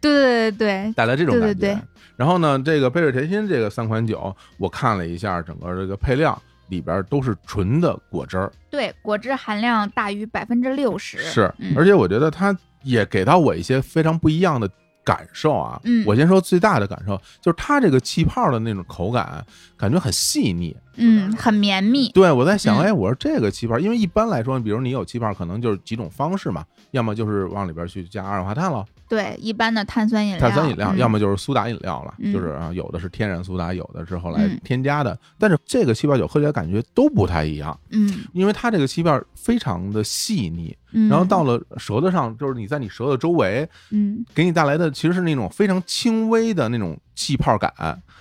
对对对
带来这种感觉。
对对对
然后呢，这个贝瑞甜心这个三款酒，我看了一下整个这个配料，里边都是纯的果汁儿，
对，果汁含量大于百分之六十，
是，
嗯
而且我觉得它也给到我一些非常不一样的。感受啊，
嗯
我先说最大的感受，就是它这个气泡的那种口感，啊感觉很细腻。
嗯，很绵密，
对我在想，
嗯
哎，我说这个气泡，因为一般来说，比如你有气泡，可能就是几种方式嘛，要么就是往里边去加二氧化碳了，
对，一般的碳酸饮料，
碳酸饮料，
嗯
要么就是苏打饮料了，
嗯
就是啊，有的是天然苏打，有的是后来
嗯
添加的。但是这个气泡酒喝起来感觉都不太一样，
嗯
因为它这个气泡非常的细腻，
嗯，
然后到了舌头上，就是你在你舌头周围
嗯
给你带来的其实是那种非常轻微的那种气泡感，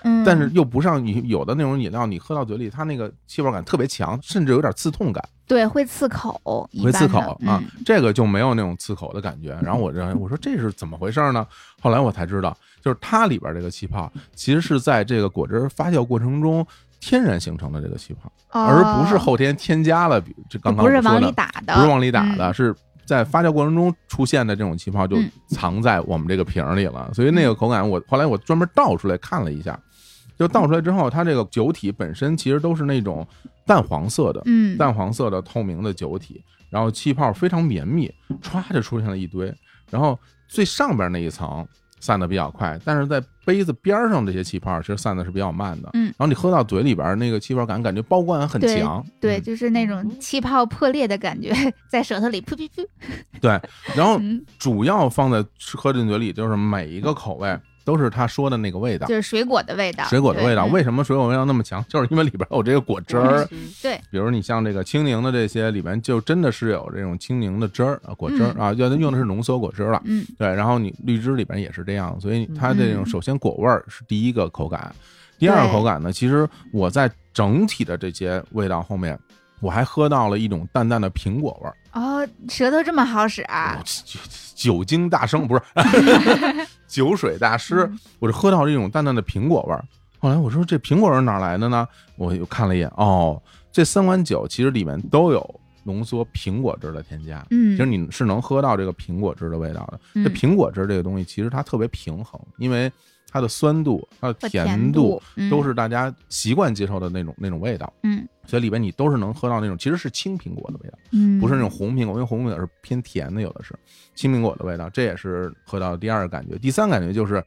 嗯，
但是又不像你有的那种饮料，你喝到嘴里它那个气泡感特别强，甚至有点刺痛感。
对会刺口，一
会
般
刺
的
口啊，
嗯
这个就没有那种刺口的感 觉。然后我这我说这是怎么回事呢？后来我才知道，就是它里边这个气泡其实是在这个果汁发酵过程中天然形成的这个气泡，而不是
哦
后天添加了。比这刚刚
不
我
是
说
往里
的，
打的，
不是往里打的，
嗯
是在发酵过程中出现的这种气泡就
嗯
藏在我们这个瓶儿里了。所以那个口感，我后来我专门倒出来看了一下，就倒出来之后，它这个酒体本身其实都是那种淡黄色的，
嗯，
淡黄色的透明的酒体，然后气泡非常绵密，歘就出现了一堆。然后最上边那一层散的比较快，但是在杯子边上这些气泡其实散的是比较慢的。
嗯
然后你喝到嘴里边那个气泡感，感觉包裹感很
对
强。
对，
嗯
就是那种气泡破裂的感觉，在舌头里噗噗噗，
对。然后
嗯，
主要放在吃喝进嘴里，就是每一个口味都是他说的那个味道
就。是水果的味道，
水果的
对
味道，
嗯
为什么水果味道那么强？就是因为里边有这个果汁儿，
嗯
对，
比如你像这个青柠的这些里面，就真的是有这种青柠的汁儿啊，果汁儿
嗯
啊，要用的是浓缩果汁了。
嗯
对，然后你绿汁里边也是这样，所以它这种
嗯
首先果味儿是第一个口感，第二个
对
口感呢，其实我在整体的这些味道后面，我还喝到了一种淡淡的苹果味儿。
哦，舌头这么好使啊
我，哦酒酒精大生 不是酒水大师，
嗯
我就喝到这种淡淡的苹果味儿。后来我说这苹果味儿哪来的呢？我又看了一眼，哦，这三款酒其实里面都有浓缩苹果汁的添加，
嗯，
其实你是能喝到这个苹果汁的味道的。
嗯
这苹果汁这个东西其实它特别平衡，因为它的酸度、它的
和
甜
度
都是大家习惯接受的那种那种味道，
嗯
所以里边你都是能喝到那种其实是青苹果的味道，
嗯，
不是那种红苹果，因为红苹果是偏甜的，有的是青苹果的味道，这也是喝到的第二个感觉。第三个感觉就是，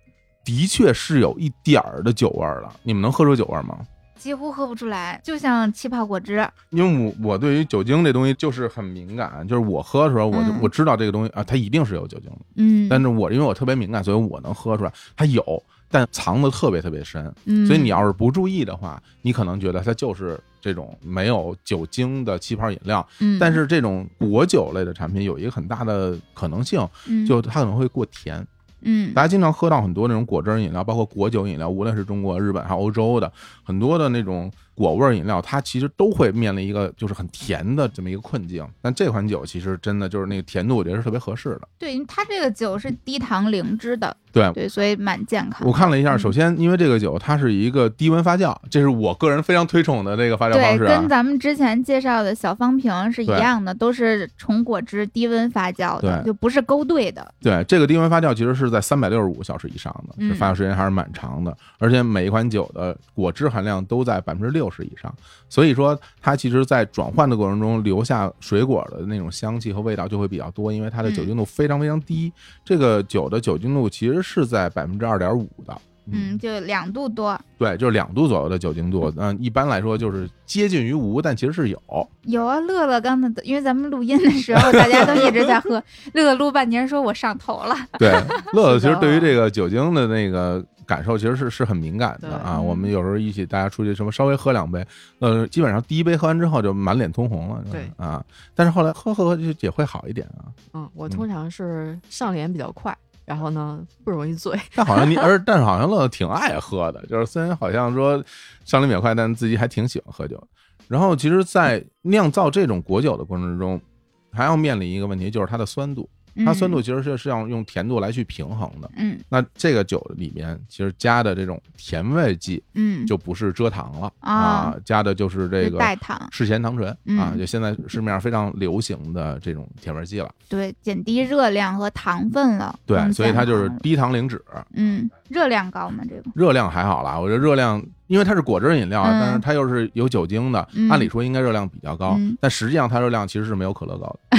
的确是有一点儿的酒味儿了。你们能喝出酒味儿吗？
几乎喝不出来，就像气泡果汁，
因为我我对于酒精这东西就是很敏感，就是我喝的时候，我就、
嗯
我知道这个东西啊，它一定是有酒精的。
嗯，
但是我因为我特别敏感，所以我能喝出来它有，但藏的特别特别深。
嗯
所以你要是不注意的话，你可能觉得它就是这种没有酒精的气泡饮料。
嗯
但是这种果酒类的产品有一个很大的可能性，
嗯
就它可能会过甜。
嗯
大家经常喝到很多那种果汁儿饮料，包括果酒饮料，无论是中国、日本还有欧洲的很多的那种果味儿饮料，它其实都会面临一个就是很甜的这么一个困境。但这款酒其实真的就是那个甜度，我觉得是特别合适的。
对，因为它这个酒是低糖零脂的，
对，
对，所以蛮健康
我
的。
看了一下，
嗯
首先因为这个酒它是一个低温发酵，这是我个人非常推崇的这个发酵
对
方，式、啊
跟。咱们之前介绍的小方瓶是一
对
样的，都是纯果汁低温发酵的，
对
就不是勾兑的。
对，这个低温发酵其实是在三百六十五小时以上的，
嗯
这发酵时间还是蛮长的，而且每一款酒的果汁含量都在百分之六十以上，所以说它其实，在转换的过程中留下水果的那种香气和味道就会比较多，因为它的酒精
嗯
度非常非常低，这个酒的酒精度其实是在百分之二点五的。
嗯，就两度多。
对，就是两度左右的酒精度，嗯，一般来说就是接近于无，但其实是有。
有啊，乐乐刚才因为咱们录音的时候，大家都一直 在喝，乐乐录半年说我上头了，
对，乐乐
是
其实
的
对于这个酒精的那个感受，其实是是很敏感的
对
啊。
嗯
我们有时候一起大家出去什么稍微喝两杯，呃，基本上第一杯喝完之后就满脸通红了，是吧
对
啊。但是后来喝喝喝就也会好一点啊。
嗯，我通常是上脸比较快，然后呢不容 易醉。
但好像你，而但是好像乐乐挺爱喝的，就是虽然好像说上林免快，但自己还挺喜欢喝酒。然后其实，在酿造这种果酒的过程中，还要面临一个问题，就是它的酸度。它酸
嗯
度其实是是要用甜度来去平衡的。
嗯，
那这个酒里面其实加的这种甜味剂，
嗯嗯，
就不是蔗糖了
啊
啊，加的就是这
就
个
代糖，
嗜咸糖醇
嗯
啊，就现在市面上非常流行的这种甜味剂了。
对，减低热量和糖分了。
对，
更
所以它就是
健康了
低糖零脂，
嗯，热量高嘛，这个
热量还好啦。我觉得热量，因为它是果汁饮料啊，
嗯
但是它又是有酒精的
嗯，
按理说应该热量比较高
嗯，
但实际上它热量其实是没有可乐高的。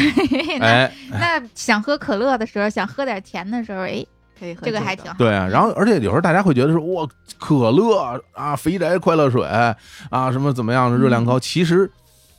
那
哎，
那想喝可乐的时候，想喝点甜的时候，哎，
可以喝
这个
酒
还
的
挺好。
对，啊然后而且有时候大家会觉得说，哇，可乐啊，肥宅快乐水啊，什么怎么样，热量高。其实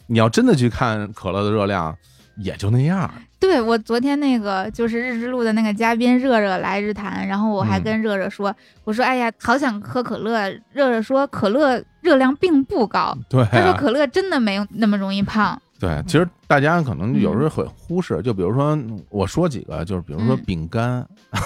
你要真的去看可乐的热量，也就那样儿。
对我昨天那个就是日之路的那个嘉宾热热来日坛，然后我还
嗯
跟热热说，我说哎呀，好想喝可乐。热热说可乐热量并不高，
对啊，
他说可乐真的没有那么容易胖。
对，其实大家可能有时候会忽视，就比如说我说几个，就是比如说
嗯
饼干，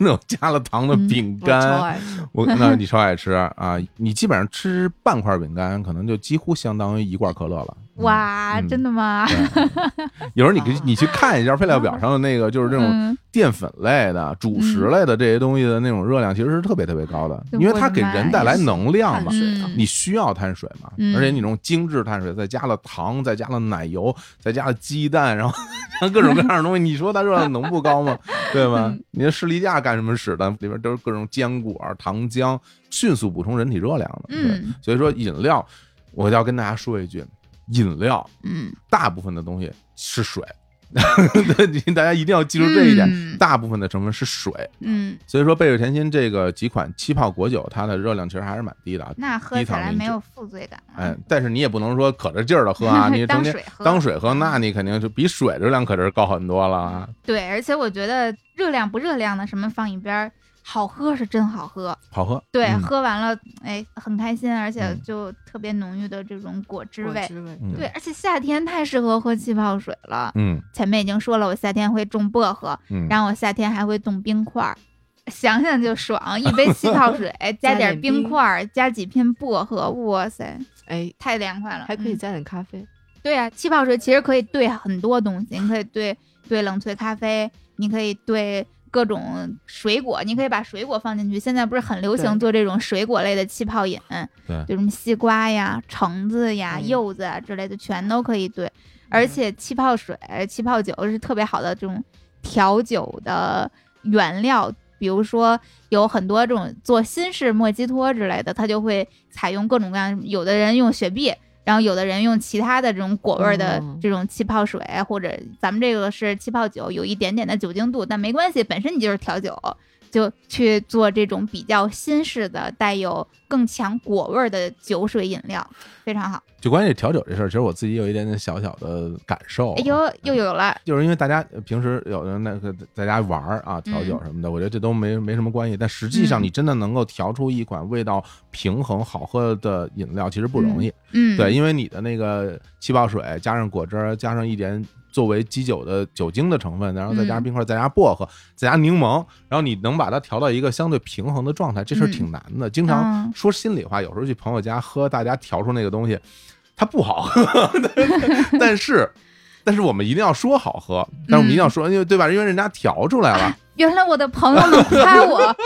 那种加了糖的饼
我超
干，
爱吃。
我那你超爱吃啊！你基本上吃半块饼干，可能就几乎相当于一罐可乐了。嗯，
哇，
嗯
真的 吗？
对有时候你可以
啊
你去看一下配料表上的那个，就是这种
嗯，
淀粉类的、主食类的这些东西的那种热量，其实是特别特别高的，
嗯
因为它给人带来能量嘛
碳。水啊
嗯
你需要碳水嘛？
嗯
而且你那种精致碳水，再加了糖，再加了奶油，再加了鸡蛋，然后 然后各种各样的东西，你说它热量能不高吗？对吧？你的士力架干什么使的？里边都是各种坚果、糖浆，迅速补充人体热量的。对，
嗯
所以说饮料，我要跟大家说一句，饮料
嗯，
大部分的东西是水，对，你大家一定要记住这一点，
嗯
大部分的成分是水。
嗯，
所以说贝瑞甜心这个几款气泡果酒，它的热量其实还是蛮低的啊。
那喝
低
起
糖
来
饮
没
酒
有负罪感啊。
哎，但是你也不能说可着劲儿的喝 啊，你成
当
天
水喝，
当水喝，那你肯定就比水热量可是高很多了啊。
对，而且我觉得热量不热量的什么放一边儿，好喝是真好喝。
好喝，
对，
嗯
喝完了哎很开心，而且
嗯
就特别浓郁的这种果汁
果
味。
汁味，
嗯
对，而且夏天太适合喝气泡水了。
嗯
前面已经说了，我夏天会种薄荷，
嗯，
然后我夏天还会冻冰块儿，想想就爽。一杯气泡水加
加
点
点
冰
冰
块儿，加几片薄荷，哇塞，
哎，
太凉快了。
还可以
嗯
加点咖啡。
对啊，气泡水其实可以兑很多东西，你可以兑兑冷萃咖啡，你可以兑各种水果，你可以把水果放进去。现在不是很流行
对
做这种水果类的气泡饮，
对
就什么西瓜呀、橙子呀、
嗯
柚子啊之类的，全都可以兑。而且气泡水、呃气泡酒是特别好的这种调酒的原料，比如说有很多这种做新式莫吉托之类的，它就会采用各种各样，有的人用雪碧，然后有的人用其他的这种果味儿的
哦
嗯
这种气泡水，啊或者咱们这个是气泡啊哎酒，有一点点的酒精度，但没关系，本身你就是调酒。就去做这种比较新式的、带有更强果味儿的酒水饮料，非常好。
就关于这调酒这事儿，其实我自己有一点点小小的感受。啊
哎呦，又有了，
就是因为大家呃平时有的那个在家玩儿啊，调酒什么的，我觉得这都没没什么关系。但实际上，
嗯
你真的能够调出一款味道平衡、好喝的饮料，其实不容易。
嗯，
对，因为你的那个气泡水加上果汁儿，加上一点作为基酒的酒精的成分，然后再加上
嗯
冰块，再加薄荷，再加柠檬，然后你能把它调到一个相对平衡的状态，这事儿
嗯
挺难的。经常
嗯
说心里话，有时候去朋友家喝，大家调出那个东西，它不好喝，但是。但是我们一定要说好喝，但是我们一定要说，因为对吧？因为人家调出来了，
原来我的朋 友们夸我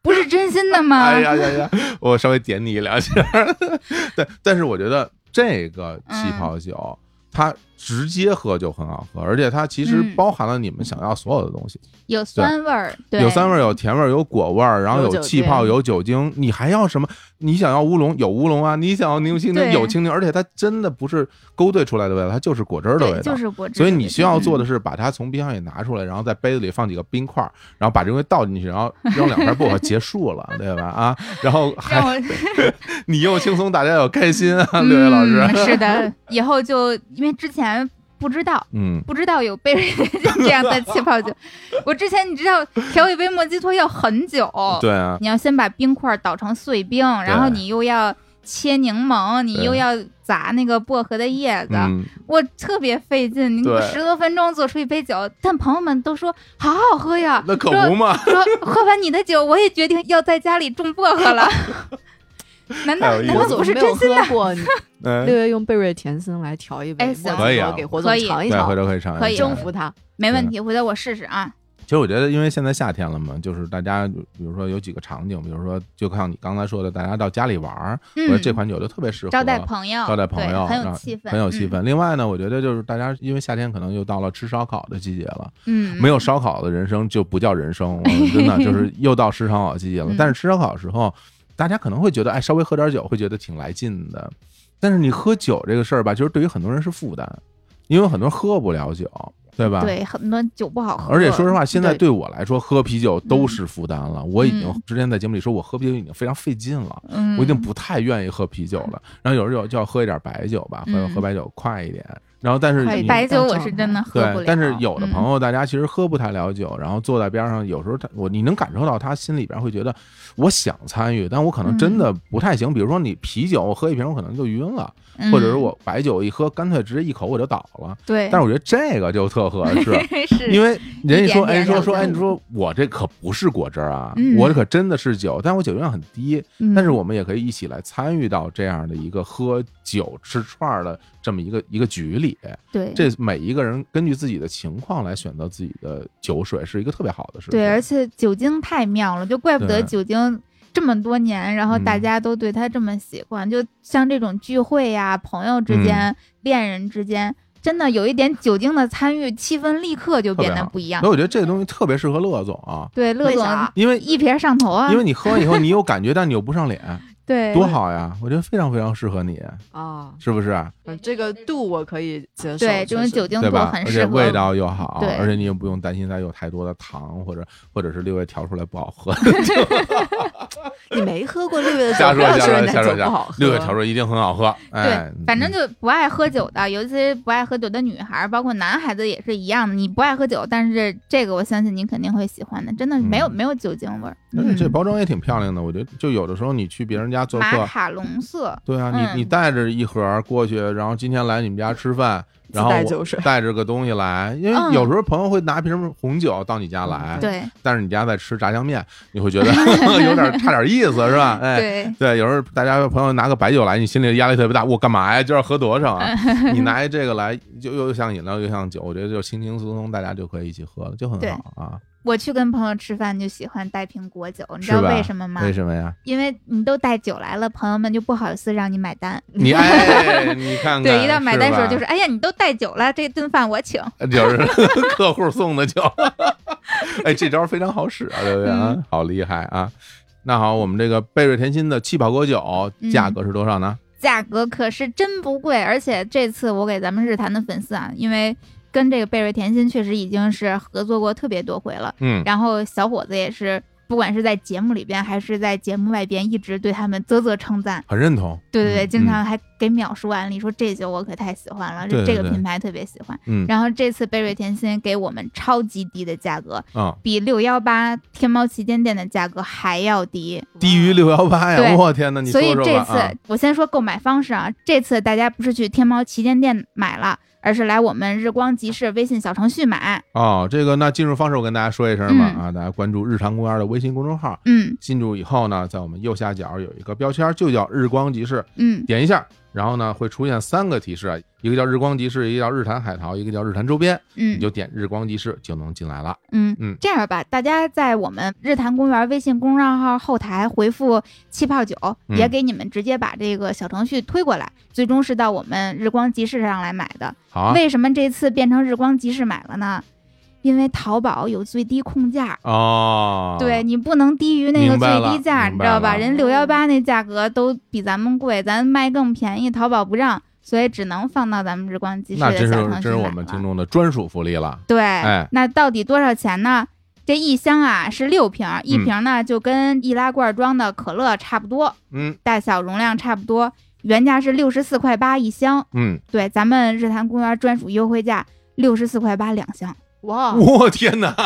不是真心的吗？
哎呀呀呀！我稍微点你两下。对，但是我觉得这个气泡酒，它直接喝就很好喝，而且它其实
嗯
包含了你们想要所有的东西，
有酸味儿，对，
有酸味儿、有甜味儿、有果味儿，然后
有酒
气泡、
对
有酒精。你还要什么？你想要乌龙有乌龙啊，你想要柠檬青柠
对
有青柠，而且它真的不是勾兑出来的味道，它就是果汁儿的味
对，
道。
就是果汁。
所以你需要做
的嗯
的是把它从冰箱里拿出来，然后在杯子里放几个冰块儿，然后把这东西倒进去，然后扔两块薄荷，结束了，对吧？啊，然 后还
让我
你又轻松，大家又开心啊，六位老师。
嗯是的，以后就因为之前不知道。
嗯，
不知道有杯 这样的气泡酒，我之前你知道调一杯莫吉托要很久，
对啊，
你要先把冰块捣成碎冰，然后你又要切柠檬，你又要砸那个薄荷的叶子，
嗯，
我特别费劲，你
对
十多分钟做出一杯酒，但朋友们都说好好喝呀，
那可不嘛。
说说喝完你的酒，我也决定要在家里种薄荷了。难道
哎呦
难道
我
我
总
不是
没有
真心的？
喝 过，你
嗯，
六月用贝瑞甜心来调一杯
哎
莫
行
吉
可以啊
托给火总
可以
尝一
对，回
尝，
头可以尝一
可以
尝啊
征服他。
没
嗯
问题，回头我试试啊。
其实我觉得，因为现在夏天了嘛，就是大家，比如说有几个场景，比如说就像你刚才说的，大家到家里玩儿，我觉得
嗯，
这款酒就特别适合
招待朋友，
招待朋友，
对很
然
有
后
气氛，嗯
很有气氛。另外呢，我觉得就是大家因为夏天可能又到了吃烧烤的季节了，
嗯。嗯，
没有烧烤的人生就不叫人生， 我们真的就是又到吃烧烤季节了
嗯。
但是吃烧烤的时候，大家可能会觉得，哎，稍微喝点酒会觉得挺来劲的。但是你喝酒这个事儿吧，其实对于很多人是负担，因为很多人喝不了酒，对吧？
对，很多酒不好喝，
啊而且说实
嗯
话，现在
对
对我来说，喝啤酒都是负担了。我已经
嗯
之前在节目里说，我喝啤酒已经非常费劲了。
嗯，
我已经不太愿意喝啤酒了，然后有时候就要喝一点白酒吧，喝
嗯
喝白酒快一点。然后但是
快一
你
点
白酒，我是真的喝
对
不了。，
但是有的
嗯
朋友大家其实喝不太了酒，然后坐在边上，有时候他我你能感受到他心里边会觉得我想参与，但我可能
嗯
真的不太行。比如说你啤酒我喝一瓶，我可能就晕了，或者是
嗯
我白酒一喝，干脆直接一口我就倒了。
对，
但是我觉得这个就特合适，
是
因为人家说，
一点
哎，
点
说
的
说，哎，
温
你说我这可不是果汁儿啊，
嗯
我这可真的是酒，但我酒精量很低。
嗯
但是我们也可以一起来参与到这样的一个喝酒吃串儿的这么一个一个局里。
对
这每一个人根据自己的情况来选择自己的酒水，是一个特别好的事情。
对，而且酒精太妙了，就怪不得
对
酒精这么多年，然后大
嗯
家都对它这么喜欢。就像这种聚会呀、朋友之间、
嗯
恋人之间，真的有一点酒精的参与，气氛立刻就
特别
变得
好
不一样
所以。我觉得这个东西特别适合乐总啊，
对，乐
为
总
啥
因为
一瓶上头啊，
因为你喝完以后你有感觉，但你又不上脸，
对
多好呀！我觉得非常非常适合你，
啊，
是不是？
嗯这个度我可以接受。
对这
就
种
是
酒精
对
度
吧？
很
而
适
且
合，
味道又好
对，
而且你也不用担心它有太多的糖或者或者是六月调出来不好 喝。
你没喝过六月的酒，
瞎
不
说
要
瞎
说人
说瞎
家酒
说
不
瞎
好
说
喝。，
六月调出来一定很好喝。哎
对，，反正就不爱喝酒的，尤其不爱喝酒的女孩儿，包括男孩子也是一样的。你不爱喝酒，但是这个我相信您肯定会喜欢的，真的是没有、
嗯
没有酒精味儿。
而且这
嗯
包装也挺漂亮的，我觉得就有的时候你去别人家做
马
客，
卡龙色，
对啊，你你
嗯
带着一盒儿过去，然后今天来你们家吃饭，
自
然后
带
我
酒水
带着个东西来，因为
嗯
有时候朋友会拿瓶红酒到你家来，
嗯
对
但是你家在吃炸酱面，你会觉 得 有点差点意思，是吧？哎。
对，
对，有时候大家朋友拿个白酒来，你心里压力特别大，我干嘛呀？今儿喝多少 啊？你拿一这个来，就又像饮料又像酒，我觉得就轻轻松松，大家就可以一起喝了，就很
对
好啊。
我去跟朋友吃饭就喜欢带瓶果酒，你知道
是吧
为什么吗？
为什么 呀？
因为你都带酒来了，朋友们就不好意思让你买单。
你哎，你看看，
对，一到买单时候就是，
吧
哎呀，你都带酒了，这顿饭我请。
就是 客户送的酒， 哎，这招非常好使啊，对不对啊？
嗯
好厉害啊！那好，我们这个贝瑞甜心的气泡果酒
嗯
价格是多少呢？
价格可是真不贵，而且这次我给咱们日坛的粉丝啊，因为跟这个贝瑞甜心确实已经是合作过特别多回了，
嗯，
然后小伙子也是，不管是在节目里边还是在节目外边，一直对他们啧啧称赞。
很认同。
对对对，
嗯
经常还给秒叔安利说这酒我可太喜欢了，
对对
这
对
个品牌特别喜欢。
嗯
然后这次贝瑞甜心给我们超级低的价格，
啊，
比六幺八天猫旗舰店的价格还要低。
低于六幺八呀！
对
我天哪，你
所
说
以
说吧
这次、
啊
我先说购买方式啊，这次大家不是去天猫旗舰店买了，而是来我们日光集市微信小程序买。
哦，这个那进入方式我跟大家说一声嘛啊，大家关注日常公园的微信公众号，
嗯
进入以后呢，在我们右下角有一个标签，就叫日光集市，
嗯
点一下，然后呢会出现三个提示啊，一个叫日光集市，一个叫日坛海淘，一个叫日坛周边，你就
嗯
点日光集市就能进来了。
嗯
嗯
这样吧，大家在我们日坛公园微信公众号后台回复“气泡酒”，
嗯
也给你们直接把这个小程序推过来，最终是到我们日光集市上来买的。
好啊，
为什么这次变成日光集市买了呢？因为淘宝有最低控价。
哦，
对，你不能低于那个
明白
最
了
低价，
明
你
白
知道吧？
了
人六幺八那价格都比咱们贵，咱卖更便宜，淘宝不让，所以只能放到咱们日光集市
那
的
真是
小程序
真是我
买
们
了
听众的专属福利了。
对，
哎
那到底多少钱呢？这一箱啊是六瓶，一瓶呢、就跟易拉罐装的可乐差不多，
嗯
大小容量差不多，原价是六十四块八一箱，
嗯，
对，咱们日坛公园专属优惠价六十四块八两 箱。哦
哇，
我天哪，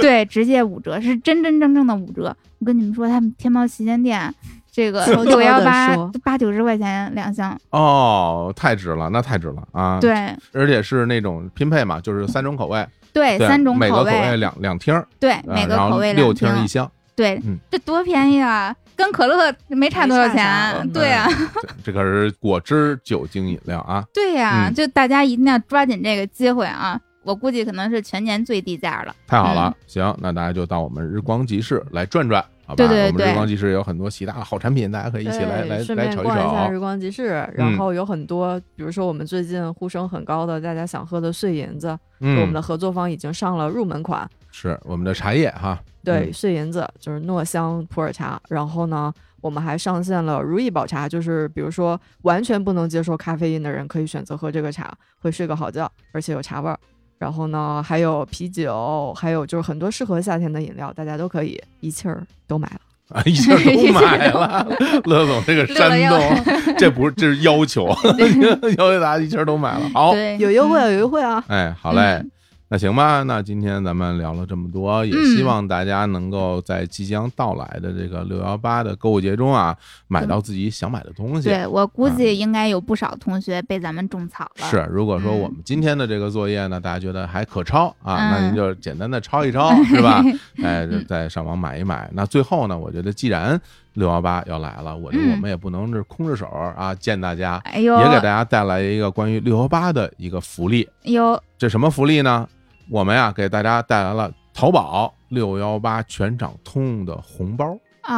对，直接五折，是真真正正的五折。我跟你们说，他们天猫旗舰店这个
悄悄
六
地
幺八
说
八九十块钱两箱，
哦，太值了，那太值了啊！，
对
而且是那种拼配嘛，就是三种口味，
对，
对
三种
每个
口
口味两两听儿，
对，
呃
每个
然后
口味
六
两
听
瓶
儿一箱，
对
嗯，
这多便宜啊，跟可乐没差
没
多少
差
钱
啥
啊
嗯，
对啊，
对这可是果汁酒精饮料啊。
对呀
嗯，
就大家一定要抓紧这个机会啊！我估计可能是全年最低价了，
太好了，行，那大家就到我们日光集市来转转，好吧？
对对
我们
对
日光集市有很多其他的好产品，大家可以一起来来
顺
来
便
瞅一
逛一下
瞅。
日光集市，
嗯
然后有很多，比如说我们最近呼声很高的，大家想喝的碎银子，就我
嗯
们的，合作方已经上了入门款，
是我们的茶叶哈，
对，
嗯
碎银子就是糯香普洱茶。然后呢，我们还上线了如意宝茶，就是比如说完全不能接受咖啡因的人可以选择喝这个茶，会睡个好觉，而且有茶味儿。然后呢，还有啤酒，还有就是很多适合夏天的饮料，大家都可以一气儿都买了。
啊，一下都买了。乐总这个山
乐了
东，这不是这是要求，要求大家一下都买了。好，
对，
有优惠啊，有优惠啊！
哎，好嘞
嗯。
那行吧，那今天咱们聊了这么多，也
嗯
希望大家能够在即将到来的这个六幺八的购物节中啊，买到自己想买的东西。
对我估计应该有不少同学被咱们种草了，
是，如果说我
嗯
们今天的这个作业呢，大家觉得还可抄啊，那您
嗯
就简单的抄一 抄，是吧？哎，就再上网买一买。那最后呢，我觉得既然六幺八要来了，我觉得我
嗯
们也不能是空着手儿啊见大家，
哎呦，
也给大家带来一个关于六幺八的一个福利。
有
这什么福利呢？我们呀给大家带来了淘宝六幺八全场通的红包，哎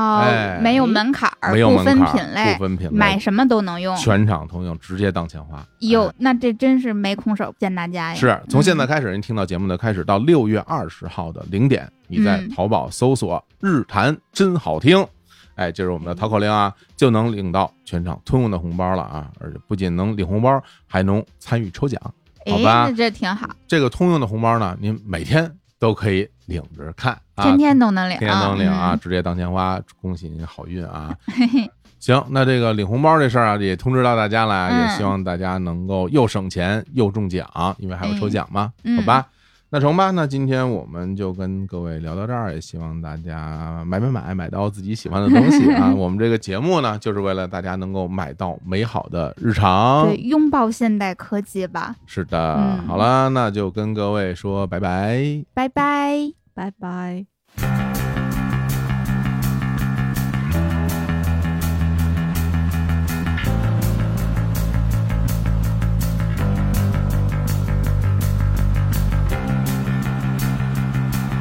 啊，没有门槛儿，
没有
不
门
分
槛
品
儿，
类
不，分品类，
买什么都能用。
全场通用，直接当钱花。哎
哟，那这真是没空手见大家呀！
是从现在
嗯
开始，您听到节目的开始到六月二十号的零点，你在
嗯
淘宝搜索“日谈真好听”，哎，这是我们的淘口令啊，就能领到全场通用的红包了啊！而且不仅能领红包，还能参与抽奖。好
哎，
吧
那这挺好，
这个通用的红包呢，您每天都可以领着看啊，
天天都能领，
天天都能领啊，
嗯！
直接当钱花，恭喜您好运啊！行，那这个领红包这事儿啊，也通知到大家了啊，
嗯
也希望大家能够又省钱又中奖，因为还有抽奖嘛，
嗯
好吧？那成吧，那今天我们就跟各位聊到这儿，也希望大家买买买，买到自己喜欢的东西 啊！我们这个节目呢，就是为了大家能够买到美好的日常
对，。拥抱现代科技吧，
是的，
嗯
好了，那就跟各位说拜拜。
拜拜。
拜拜。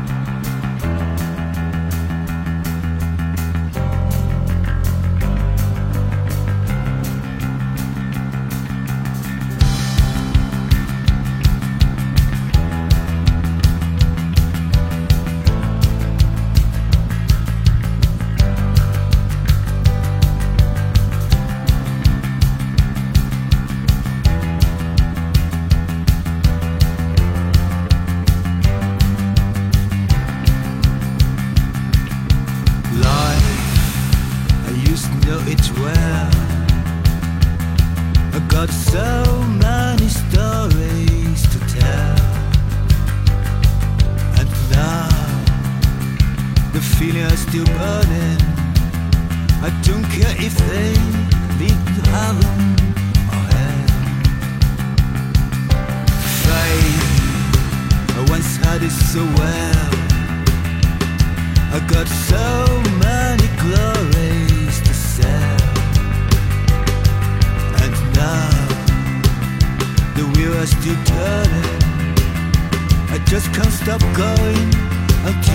我
it's where I got so many stories to tell. And now the feeling is still burning. I don't care if they lead to heaven or hell. Faith, I once had it so well. I got so many glories to sell. And now the wheel is still turning. I just can't stop going until.